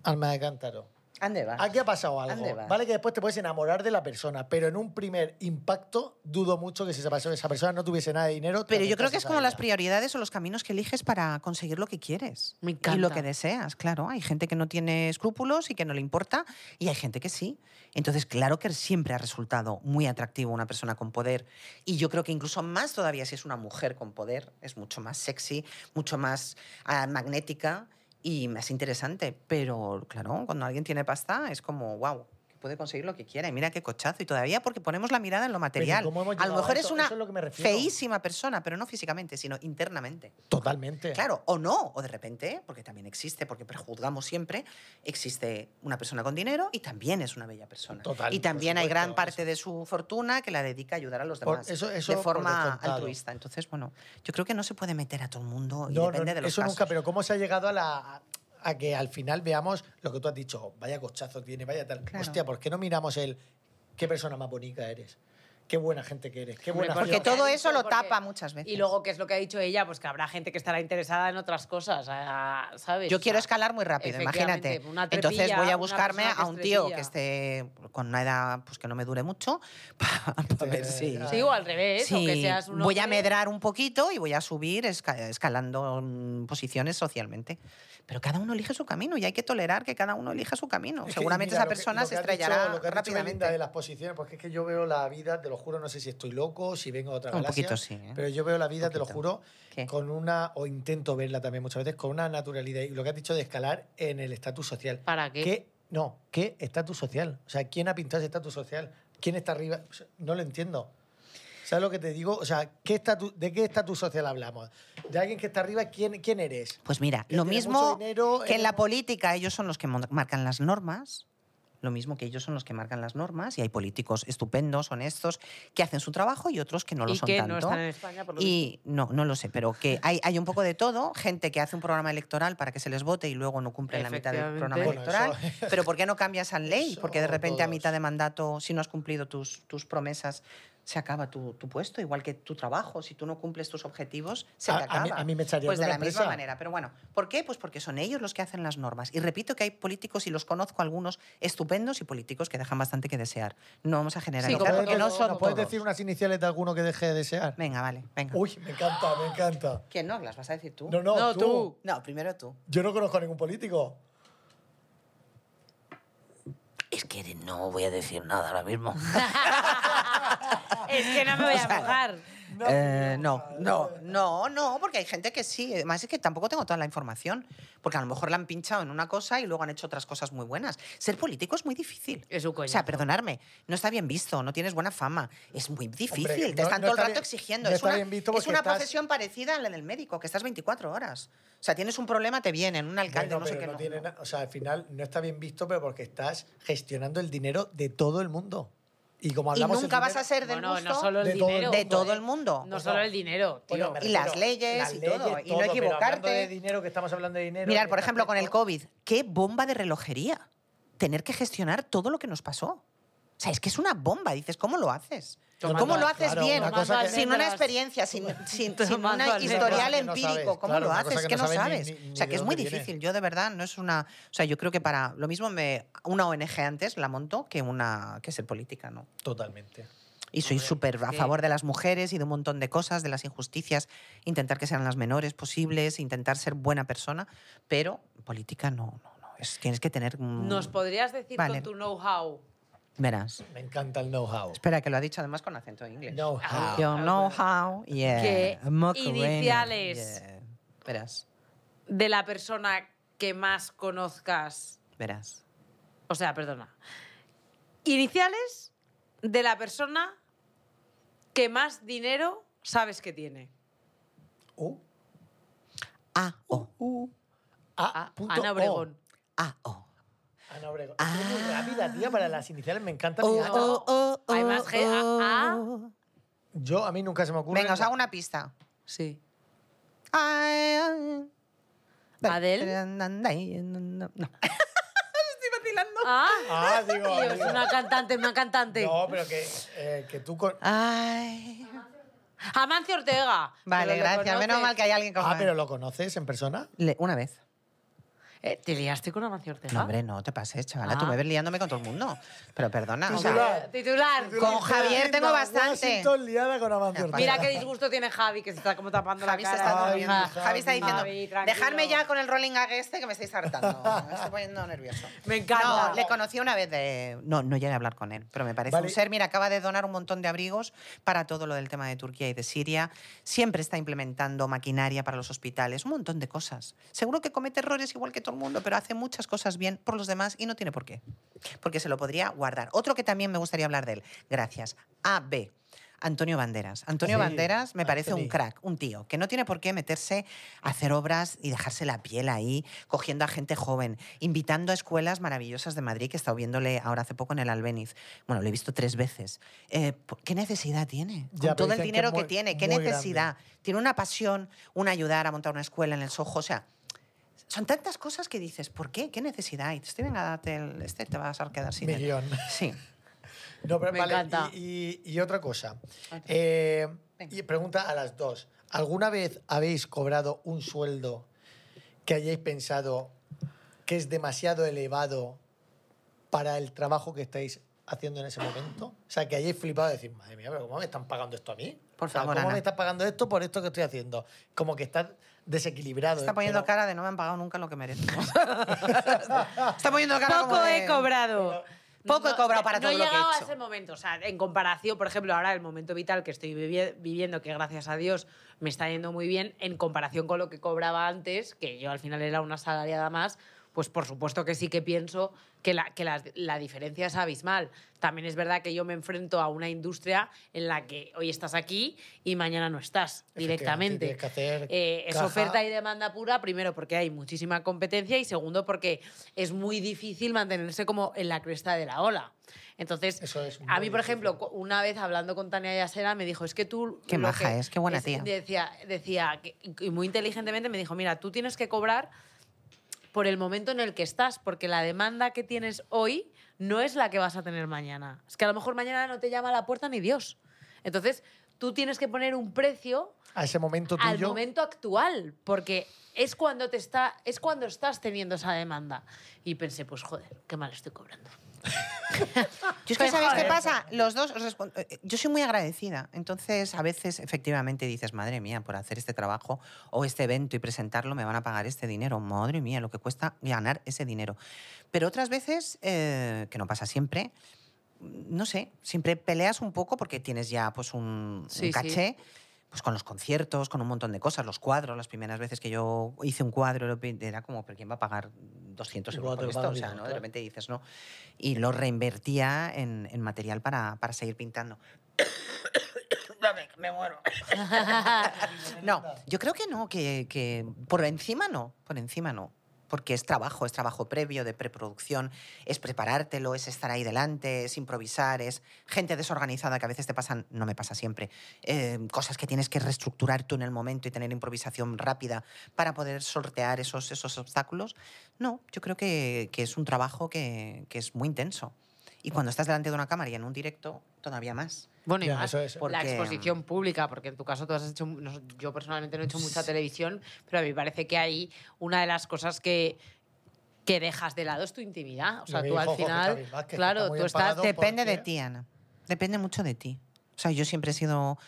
[SPEAKER 3] alma de cántaro,
[SPEAKER 4] ¿Ande va?
[SPEAKER 3] aquí ha pasado
[SPEAKER 4] ¿Dónde
[SPEAKER 3] algo.
[SPEAKER 4] vas?
[SPEAKER 3] Vale que después te puedes enamorar de la persona, pero en un primer impacto dudo mucho que si esa persona, esa persona no tuviese nada de dinero... te
[SPEAKER 4] Pero yo creo que
[SPEAKER 3] acercases
[SPEAKER 4] es
[SPEAKER 3] a
[SPEAKER 4] como las
[SPEAKER 3] ella.
[SPEAKER 4] prioridades o los caminos que eliges para conseguir lo que quieres.
[SPEAKER 2] Me
[SPEAKER 4] Y
[SPEAKER 2] encanta.
[SPEAKER 4] lo que deseas, claro. Hay gente que no tiene escrúpulos y que no le importa, y hay gente que sí. Entonces, claro que siempre ha resultado muy atractivo una persona con poder. Y yo creo que incluso más todavía si es una mujer con poder, es mucho más sexy, mucho más ah, magnética y más interesante. Pero, claro, cuando alguien tiene pasta es como, wow puede conseguir lo que quiera y mira qué cochazo y todavía porque ponemos la mirada en lo material.
[SPEAKER 3] ¿cómo hemos
[SPEAKER 4] A lo
[SPEAKER 3] llegado a
[SPEAKER 4] mejor es
[SPEAKER 3] eso?
[SPEAKER 4] una
[SPEAKER 3] Eso es lo que me refiero.
[SPEAKER 4] feísima persona, pero no físicamente, sino internamente.
[SPEAKER 3] Totalmente.
[SPEAKER 4] Claro, o no, o de repente, porque también existe, porque prejuzgamos siempre, existe una persona con dinero y también es una bella persona.
[SPEAKER 3] Total,
[SPEAKER 4] y
[SPEAKER 3] por
[SPEAKER 4] también hay
[SPEAKER 3] supuesto,
[SPEAKER 4] gran parte de su fortuna que la dedica a ayudar a los
[SPEAKER 3] Por-
[SPEAKER 4] demás
[SPEAKER 3] eso- eso
[SPEAKER 4] de
[SPEAKER 3] por
[SPEAKER 4] forma
[SPEAKER 3] descontado.
[SPEAKER 4] altruista. Entonces, bueno, yo creo que no se puede meter a todo el mundo y
[SPEAKER 3] No,
[SPEAKER 4] depende
[SPEAKER 3] no,
[SPEAKER 4] de los
[SPEAKER 3] eso nunca,
[SPEAKER 4] casos.
[SPEAKER 3] pero ¿cómo se ha llegado a la a que al final veamos lo que tú has dicho? Vaya cochazo tiene, vaya tal.
[SPEAKER 4] Claro.
[SPEAKER 3] Hostia, ¿por qué no miramos el qué persona más bonita eres? Qué buena gente que eres, qué
[SPEAKER 2] Hombre,
[SPEAKER 3] buena
[SPEAKER 2] porque
[SPEAKER 4] Que
[SPEAKER 3] gente.
[SPEAKER 2] todo-
[SPEAKER 4] todo
[SPEAKER 2] Porque-
[SPEAKER 4] eso lo
[SPEAKER 2] porque-
[SPEAKER 4] tapa muchas veces.
[SPEAKER 2] Y luego, ¿qué es lo que ha dicho ella? Pues que habrá gente que estará interesada en otras cosas, ah, ¿sabes?
[SPEAKER 4] Yo quiero
[SPEAKER 2] O sea,
[SPEAKER 4] escalar muy rápido,
[SPEAKER 2] efectivamente,
[SPEAKER 4] imagínate.
[SPEAKER 2] una
[SPEAKER 4] Entonces
[SPEAKER 2] trepilla,
[SPEAKER 4] voy a
[SPEAKER 2] una
[SPEAKER 4] buscarme
[SPEAKER 2] persona que
[SPEAKER 4] a un tío
[SPEAKER 2] estrepilla.
[SPEAKER 4] que esté con una edad pues, que no me dure mucho [LAUGHS] para ver si...
[SPEAKER 3] ya.
[SPEAKER 2] Sí, o al revés, o
[SPEAKER 4] si
[SPEAKER 2] que seas un
[SPEAKER 4] voy a
[SPEAKER 2] hombre.
[SPEAKER 4] medrar un poquito y voy a subir esca- escalando mm, posiciones socialmente. Pero cada uno elige su camino y hay que tolerar que cada uno elija su
[SPEAKER 3] [LAUGHS]
[SPEAKER 4] camino.
[SPEAKER 3] Es que,
[SPEAKER 4] Seguramente
[SPEAKER 3] mira,
[SPEAKER 4] esa
[SPEAKER 3] lo que-
[SPEAKER 4] persona
[SPEAKER 3] lo
[SPEAKER 4] se
[SPEAKER 3] que has dicho-
[SPEAKER 4] estrellará
[SPEAKER 3] lo que has dicho,
[SPEAKER 4] rápidamente.
[SPEAKER 3] Belinda, de las posiciones, porque es que yo veo la vida, te lo juro, no sé si estoy loco, si vengo de otra
[SPEAKER 4] Un
[SPEAKER 3] galaxia,
[SPEAKER 4] poquito sí, ¿eh?
[SPEAKER 3] pero yo veo la vida, te lo
[SPEAKER 4] Poquito.
[SPEAKER 3] juro,
[SPEAKER 4] ¿Qué?
[SPEAKER 3] con una, o intento verla también muchas veces, con una naturalidad. Y lo que has dicho de escalar en el estatus social.
[SPEAKER 2] ¿Para qué?
[SPEAKER 3] ¿Qué? No, ¿qué estatus social? O sea, ¿quién ha pintado ese estatus social? ¿Quién está arriba? O sea, no lo entiendo. ¿Sabes lo que te digo? O sea, ¿qué estatus- ¿de qué estatus social hablamos? ¿De alguien que está arriba? ¿Quién, quién eres?
[SPEAKER 4] Pues mira,
[SPEAKER 3] Que
[SPEAKER 4] lo
[SPEAKER 3] tiene
[SPEAKER 4] mismo
[SPEAKER 3] mucho dinero,
[SPEAKER 4] que en
[SPEAKER 3] eh,
[SPEAKER 4] la política ellos son los que mon- marcan las normas, lo mismo que ellos son los que marcan las normas y hay políticos estupendos, honestos, que hacen su trabajo y otros que no lo
[SPEAKER 2] y
[SPEAKER 4] son
[SPEAKER 2] que
[SPEAKER 4] tanto.
[SPEAKER 2] no están en España, por lo visto.
[SPEAKER 4] Y no, no lo sé, pero que hay, hay un poco de todo, gente que hace un programa electoral para que se les vote y luego no cumplen la mitad del programa
[SPEAKER 2] Efectivamente.
[SPEAKER 4] electoral.
[SPEAKER 3] Bueno,
[SPEAKER 4] Pero ¿por qué no cambias a ley?
[SPEAKER 3] Eso
[SPEAKER 4] Porque de repente a
[SPEAKER 3] todos.
[SPEAKER 4] mitad de mandato, si no has cumplido tus, tus promesas, se acaba tu, tu puesto, igual que tu trabajo. Si tú no cumples tus objetivos, se te
[SPEAKER 3] A- a
[SPEAKER 4] acaba.
[SPEAKER 3] mí- a mí me echarían
[SPEAKER 4] Pues
[SPEAKER 3] de
[SPEAKER 4] de la
[SPEAKER 3] una
[SPEAKER 4] misma
[SPEAKER 3] empresa.
[SPEAKER 4] manera. Pero bueno, ¿por qué? Pues porque son ellos los que hacen las normas. Y repito que hay políticos, y los conozco algunos, estupendos y políticos que dejan bastante que desear. No vamos a
[SPEAKER 2] Sí,
[SPEAKER 4] generalizar
[SPEAKER 2] como
[SPEAKER 4] porque
[SPEAKER 3] ¿Puedes,
[SPEAKER 4] no
[SPEAKER 2] todo.
[SPEAKER 3] decir-
[SPEAKER 4] son
[SPEAKER 3] ¿nos puedes
[SPEAKER 4] todos.
[SPEAKER 3] decir unas iniciales de alguno que deje de desear?
[SPEAKER 4] Venga, vale, venga.
[SPEAKER 3] Uy, me encanta, me encanta.
[SPEAKER 4] ¿Quién no? ¿Las vas a decir tú?
[SPEAKER 3] No, no,
[SPEAKER 2] No,
[SPEAKER 3] tú.
[SPEAKER 2] tú.
[SPEAKER 4] No, primero tú.
[SPEAKER 3] Yo no conozco a ningún político.
[SPEAKER 4] Es que no voy a decir nada ahora mismo.
[SPEAKER 2] Es que no
[SPEAKER 4] [LAUGHS]
[SPEAKER 2] me voy a mojar.
[SPEAKER 4] Eh, [LAUGHS] no, no, no, no, porque hay gente que sí. Además es que tampoco tengo toda la información, porque a lo mejor la han pinchado en una cosa y luego han hecho otras cosas muy buenas. Ser político es muy difícil.
[SPEAKER 2] Es un
[SPEAKER 4] O sea,
[SPEAKER 2] coñazo.
[SPEAKER 4] perdonarme, no está bien visto, no tienes buena fama, es muy difícil,
[SPEAKER 3] Hombre, no-
[SPEAKER 4] te están
[SPEAKER 3] no
[SPEAKER 4] todo el
[SPEAKER 3] está
[SPEAKER 4] rato
[SPEAKER 3] bien-
[SPEAKER 4] exigiendo.
[SPEAKER 3] no
[SPEAKER 4] es
[SPEAKER 3] está
[SPEAKER 4] una,
[SPEAKER 3] bien visto
[SPEAKER 4] es
[SPEAKER 3] porque
[SPEAKER 4] una
[SPEAKER 3] estás-
[SPEAKER 4] profesión parecida a la del médico, que estás 24 horas. O sea, tienes un problema, te vienen, un alcalde,
[SPEAKER 3] Bueno,
[SPEAKER 4] no sé
[SPEAKER 3] pero
[SPEAKER 4] qué.
[SPEAKER 3] no
[SPEAKER 4] no,
[SPEAKER 3] tiene
[SPEAKER 4] no.
[SPEAKER 3] na- O sea, al final no está bien visto, pero porque estás gestionando el dinero de todo el mundo. Y como
[SPEAKER 4] Y
[SPEAKER 3] hablamos. el
[SPEAKER 4] nunca vas
[SPEAKER 3] dinero-
[SPEAKER 4] a ser del
[SPEAKER 2] Bueno,
[SPEAKER 4] gusto
[SPEAKER 2] no solo el
[SPEAKER 3] de todo el
[SPEAKER 2] dinero.
[SPEAKER 4] de todo
[SPEAKER 2] joder.
[SPEAKER 4] el mundo.
[SPEAKER 2] No solo el dinero, tío.
[SPEAKER 3] Bueno, me
[SPEAKER 4] Y las leyes y todo, y no
[SPEAKER 3] pero Hablando
[SPEAKER 4] equivocarte.
[SPEAKER 3] de dinero, que estamos hablando de dinero.
[SPEAKER 4] Mirar,
[SPEAKER 3] en
[SPEAKER 4] por
[SPEAKER 3] este
[SPEAKER 4] ejemplo, con el
[SPEAKER 3] aspecto,
[SPEAKER 4] COVID, qué bomba de relojería. Tener que gestionar todo lo que nos pasó. O sea, es que es una bomba. Dices, ¿cómo lo haces?
[SPEAKER 3] Tomando-
[SPEAKER 4] ¿Cómo lo haces
[SPEAKER 3] claro,
[SPEAKER 4] bien?
[SPEAKER 3] una cosa que-
[SPEAKER 4] sin una
[SPEAKER 3] [LAUGHS]
[SPEAKER 4] experiencia, sin, sin, sin
[SPEAKER 2] Tomando
[SPEAKER 4] una
[SPEAKER 2] almendras.
[SPEAKER 4] historial
[SPEAKER 3] Una cosa que no
[SPEAKER 4] empírico.
[SPEAKER 3] sabes,
[SPEAKER 4] ¿Cómo
[SPEAKER 3] claro,
[SPEAKER 4] lo
[SPEAKER 3] una cosa
[SPEAKER 4] haces?
[SPEAKER 3] que
[SPEAKER 4] Que
[SPEAKER 3] no
[SPEAKER 4] no
[SPEAKER 3] sabes
[SPEAKER 4] sabes.
[SPEAKER 3] ni- ni-
[SPEAKER 4] o sea,
[SPEAKER 3] ni de
[SPEAKER 4] que es muy
[SPEAKER 3] dónde viene.
[SPEAKER 4] difícil. Yo, de verdad, no es una... O sea, yo creo que para... Lo mismo me una ONG antes la monto que una... que ser política, ¿no?
[SPEAKER 3] Totalmente.
[SPEAKER 4] Y soy súper a
[SPEAKER 2] sí.
[SPEAKER 4] favor de las mujeres y de un montón de cosas, de las injusticias, intentar que sean las menores posibles, intentar ser buena persona, pero política no, no, no. Es- tienes que tener... un-
[SPEAKER 2] ¿Nos podrías decir
[SPEAKER 4] Vale.
[SPEAKER 2] con tu know-how?
[SPEAKER 4] Verás.
[SPEAKER 3] Me encanta el know-how.
[SPEAKER 4] Espera, que lo ha dicho además con acento inglés.
[SPEAKER 3] Know-how.
[SPEAKER 2] Ah.
[SPEAKER 4] Yo
[SPEAKER 2] Ah,
[SPEAKER 4] know
[SPEAKER 2] bueno.
[SPEAKER 4] how, yeah.
[SPEAKER 2] ¿Qué
[SPEAKER 4] Macarena,
[SPEAKER 2] iniciales?
[SPEAKER 4] yeah. Verás,
[SPEAKER 2] De la persona que más conozcas.
[SPEAKER 4] verás.
[SPEAKER 2] O sea, perdona. Iniciales de la persona que más dinero sabes que tiene.
[SPEAKER 3] Uh,
[SPEAKER 4] A o
[SPEAKER 3] A.
[SPEAKER 2] Ah,
[SPEAKER 3] punto
[SPEAKER 2] Ana
[SPEAKER 3] O.
[SPEAKER 2] Obregón.
[SPEAKER 4] a o.
[SPEAKER 3] Ana Obregón. Estoy muy
[SPEAKER 4] Ah.
[SPEAKER 3] rápida, tía, para las iniciales. Me encanta.
[SPEAKER 4] O,
[SPEAKER 3] mirar.
[SPEAKER 4] o, o, o,
[SPEAKER 2] Oh, Hay más G, ah, A, A.
[SPEAKER 3] Yo, a mí nunca se me ocurre.
[SPEAKER 4] Venga, os hago una pista.
[SPEAKER 2] Sí.
[SPEAKER 4] Ay, ay. Eh,
[SPEAKER 2] Adel.
[SPEAKER 4] No.
[SPEAKER 2] Ah,
[SPEAKER 3] Ah, digo.
[SPEAKER 2] tío, es
[SPEAKER 3] digo.
[SPEAKER 2] una cantante, una cantante.
[SPEAKER 3] No, pero que, eh, que tú con...
[SPEAKER 4] Ay.
[SPEAKER 2] Amancio Ortega.
[SPEAKER 4] Vale,
[SPEAKER 2] Pero lo
[SPEAKER 4] gracias. Menos
[SPEAKER 2] conoces.
[SPEAKER 4] mal que hay alguien con
[SPEAKER 3] Ah, pero ¿lo conoces en persona?
[SPEAKER 4] Le- Una vez.
[SPEAKER 2] Eh, ¿Te liaste con Amancio Ortega?
[SPEAKER 4] No, hombre, no te pases, chavala. Tú
[SPEAKER 2] Ah.
[SPEAKER 4] me ves liándome con todo el mundo. Pero perdona, o sea,
[SPEAKER 3] Titular.
[SPEAKER 2] Eh, Titular.
[SPEAKER 4] Con Javier
[SPEAKER 3] Linda
[SPEAKER 4] tengo bastante.
[SPEAKER 3] Washington liada con Amancio Ortega.
[SPEAKER 2] Mira qué disgusto tiene Javi, que se está como tapando
[SPEAKER 4] Javi
[SPEAKER 2] la
[SPEAKER 4] se
[SPEAKER 2] cara.
[SPEAKER 4] está
[SPEAKER 3] Ay,
[SPEAKER 4] durmiendo.
[SPEAKER 3] Javi.
[SPEAKER 4] Javi está diciendo,
[SPEAKER 2] Javi, tranquilo.
[SPEAKER 4] dejadme ya con el rolling gag este que me estáis
[SPEAKER 2] [LAUGHS]
[SPEAKER 4] hartando. Me estoy poniendo nervioso.
[SPEAKER 2] Me encanta.
[SPEAKER 4] No, le conocí una vez de... No, no llegué a hablar con él, pero me parece
[SPEAKER 3] Vale.
[SPEAKER 4] un ser. Mira, acaba de donar un montón de abrigos para todo lo del tema de Turquía y de Siria. Siempre está implementando maquinaria para los hospitales, un montón de cosas. Seguro que comete errores igual que todo el mundo, pero hace muchas cosas bien por los demás y no tiene por qué. Porque se lo podría guardar. Otro que también me gustaría hablar de él. Gracias. AB. Antonio Banderas. Antonio
[SPEAKER 3] Sí, Ah,
[SPEAKER 4] Banderas me parece
[SPEAKER 3] Anthony.
[SPEAKER 4] un crack, un tío, que no tiene por qué meterse a hacer obras y dejarse la piel ahí, cogiendo a gente joven, invitando a escuelas maravillosas de Madrid, que he estado viéndole ahora hace poco en el Albéniz. Bueno, lo he visto tres veces. Eh, ¿por- ¿Qué necesidad tiene? Con
[SPEAKER 3] Ya, pero
[SPEAKER 4] todo
[SPEAKER 3] dicen
[SPEAKER 4] el
[SPEAKER 3] que
[SPEAKER 4] dinero
[SPEAKER 3] es
[SPEAKER 4] que,
[SPEAKER 3] muy-
[SPEAKER 4] tiene, ¿qué
[SPEAKER 3] muy grande.
[SPEAKER 4] necesidad? Tiene una pasión, una ayudar a montar una escuela en el Soho, o sea... Son tantas cosas que dices, ¿por qué? ¿Qué necesidad? Y te estoy venga, date el este, te vas a quedar sin
[SPEAKER 3] Mi
[SPEAKER 4] él.
[SPEAKER 3] guión.
[SPEAKER 4] Sí.
[SPEAKER 3] No, pero
[SPEAKER 2] Me
[SPEAKER 3] vale,
[SPEAKER 2] encanta.
[SPEAKER 3] Y, y- y otra cosa. Eh,
[SPEAKER 4] Venga.
[SPEAKER 3] y pregunta a las dos. ¿Alguna vez habéis cobrado un sueldo que hayáis pensado que es demasiado elevado para el trabajo que estáis haciendo en ese momento? O sea, que hayáis flipado y decir, madre mía, pero ¿cómo me están pagando esto a mí?
[SPEAKER 4] Por
[SPEAKER 3] O sea,
[SPEAKER 4] favor,
[SPEAKER 3] ¿Cómo
[SPEAKER 4] Ana.
[SPEAKER 3] me están pagando esto por esto que estoy haciendo? Como que está desequilibrado.
[SPEAKER 4] Está
[SPEAKER 3] ¿eh?
[SPEAKER 4] poniendo
[SPEAKER 3] Pero-
[SPEAKER 4] cara de no me han pagado nunca lo que merezco. Está poniendo cara
[SPEAKER 2] Poco
[SPEAKER 4] como de-
[SPEAKER 2] he cobrado.
[SPEAKER 4] Poco he cobrado para
[SPEAKER 2] no
[SPEAKER 4] todo lo que he
[SPEAKER 2] llegado a
[SPEAKER 4] hecho.
[SPEAKER 2] ese momento. O sea, en comparación, por ejemplo, ahora el momento vital que estoy vivi- viviendo, que gracias a Dios me está yendo muy bien, en comparación con lo que cobraba antes, que yo al final era una salariada más, pues por supuesto que sí que pienso que la, que la, la diferencia es abismal. También es verdad que yo me enfrento a una industria en la que hoy estás aquí y mañana no estás
[SPEAKER 3] Efectivamente,
[SPEAKER 2] directamente.
[SPEAKER 3] tienes que hacer
[SPEAKER 2] Eh, es
[SPEAKER 3] caja.
[SPEAKER 2] oferta y demanda pura, primero porque hay muchísima competencia y segundo porque es muy difícil mantenerse como en la cresta de la ola. Entonces,
[SPEAKER 3] Eso es
[SPEAKER 2] a
[SPEAKER 3] muy
[SPEAKER 2] mí, por ejemplo,
[SPEAKER 3] difícil.
[SPEAKER 2] cu- una vez hablando con Tania Yasera, me dijo, es que tú...
[SPEAKER 4] Qué
[SPEAKER 2] lo
[SPEAKER 4] maja es, qué buena tía".
[SPEAKER 2] Decía, decía que- y muy inteligentemente me dijo, mira, tú tienes que cobrar por el momento en el que estás, porque la demanda que tienes hoy no es la que vas a tener mañana. Es que a lo mejor mañana no te llama a la puerta ni Dios. Entonces, tú tienes que poner un precio
[SPEAKER 3] A ese momento tuyo.
[SPEAKER 2] al momento actual, porque es cuando te está, es cuando estás teniendo esa demanda. Y pensé, pues joder, qué mal estoy cobrando.
[SPEAKER 4] Yo es que,
[SPEAKER 2] Pues,
[SPEAKER 4] ¿sabéis qué
[SPEAKER 2] joder.
[SPEAKER 4] pasa? Los dos os respon- eh, Yo soy muy agradecida. Entonces, a veces, efectivamente, dices, madre mía, por hacer este trabajo o este evento y presentarlo me van a pagar este dinero. Madre mía, lo que cuesta ganar ese dinero. Pero otras veces, eh, que no pasa siempre, no sé, siempre peleas un poco porque tienes ya pues un, un
[SPEAKER 2] Sí, sí.
[SPEAKER 4] caché. Pues con los conciertos, con un montón de cosas, los cuadros, las primeras veces que yo hice un cuadro era como, pero ¿quién va a pagar 200 euros
[SPEAKER 3] Igual te
[SPEAKER 4] por
[SPEAKER 3] lo
[SPEAKER 4] esto?
[SPEAKER 3] pagan
[SPEAKER 4] O sea,
[SPEAKER 3] igual,
[SPEAKER 4] ¿no? De
[SPEAKER 3] claro.
[SPEAKER 4] repente dices, no, y lo reinvertía en, en material para, para seguir pintando. No, yo creo que no, que, que por encima no, por encima no. Porque es trabajo, es trabajo previo de preproducción, es preparártelo, es estar ahí delante, es improvisar, es gente desorganizada que a veces te pasan, no me pasa siempre, eh, cosas que tienes que reestructurar tú en el momento y tener improvisación rápida para poder sortear esos, esos obstáculos. No, yo creo que, que es un trabajo que, que es muy intenso. Y cuando estás delante de una cámara y en un directo, todavía más.
[SPEAKER 2] [LAUGHS] Bueno, y
[SPEAKER 3] Ya,
[SPEAKER 2] más
[SPEAKER 3] eso es.
[SPEAKER 4] Porque-
[SPEAKER 2] la exposición pública, porque en tu caso tú has hecho. no- yo personalmente no he hecho mucha televisión, pero a mí me parece que ahí una de las cosas que que dejas de lado es tu intimidad. O sea,
[SPEAKER 3] Lo que
[SPEAKER 2] tú
[SPEAKER 3] dijo
[SPEAKER 2] al
[SPEAKER 3] Jorge
[SPEAKER 2] final,
[SPEAKER 3] Javi Vázquez, que
[SPEAKER 2] claro,
[SPEAKER 3] está muy
[SPEAKER 2] tú estás...
[SPEAKER 3] enfadado
[SPEAKER 2] de-
[SPEAKER 3] por-
[SPEAKER 4] Depende de
[SPEAKER 3] qué?
[SPEAKER 4] ti, Ana. Depende mucho de ti. O sea, yo siempre he sido... O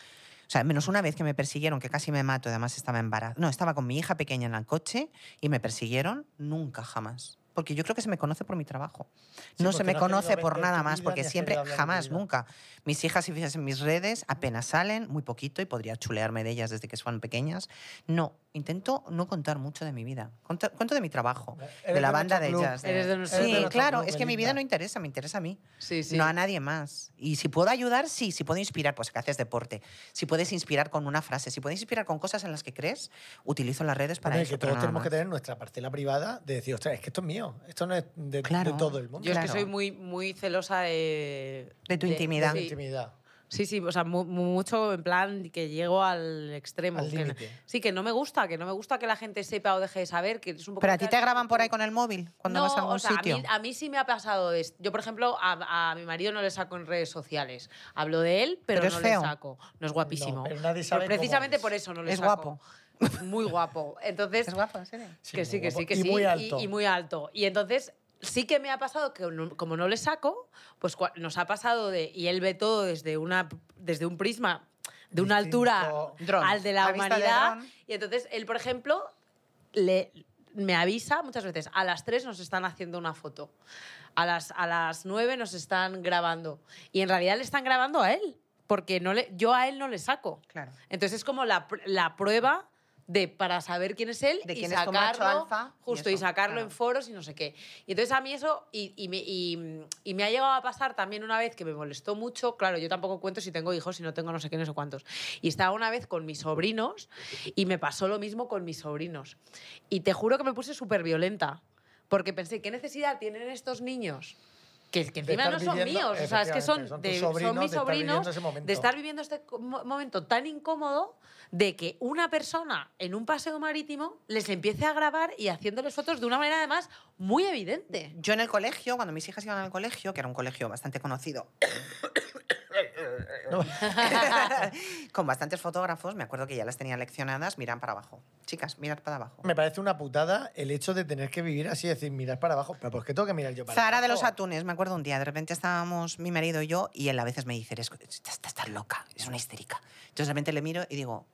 [SPEAKER 4] sea, menos una vez que me persiguieron, que casi me mato, además estaba embarazada. No, estaba con mi hija pequeña en el coche y me persiguieron nunca, jamás. Porque yo creo que se me conoce por mi trabajo.
[SPEAKER 3] Sí,
[SPEAKER 4] no
[SPEAKER 3] porque
[SPEAKER 4] se me
[SPEAKER 3] no has querido
[SPEAKER 4] conoce por
[SPEAKER 3] vender tu
[SPEAKER 4] nada más,
[SPEAKER 3] vida
[SPEAKER 4] porque
[SPEAKER 3] ni has
[SPEAKER 4] siempre,
[SPEAKER 3] querido hablar de tu
[SPEAKER 4] jamás,
[SPEAKER 3] vida.
[SPEAKER 4] nunca. Mis hijas, si fijas en mis redes, apenas salen, muy poquito, y podría chulearme de ellas desde que son pequeñas. No, intento no contar mucho de mi vida. Conta- Cuento de mi trabajo,
[SPEAKER 3] Eres
[SPEAKER 4] de la
[SPEAKER 3] de
[SPEAKER 4] banda de
[SPEAKER 3] nuestro club.
[SPEAKER 4] ellas. de-
[SPEAKER 2] Eres de nuestro
[SPEAKER 4] Sí,
[SPEAKER 2] club. Eres de
[SPEAKER 3] nuestro
[SPEAKER 4] claro,
[SPEAKER 3] club,
[SPEAKER 4] es que mi vida
[SPEAKER 3] Belinda.
[SPEAKER 4] no interesa, me interesa a mí
[SPEAKER 2] Sí, sí.
[SPEAKER 4] no a nadie más. Y si puedo ayudar, sí, si puedo inspirar, pues que haces deporte, si puedes inspirar con una frase, si puedes inspirar con cosas en las que crees, utilizo las redes para
[SPEAKER 3] Hombre,
[SPEAKER 4] eso.
[SPEAKER 3] que
[SPEAKER 4] pero
[SPEAKER 3] todos
[SPEAKER 4] nada
[SPEAKER 3] tenemos
[SPEAKER 4] más.
[SPEAKER 3] que tener nuestra parcela privada de decir, ostras, es que esto es mío, esto no es de, de
[SPEAKER 4] Claro.
[SPEAKER 3] todo el mundo.
[SPEAKER 2] Yo es que
[SPEAKER 4] Claro.
[SPEAKER 2] soy muy, muy celosa de...
[SPEAKER 4] De tu intimidad.
[SPEAKER 3] Es
[SPEAKER 2] sí.
[SPEAKER 3] intimidad.
[SPEAKER 2] Sí, sí, o sea, mu- mucho en plan que llego al extremo.
[SPEAKER 3] Al
[SPEAKER 2] que no-
[SPEAKER 3] límite.
[SPEAKER 2] sí, que no me gusta, que no me gusta que la gente sepa o deje de saber, que es un poco...
[SPEAKER 4] Pero a ti te graban por ahí con el móvil cuando
[SPEAKER 2] no,
[SPEAKER 4] vas a algún
[SPEAKER 2] o sea,
[SPEAKER 4] sitio.
[SPEAKER 2] A mí, a mí sí me ha pasado esto. Yo, por ejemplo, a, a mi marido no le saco en redes sociales. Hablo de él, pero,
[SPEAKER 4] Pero es
[SPEAKER 2] no
[SPEAKER 4] feo.
[SPEAKER 2] le saco. No es guapísimo.
[SPEAKER 3] No, pero nadie sabe cómo
[SPEAKER 2] precisamente
[SPEAKER 3] es.
[SPEAKER 2] por eso no le
[SPEAKER 4] Es
[SPEAKER 2] saco. guapo. [LAUGHS] Muy guapo. Entonces,
[SPEAKER 4] Es guapo, en serio.
[SPEAKER 3] Sí,
[SPEAKER 2] que
[SPEAKER 3] muy
[SPEAKER 2] sí, que
[SPEAKER 3] guapo.
[SPEAKER 2] sí, que
[SPEAKER 3] Y
[SPEAKER 2] sí.
[SPEAKER 3] muy alto.
[SPEAKER 2] Y, muy alto. Y entonces sí que me ha pasado que no- como no le saco, pues cua- nos ha pasado de... Y él ve todo desde, una, desde un prisma, de una
[SPEAKER 3] Distinto.
[SPEAKER 2] altura
[SPEAKER 4] Dron.
[SPEAKER 2] al de la
[SPEAKER 4] A vista de
[SPEAKER 2] humanidad.
[SPEAKER 4] dron.
[SPEAKER 2] y entonces él, por ejemplo, le, me avisa muchas veces, a las 3 nos están haciendo una foto. A las, a las 9 nos están grabando. Y en realidad le están grabando a él, porque no le, yo a él no le saco.
[SPEAKER 4] Claro.
[SPEAKER 2] Entonces es como la, pr- la prueba de para saber quién es él
[SPEAKER 4] De
[SPEAKER 2] y
[SPEAKER 4] quién es tu
[SPEAKER 2] sacarlo,
[SPEAKER 4] macho alfa y
[SPEAKER 2] justo, y,
[SPEAKER 4] eso,
[SPEAKER 2] sacarlo
[SPEAKER 4] claro.
[SPEAKER 2] en foros y no sé qué. Y entonces a mí eso, y, y me, y- y me ha llegado a pasar también una vez que me molestó mucho, claro, yo tampoco cuento si tengo hijos, si no tengo no sé qué, no sé cuántos. Y estaba una vez con mis sobrinos y me pasó lo mismo con mis sobrinos. Y te juro que me puse súper violenta, porque pensé, ¿qué necesidad tienen estos niños? Que, que
[SPEAKER 3] De
[SPEAKER 2] encima
[SPEAKER 3] estar
[SPEAKER 2] no son
[SPEAKER 3] viviendo-
[SPEAKER 2] míos, o sea, es que son,
[SPEAKER 3] efectivamente, son
[SPEAKER 2] de-
[SPEAKER 3] tus sobrinos, de
[SPEAKER 2] son mis
[SPEAKER 3] estar viviendo
[SPEAKER 2] sobrinos
[SPEAKER 3] ese momento.
[SPEAKER 2] de estar viviendo este co- mo- momento tan incómodo de que una persona en un paseo marítimo les empiece a grabar y haciéndoles fotos de una manera además muy evidente.
[SPEAKER 4] Yo en el colegio, cuando mis hijas iban al colegio, que era un colegio bastante
[SPEAKER 2] [LAUGHS]
[SPEAKER 4] conocido, con bastantes fotógrafos, me acuerdo que ya las tenían leccionadas, miran para abajo. Chicas, mirad para abajo.
[SPEAKER 3] Me parece una putada el hecho de tener que vivir así, decir, mirar para abajo. Pero ¿por qué tengo que mirar yo para
[SPEAKER 4] Zara
[SPEAKER 3] abajo?
[SPEAKER 4] de los atunes, me acuerdo un día, de repente estábamos mi marido y yo, y él a veces me dice, "Eres- estás, estás- estás loca, es una histérica. Entonces de repente le miro y digo,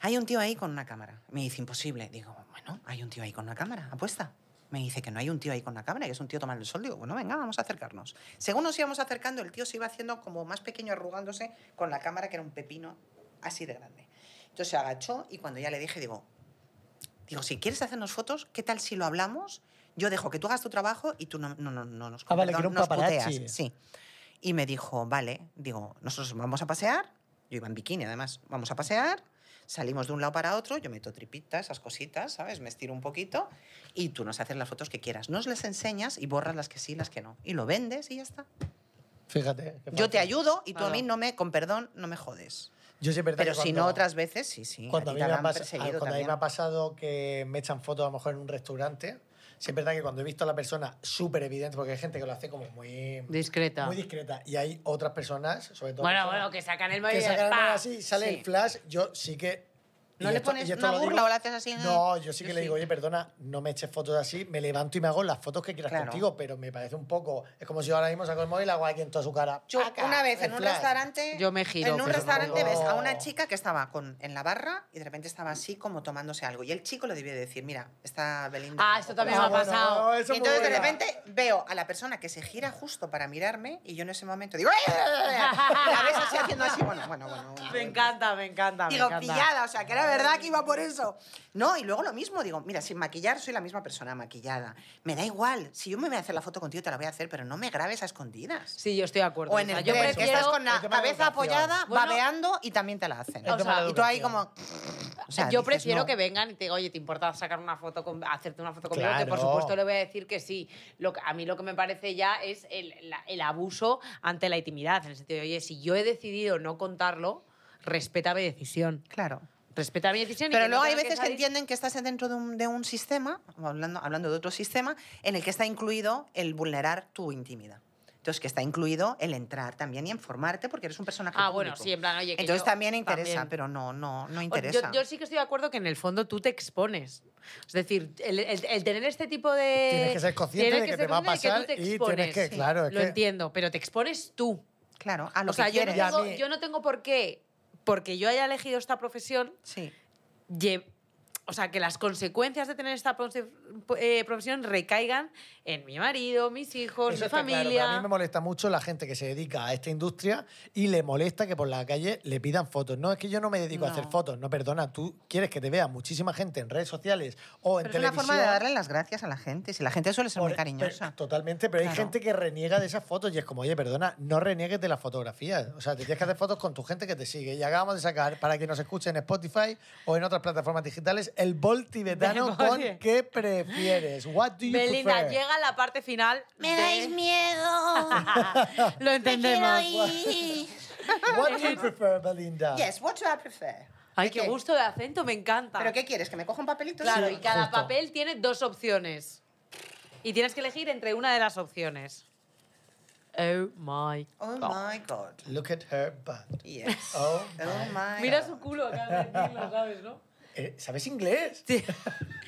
[SPEAKER 4] hay un tío ahí con una cámara. Me dice, imposible. Digo, bueno, hay un tío ahí con una cámara, apuesta. Me dice que no hay un tío ahí con una cámara, que es un tío tomando el sol. Digo, bueno, venga, vamos a acercarnos. Según nos íbamos acercando, el tío se iba haciendo como más pequeño, arrugándose con la cámara, que era un pepino así de grande. Entonces se agachó y cuando ya le dije, digo, digo, si quieres hacernos fotos, ¿qué tal si lo hablamos? Yo dejo que tú hagas tu trabajo y tú no, no, no, no nos,
[SPEAKER 3] Ah, vale, que era un
[SPEAKER 4] nos
[SPEAKER 3] paparazzi.
[SPEAKER 4] puteas. Sí. Y me dijo, vale, digo, nosotros vamos a pasear, yo iba en bikini además, vamos a pasear, salimos de un lado para otro, yo meto tripitas, esas cositas, ¿sabes? Me estiro un poquito y tú nos haces las fotos que quieras. Nos las enseñas y borras las que sí, las que no. Y lo vendes y ya está.
[SPEAKER 3] Fíjate. qué
[SPEAKER 4] Yo te
[SPEAKER 3] fácil.
[SPEAKER 4] ayudo y tú a
[SPEAKER 2] Claro.
[SPEAKER 4] mí no me, con perdón, no me jodes.
[SPEAKER 3] Yo sí, es verdad
[SPEAKER 4] Pero
[SPEAKER 3] que
[SPEAKER 4] si
[SPEAKER 3] cuando-
[SPEAKER 4] no, otras veces sí, sí.
[SPEAKER 3] Cuando
[SPEAKER 4] a
[SPEAKER 3] a mí
[SPEAKER 4] ti te
[SPEAKER 3] me ha
[SPEAKER 4] habrán
[SPEAKER 3] pas- ah,
[SPEAKER 4] perseguido
[SPEAKER 3] cuando a mí
[SPEAKER 4] también.
[SPEAKER 3] me ha pasado que me echan fotos a lo mejor en un restaurante, sí es verdad que cuando he visto a la persona súper evidente, porque hay gente que lo hace como muy,
[SPEAKER 2] Discreta.
[SPEAKER 3] muy discreta, y hay otras personas, sobre todo.
[SPEAKER 2] Bueno,
[SPEAKER 3] personas
[SPEAKER 2] bueno, que sacan el
[SPEAKER 3] que
[SPEAKER 2] móvil y
[SPEAKER 3] sacan
[SPEAKER 2] ¡pa!
[SPEAKER 3] algo así, sale
[SPEAKER 4] Sí.
[SPEAKER 3] el flash, yo sí que.
[SPEAKER 4] ¿No
[SPEAKER 3] y
[SPEAKER 4] le
[SPEAKER 3] esto-
[SPEAKER 4] pones
[SPEAKER 3] y esto
[SPEAKER 4] una
[SPEAKER 3] lo digo-
[SPEAKER 4] burla o le haces así?
[SPEAKER 3] No, yo sí
[SPEAKER 4] Yo
[SPEAKER 3] que le digo,
[SPEAKER 4] sí.
[SPEAKER 3] oye, perdona, no me eches fotos así, me levanto y me hago las fotos que quieras
[SPEAKER 4] Claro.
[SPEAKER 3] contigo, pero me parece un poco. Es como si yo ahora mismo saco el móvil y hago a alguien toda su cara.
[SPEAKER 4] Yo
[SPEAKER 3] ¡paca!
[SPEAKER 4] una vez
[SPEAKER 3] el
[SPEAKER 4] en un
[SPEAKER 3] flash.
[SPEAKER 4] restaurante,
[SPEAKER 2] Yo me giro,
[SPEAKER 4] en un
[SPEAKER 2] pero
[SPEAKER 4] restaurante
[SPEAKER 3] no.
[SPEAKER 4] ves a una chica que estaba con, en la barra y de repente estaba así como tomándose algo. Y el chico le debió decir, mira, está Belinda.
[SPEAKER 2] Ah, esto también
[SPEAKER 3] Ah,
[SPEAKER 2] me ha
[SPEAKER 3] bueno,
[SPEAKER 2] pasado.
[SPEAKER 3] eso
[SPEAKER 4] Y
[SPEAKER 3] es muy
[SPEAKER 4] entonces de
[SPEAKER 3] buena.
[SPEAKER 4] repente veo a la persona que se gira justo para mirarme y yo en ese momento digo, "Ay, ay, ay, ay". la ves así haciendo así, bueno, bueno, bueno. bueno.
[SPEAKER 2] Me encanta, me encanta. Ah, me
[SPEAKER 4] Digo,
[SPEAKER 2] encanta.
[SPEAKER 4] pillada, o sea, que era verdad que iba por eso. No, y luego lo mismo, digo, mira, sin maquillar soy la misma persona maquillada. Me da igual, si yo me voy a hacer la foto contigo te la voy a hacer, pero no me grabes a escondidas.
[SPEAKER 2] Sí, yo estoy de acuerdo.
[SPEAKER 4] O en
[SPEAKER 2] sea,
[SPEAKER 4] el
[SPEAKER 2] yo
[SPEAKER 4] tren, que
[SPEAKER 2] prefiero-
[SPEAKER 4] estás con
[SPEAKER 3] el
[SPEAKER 4] la
[SPEAKER 3] tema de
[SPEAKER 4] cabeza
[SPEAKER 3] educación.
[SPEAKER 4] apoyada,
[SPEAKER 2] Bueno,
[SPEAKER 4] babeando y también te la hacen.
[SPEAKER 3] El
[SPEAKER 2] O
[SPEAKER 3] tema de
[SPEAKER 2] sea,
[SPEAKER 4] y tú ahí
[SPEAKER 3] educación.
[SPEAKER 4] como... o sea,
[SPEAKER 2] yo
[SPEAKER 4] dices,
[SPEAKER 2] prefiero
[SPEAKER 4] no.
[SPEAKER 2] que vengan y te digan, oye, ¿te importa sacar una foto, con, hacerte una foto conmigo? Que por
[SPEAKER 3] Claro.
[SPEAKER 2] supuesto le voy a decir que sí. Lo que- a mí lo que me parece ya es el, la- el abuso ante la intimidad, en el sentido de, oye, si yo he decidido no contarlo, respeta mi decisión.
[SPEAKER 4] Claro.
[SPEAKER 2] Respeta mi decisión. y
[SPEAKER 4] Pero
[SPEAKER 2] que no
[SPEAKER 4] luego hay
[SPEAKER 2] tenga
[SPEAKER 4] veces que,
[SPEAKER 2] salir-
[SPEAKER 4] entienden que estás dentro de un, de un sistema, o hablando, hablando de otro sistema, en el que está incluido el vulnerar tu intimidad. Entonces, que está incluido el entrar también y en formarte porque eres un personaje
[SPEAKER 2] Ah, bueno,
[SPEAKER 4] público.
[SPEAKER 2] sí, en plan, oye, que
[SPEAKER 4] Entonces
[SPEAKER 2] yo
[SPEAKER 4] también interesa,
[SPEAKER 2] también.
[SPEAKER 4] pero no, no, no
[SPEAKER 2] O-
[SPEAKER 4] interesa.
[SPEAKER 2] Yo, yo sí que estoy de acuerdo que en el fondo tú te expones. Es decir, el, el- el tener este tipo de...
[SPEAKER 3] Tienes que ser consciente
[SPEAKER 2] tienes
[SPEAKER 3] de que te va a
[SPEAKER 2] consciente de
[SPEAKER 3] pasar y tienes
[SPEAKER 2] expones.
[SPEAKER 3] que, claro, es
[SPEAKER 2] Lo
[SPEAKER 3] que-
[SPEAKER 2] entiendo, pero te expones tú.
[SPEAKER 4] Claro, a lo
[SPEAKER 2] O sea,
[SPEAKER 4] que
[SPEAKER 2] yo no,
[SPEAKER 4] quieres.
[SPEAKER 3] Ya,
[SPEAKER 2] tengo,
[SPEAKER 3] a mí-
[SPEAKER 2] yo no tengo por qué, porque yo haya elegido esta profesión,
[SPEAKER 4] Sí.
[SPEAKER 2] lle- o sea, que las consecuencias de tener esta profe- eh, profesión recaigan en mi marido, mis hijos,
[SPEAKER 3] Eso
[SPEAKER 2] mi
[SPEAKER 3] está claro, pero
[SPEAKER 2] familia.
[SPEAKER 3] a mí me molesta mucho la gente que se dedica a esta industria y le molesta que por la calle le pidan fotos. No, es que yo no me dedico a hacer
[SPEAKER 4] No.
[SPEAKER 3] fotos. No, perdona, tú quieres que te vea muchísima gente en redes sociales o en
[SPEAKER 4] Pero es una
[SPEAKER 3] televisión.
[SPEAKER 4] forma de darle las gracias a la gente. Si la gente suele ser
[SPEAKER 3] por-
[SPEAKER 4] muy cariñosa.
[SPEAKER 3] pero- totalmente, pero hay
[SPEAKER 4] Claro.
[SPEAKER 3] gente que reniega de esas fotos y es como, oye, perdona, no reniegues de las fotografías. O sea, te tienes que hacer fotos con tu gente que te sigue. Y acabamos de sacar, para que nos escuchen en Spotify o en otras plataformas digitales, el bol tibetano
[SPEAKER 2] Del bol.
[SPEAKER 3] con ¿Qué prefieres? What do you
[SPEAKER 2] Belinda,
[SPEAKER 3] prefer?
[SPEAKER 2] llega la parte final.
[SPEAKER 5] Me
[SPEAKER 2] de-
[SPEAKER 5] dais miedo.
[SPEAKER 2] [LAUGHS] Lo entendemos.
[SPEAKER 5] Me quiero ir.
[SPEAKER 3] What do you prefer, Belinda?
[SPEAKER 4] Yes, what do I prefer?
[SPEAKER 2] Ay,
[SPEAKER 4] ¿De
[SPEAKER 2] qué
[SPEAKER 4] qué?
[SPEAKER 2] gusto de acento, me encanta.
[SPEAKER 4] ¿Pero qué quieres? ¿Que me coja un papelito?
[SPEAKER 2] Claro,
[SPEAKER 4] Sí.
[SPEAKER 2] y cada
[SPEAKER 3] justo.
[SPEAKER 2] papel tiene dos opciones. Y tienes que elegir entre una de las opciones. Oh my.
[SPEAKER 4] Oh
[SPEAKER 2] God.
[SPEAKER 4] my God.
[SPEAKER 3] Look at her butt.
[SPEAKER 2] [LAUGHS]
[SPEAKER 4] Yes.
[SPEAKER 3] Oh,
[SPEAKER 4] Oh my
[SPEAKER 2] Mira
[SPEAKER 4] God.
[SPEAKER 2] su culo acá de decirlo, ¿sabes, no?
[SPEAKER 3] Eh, ¿Sabes inglés?
[SPEAKER 2] [LAUGHS] Sí.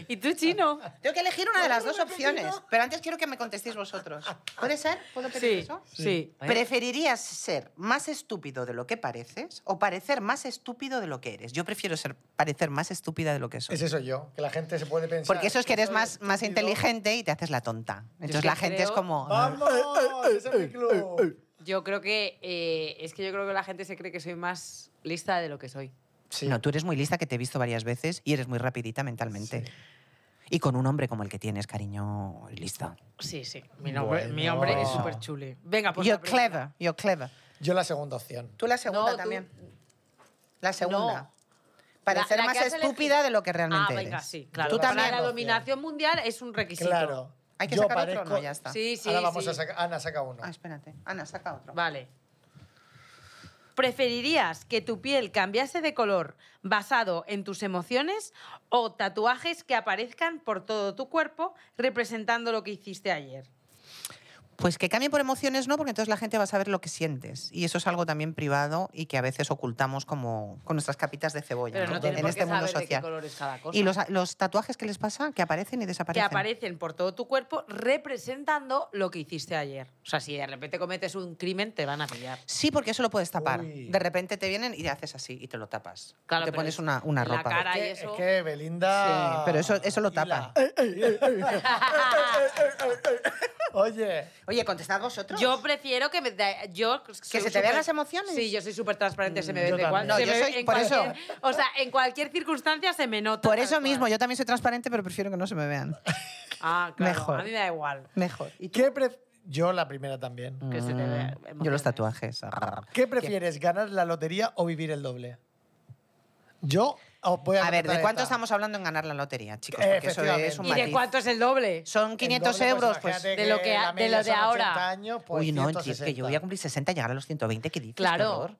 [SPEAKER 2] ¿Y tú, chino?
[SPEAKER 4] Tengo que elegir una de las dos opciones, pero antes quiero que me contestéis
[SPEAKER 3] [LAUGHS]
[SPEAKER 4] vosotros. ¿Puede ser? ¿Puedo pedir
[SPEAKER 2] Sí,
[SPEAKER 4] eso?
[SPEAKER 2] sí.
[SPEAKER 4] ¿Preferirías ser más estúpido de lo que pareces o parecer más estúpido de lo que eres? Yo prefiero ser parecer más estúpida de lo que soy.
[SPEAKER 3] Ese soy yo, que la gente se puede pensar.
[SPEAKER 4] Porque eso es que eres más, más
[SPEAKER 3] estúpido.
[SPEAKER 4] inteligente y te haces la tonta. Entonces
[SPEAKER 2] que
[SPEAKER 4] la gente
[SPEAKER 2] creo-
[SPEAKER 4] es como...
[SPEAKER 3] ¡Vamos! ¡Ese es mi club!
[SPEAKER 2] Yo creo que... eh, es que yo creo que la gente se cree que soy más lista de lo que soy.
[SPEAKER 3] Sí.
[SPEAKER 4] "Ah, No, tú eres muy lista, que te he visto varias veces y eres muy rapidita mentalmente. Y con un hombre como el que tienes, cariño, lista.
[SPEAKER 2] Sí, sí. Mi, nombre-
[SPEAKER 3] Bueno.
[SPEAKER 2] mi hombre es
[SPEAKER 3] Eso.
[SPEAKER 2] súper chuli. Venga, pues por
[SPEAKER 4] You're clever, you're clever.
[SPEAKER 3] Yo la segunda opción.
[SPEAKER 4] Tú la segunda
[SPEAKER 2] tú-
[SPEAKER 4] también. La segunda.
[SPEAKER 2] No.
[SPEAKER 4] Parecer
[SPEAKER 2] La- la
[SPEAKER 4] más
[SPEAKER 2] que has
[SPEAKER 4] estúpida
[SPEAKER 2] elegido.
[SPEAKER 4] de lo que realmente
[SPEAKER 2] ah,
[SPEAKER 4] eres.
[SPEAKER 2] venga, sí, claro.
[SPEAKER 4] Tú
[SPEAKER 2] Para
[SPEAKER 4] también.
[SPEAKER 2] La dominación mundial es un requisito.
[SPEAKER 3] Claro.
[SPEAKER 4] Hay que
[SPEAKER 3] Yo
[SPEAKER 4] sacar otro,
[SPEAKER 3] parezco-
[SPEAKER 4] no, ya está.
[SPEAKER 2] Sí, sí,
[SPEAKER 3] Ahora vamos
[SPEAKER 2] sí.
[SPEAKER 3] a sacar. Ana, saca uno.
[SPEAKER 4] Ah, espérate. Ana, saca otro.
[SPEAKER 2] Vale. ¿Preferirías que tu piel cambiase de color basado en tus emociones o tatuajes que aparezcan por todo tu cuerpo representando lo que hiciste ayer?
[SPEAKER 4] Pues que cambien por emociones no, porque entonces la gente va a saber lo que sientes. Y eso es algo también privado y que a veces ocultamos como con nuestras capitas de cebolla
[SPEAKER 2] Pero
[SPEAKER 4] ¿no?
[SPEAKER 2] no tiene
[SPEAKER 4] en
[SPEAKER 2] por qué
[SPEAKER 4] este mundo
[SPEAKER 2] saber de qué
[SPEAKER 4] social.
[SPEAKER 2] color es cada cosa.
[SPEAKER 4] Y los, los tatuajes que les pasa, que aparecen y
[SPEAKER 2] que
[SPEAKER 4] desaparecen.
[SPEAKER 2] aparecen por todo tu cuerpo representando lo que hiciste ayer. O sea, si de repente cometes un crimen, te van a pillar.
[SPEAKER 4] Sí, porque eso lo puedes tapar.
[SPEAKER 3] Uy.
[SPEAKER 4] De repente te vienen y te haces así y te lo tapas.
[SPEAKER 2] Claro,
[SPEAKER 4] te
[SPEAKER 2] pero
[SPEAKER 4] pones
[SPEAKER 2] es-
[SPEAKER 4] una, una
[SPEAKER 2] en la
[SPEAKER 4] ropa.
[SPEAKER 2] cara
[SPEAKER 3] Es
[SPEAKER 2] Ay,
[SPEAKER 3] que-
[SPEAKER 2] eso-
[SPEAKER 3] Es que Belinda.
[SPEAKER 4] eh, Sí, pero eso- eso lo tapa.
[SPEAKER 3] Hila. Oye,
[SPEAKER 4] Oye, contestad vosotros.
[SPEAKER 2] Yo prefiero que me da- yo soy
[SPEAKER 4] se te vean
[SPEAKER 2] súper-
[SPEAKER 4] las emociones.
[SPEAKER 2] Sí, yo soy súper transparente, se me
[SPEAKER 3] Mm, yo
[SPEAKER 2] ve
[SPEAKER 3] también.
[SPEAKER 2] igual.
[SPEAKER 3] No,
[SPEAKER 2] se me
[SPEAKER 4] yo
[SPEAKER 2] ve
[SPEAKER 4] soy-
[SPEAKER 2] en
[SPEAKER 4] por eso.
[SPEAKER 2] cualquier- O sea, en cualquier circunstancia se me nota.
[SPEAKER 4] Por
[SPEAKER 2] tal
[SPEAKER 4] eso mismo,
[SPEAKER 2] cual.
[SPEAKER 4] yo también soy transparente, pero prefiero que no se me vean. [LAUGHS]
[SPEAKER 2] Ah, claro.
[SPEAKER 4] Mejor.
[SPEAKER 2] A mí me da igual.
[SPEAKER 4] Mejor.
[SPEAKER 3] ¿qué pref- Yo la primera también.
[SPEAKER 2] Que se te
[SPEAKER 4] Mm,
[SPEAKER 2] vea
[SPEAKER 4] Yo
[SPEAKER 2] emociones.
[SPEAKER 4] los tatuajes. arr.
[SPEAKER 3] ¿Qué prefieres, ganar la lotería o vivir el doble? Yo os voy a
[SPEAKER 4] A ver,
[SPEAKER 3] contestar
[SPEAKER 4] ¿de cuánto
[SPEAKER 3] esta.
[SPEAKER 4] estamos hablando en ganar la lotería, chicos? Porque eso es
[SPEAKER 3] Efectivamente.
[SPEAKER 4] un
[SPEAKER 2] ¿Y de
[SPEAKER 4] matiz.
[SPEAKER 2] cuánto es el doble?
[SPEAKER 4] Son 500
[SPEAKER 3] El doble,
[SPEAKER 4] euros, pues...
[SPEAKER 3] imagínate
[SPEAKER 2] de lo que ha-
[SPEAKER 3] la
[SPEAKER 2] de lo
[SPEAKER 3] media
[SPEAKER 2] de
[SPEAKER 3] son
[SPEAKER 2] ahora.
[SPEAKER 3] 80 años, pues
[SPEAKER 4] Uy, no, tío, es
[SPEAKER 3] 160.
[SPEAKER 4] que yo voy a cumplir 60 y llegar a los 120, ¿qué dices?
[SPEAKER 2] Claro.
[SPEAKER 4] Qué horror.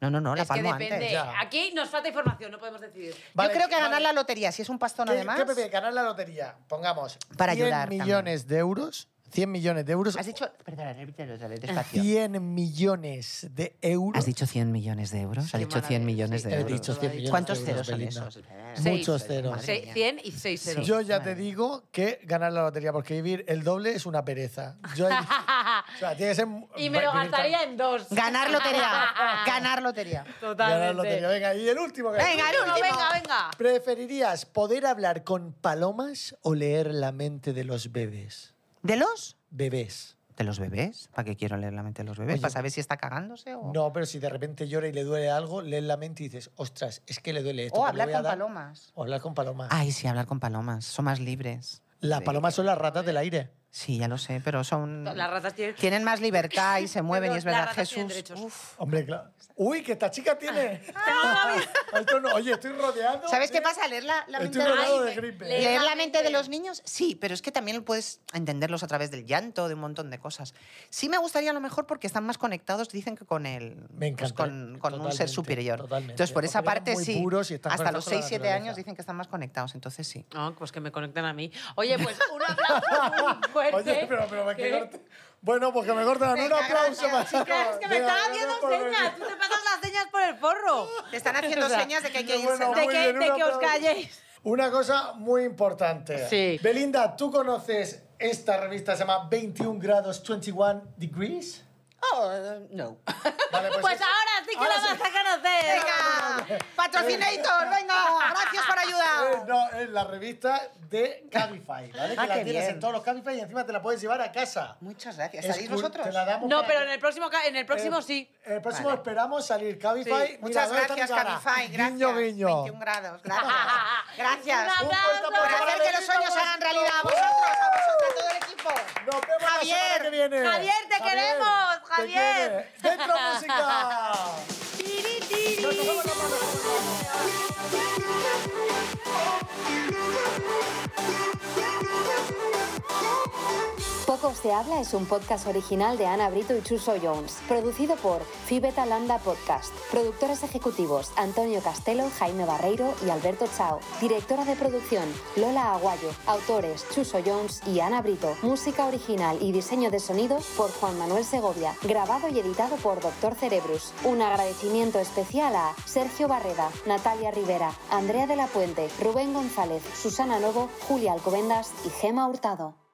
[SPEAKER 4] No, no, no, la
[SPEAKER 2] es que
[SPEAKER 4] palmo
[SPEAKER 2] depende.
[SPEAKER 4] antes.
[SPEAKER 3] Ya.
[SPEAKER 2] Aquí nos falta información, no podemos decidir.
[SPEAKER 3] Vale,
[SPEAKER 4] Yo creo que ganar
[SPEAKER 3] vale.
[SPEAKER 4] la lotería, si es un pastón
[SPEAKER 3] ¿Qué-
[SPEAKER 4] además...
[SPEAKER 3] ¿Qué prefieres, ganar la lotería? Pongamos
[SPEAKER 4] Para
[SPEAKER 3] 100
[SPEAKER 4] ayudar también.
[SPEAKER 3] millones de euros. 100 millones de euros.
[SPEAKER 4] Has dicho... Perdona, repítelo otra vez, despacio.
[SPEAKER 3] 100 millones de euros.
[SPEAKER 4] ¿Has dicho 100 millones de euros? ¿Has
[SPEAKER 2] Qué
[SPEAKER 4] dicho 100
[SPEAKER 2] maravilla,
[SPEAKER 4] millones
[SPEAKER 2] sí.
[SPEAKER 4] de
[SPEAKER 3] He
[SPEAKER 4] euros?
[SPEAKER 3] dicho 100 millones
[SPEAKER 4] ¿Cuántos
[SPEAKER 3] de euros,
[SPEAKER 4] ceros son
[SPEAKER 3] Belinda.
[SPEAKER 4] esos?
[SPEAKER 2] Seis.
[SPEAKER 3] Muchos ceros.
[SPEAKER 4] Madre
[SPEAKER 2] Se-
[SPEAKER 4] mía.
[SPEAKER 2] 100 y 6 ceros.
[SPEAKER 3] Yo ya te
[SPEAKER 4] Madre.
[SPEAKER 3] digo que ganar la lotería, porque vivir el doble es una pereza. Yo,
[SPEAKER 4] [LAUGHS]
[SPEAKER 3] o sea, tiene que ser...
[SPEAKER 2] [LAUGHS] y me lo
[SPEAKER 3] vivir tan-
[SPEAKER 2] gastaría en dos. [LAUGHS]
[SPEAKER 4] Ganar lotería. Ganar lotería.
[SPEAKER 2] Totalmente.
[SPEAKER 3] Ganar la lotería. Venga, y el último. que-
[SPEAKER 4] Venga, el
[SPEAKER 2] Uno,
[SPEAKER 4] último.
[SPEAKER 2] venga, venga.
[SPEAKER 3] ¿Preferirías poder hablar con palomas o leer la mente de los bebés?
[SPEAKER 4] ¿De los?
[SPEAKER 3] Bebés.
[SPEAKER 4] ¿De los bebés? ¿Para qué quiero leer la mente de los bebés?
[SPEAKER 3] Oye.
[SPEAKER 4] ¿Para saber si está cagándose o...?
[SPEAKER 3] No, pero si de repente llora y le duele algo, lees la mente y dices, ostras, es que le duele esto.
[SPEAKER 4] o
[SPEAKER 3] pues le
[SPEAKER 4] hablar
[SPEAKER 3] voy a
[SPEAKER 4] con
[SPEAKER 3] dar-
[SPEAKER 4] palomas.
[SPEAKER 3] O hablar con palomas.
[SPEAKER 4] Ay, sí, hablar con palomas. Son más libres.
[SPEAKER 3] Las
[SPEAKER 4] Sí.
[SPEAKER 3] palomas son las ratas del aire.
[SPEAKER 4] Sí, ya lo sé, pero son...
[SPEAKER 2] Las ratas tienen...
[SPEAKER 4] Tienen más libertad [LAUGHS] y se mueven y es
[SPEAKER 2] Las
[SPEAKER 4] verdad,
[SPEAKER 2] ratas tienen
[SPEAKER 4] Jesús.
[SPEAKER 2] derechos.
[SPEAKER 4] uf.
[SPEAKER 3] Hombre, claro. Uy, que esta chica
[SPEAKER 4] [LAUGHS]
[SPEAKER 3] tiene. Esto no- Oye, estoy rodeado.
[SPEAKER 4] ¿Sabes qué
[SPEAKER 3] de-
[SPEAKER 4] pasa? Leer la, la mente
[SPEAKER 3] Estoy
[SPEAKER 4] de los-
[SPEAKER 3] rodeado
[SPEAKER 2] Ay,
[SPEAKER 3] de
[SPEAKER 2] le-
[SPEAKER 3] gripe.
[SPEAKER 2] le-
[SPEAKER 4] ¿Leer
[SPEAKER 2] la
[SPEAKER 4] la mente de
[SPEAKER 2] mente.
[SPEAKER 4] los niños? Sí, pero es que también puedes entenderlos a través del llanto, de un montón de cosas. Sí me gustaría a lo mejor porque están más conectados, dicen que con el...
[SPEAKER 3] Me encanta, eh,
[SPEAKER 4] pues con, con un ser
[SPEAKER 3] totalmente,
[SPEAKER 4] superior.
[SPEAKER 3] totalmente.
[SPEAKER 4] Entonces, por esa
[SPEAKER 3] Porque eran
[SPEAKER 4] parte
[SPEAKER 3] muy
[SPEAKER 4] sí.
[SPEAKER 3] puros y están
[SPEAKER 4] hasta
[SPEAKER 3] conectados
[SPEAKER 4] los
[SPEAKER 3] con la
[SPEAKER 4] 6, 7
[SPEAKER 3] naturaleza.
[SPEAKER 4] años dicen que están más conectados, entonces sí.
[SPEAKER 3] [LAUGHS]
[SPEAKER 2] No, pues que me conecten a mí. Oye, pues un aplauso muy fuerte.
[SPEAKER 3] Oye, pero, pero me
[SPEAKER 2] ¿Qué?
[SPEAKER 3] corta. Bueno, pues que me cortan. Un
[SPEAKER 4] Venga,
[SPEAKER 3] aplauso
[SPEAKER 4] gracias,
[SPEAKER 3] para
[SPEAKER 2] Chicas, es que me
[SPEAKER 3] Venga,
[SPEAKER 2] están
[SPEAKER 3] gracias
[SPEAKER 2] haciendo
[SPEAKER 3] por venir.
[SPEAKER 2] señas. Tú te pasas las señas por el forro.
[SPEAKER 4] [LAUGHS] Te
[SPEAKER 3] [LAUGHS]
[SPEAKER 4] están haciendo
[SPEAKER 2] O sea,
[SPEAKER 4] señas de que hay que
[SPEAKER 3] muy
[SPEAKER 4] irse.
[SPEAKER 3] bueno,
[SPEAKER 4] ¿no?
[SPEAKER 2] De
[SPEAKER 3] muy
[SPEAKER 2] que,
[SPEAKER 3] bien,
[SPEAKER 2] de
[SPEAKER 3] un
[SPEAKER 2] que os
[SPEAKER 3] aplauso.
[SPEAKER 2] calléis.
[SPEAKER 3] Una cosa muy importante.
[SPEAKER 2] Sí.
[SPEAKER 3] Belinda, ¿tú conoces esta revista? Se llama 21 grados, 21 degrees.
[SPEAKER 4] Oh, eh, no.
[SPEAKER 3] Vale,
[SPEAKER 2] Pues, ahora sí que
[SPEAKER 3] ahora
[SPEAKER 2] la
[SPEAKER 3] sí.
[SPEAKER 2] vas a
[SPEAKER 3] [LAUGHS]
[SPEAKER 2] conocer.
[SPEAKER 4] Venga, patrocinator, venga, gracias por
[SPEAKER 3] Eh,
[SPEAKER 4] ayudar.
[SPEAKER 3] no, es la revista de Cabify, ¿vale?
[SPEAKER 4] Ah,
[SPEAKER 3] que la
[SPEAKER 4] qué
[SPEAKER 3] tienes
[SPEAKER 4] bien.
[SPEAKER 3] en todos los Cabify y encima te la puedes llevar a casa.
[SPEAKER 4] Muchas gracias.
[SPEAKER 3] Es
[SPEAKER 4] ¿Salís
[SPEAKER 3] cool,
[SPEAKER 4] vosotros?
[SPEAKER 3] Te la damos
[SPEAKER 2] No,
[SPEAKER 3] para-
[SPEAKER 2] pero en el próximo, ca- en el próximo
[SPEAKER 3] Eh,
[SPEAKER 2] sí.
[SPEAKER 3] El próximo
[SPEAKER 4] Vale.
[SPEAKER 3] esperamos salir Cabify.
[SPEAKER 4] Sí,
[SPEAKER 3] Mira,
[SPEAKER 4] Muchas
[SPEAKER 3] ¿dónde está mi
[SPEAKER 4] gracias,
[SPEAKER 3] cara?
[SPEAKER 4] Cabify. Gracias.
[SPEAKER 3] Guiño, guiño.
[SPEAKER 4] 21 grados, gracias. Gracias.
[SPEAKER 2] Un aplauso
[SPEAKER 3] Un
[SPEAKER 4] por
[SPEAKER 3] para
[SPEAKER 4] hacer que los
[SPEAKER 3] Benito
[SPEAKER 4] sueños se hagan
[SPEAKER 3] Blasco.
[SPEAKER 4] realidad. A vosotros, a vosotros, todo el equipo.
[SPEAKER 3] Nos vemos la semana
[SPEAKER 4] Javier,
[SPEAKER 3] que viene.
[SPEAKER 2] Javier, te queremos,
[SPEAKER 3] te
[SPEAKER 2] Javier.
[SPEAKER 3] quiere. ¡Dentro música!
[SPEAKER 4] [LAUGHS]
[SPEAKER 3] Nos tocamos la mano.
[SPEAKER 6] Poco se habla es un podcast original de Ana Brito y Chuso Jones, producido por Fibeta Landa Podcast. Productores ejecutivos Antonio Castelo, Jaime Barreiro y Alberto Chao. Directora de producción Lola Aguayo. Autores Chuso Jones y Ana Brito. Música original y diseño de sonido por Juan Manuel Segovia. Grabado y editado por Doctor Cerebrus. Un agradecimiento especial a Sergio Barreda, Natalia Rivera, Andrea de la Puente, Rubén González, Susana Novo, Julia Alcobendas y Gema Hurtado.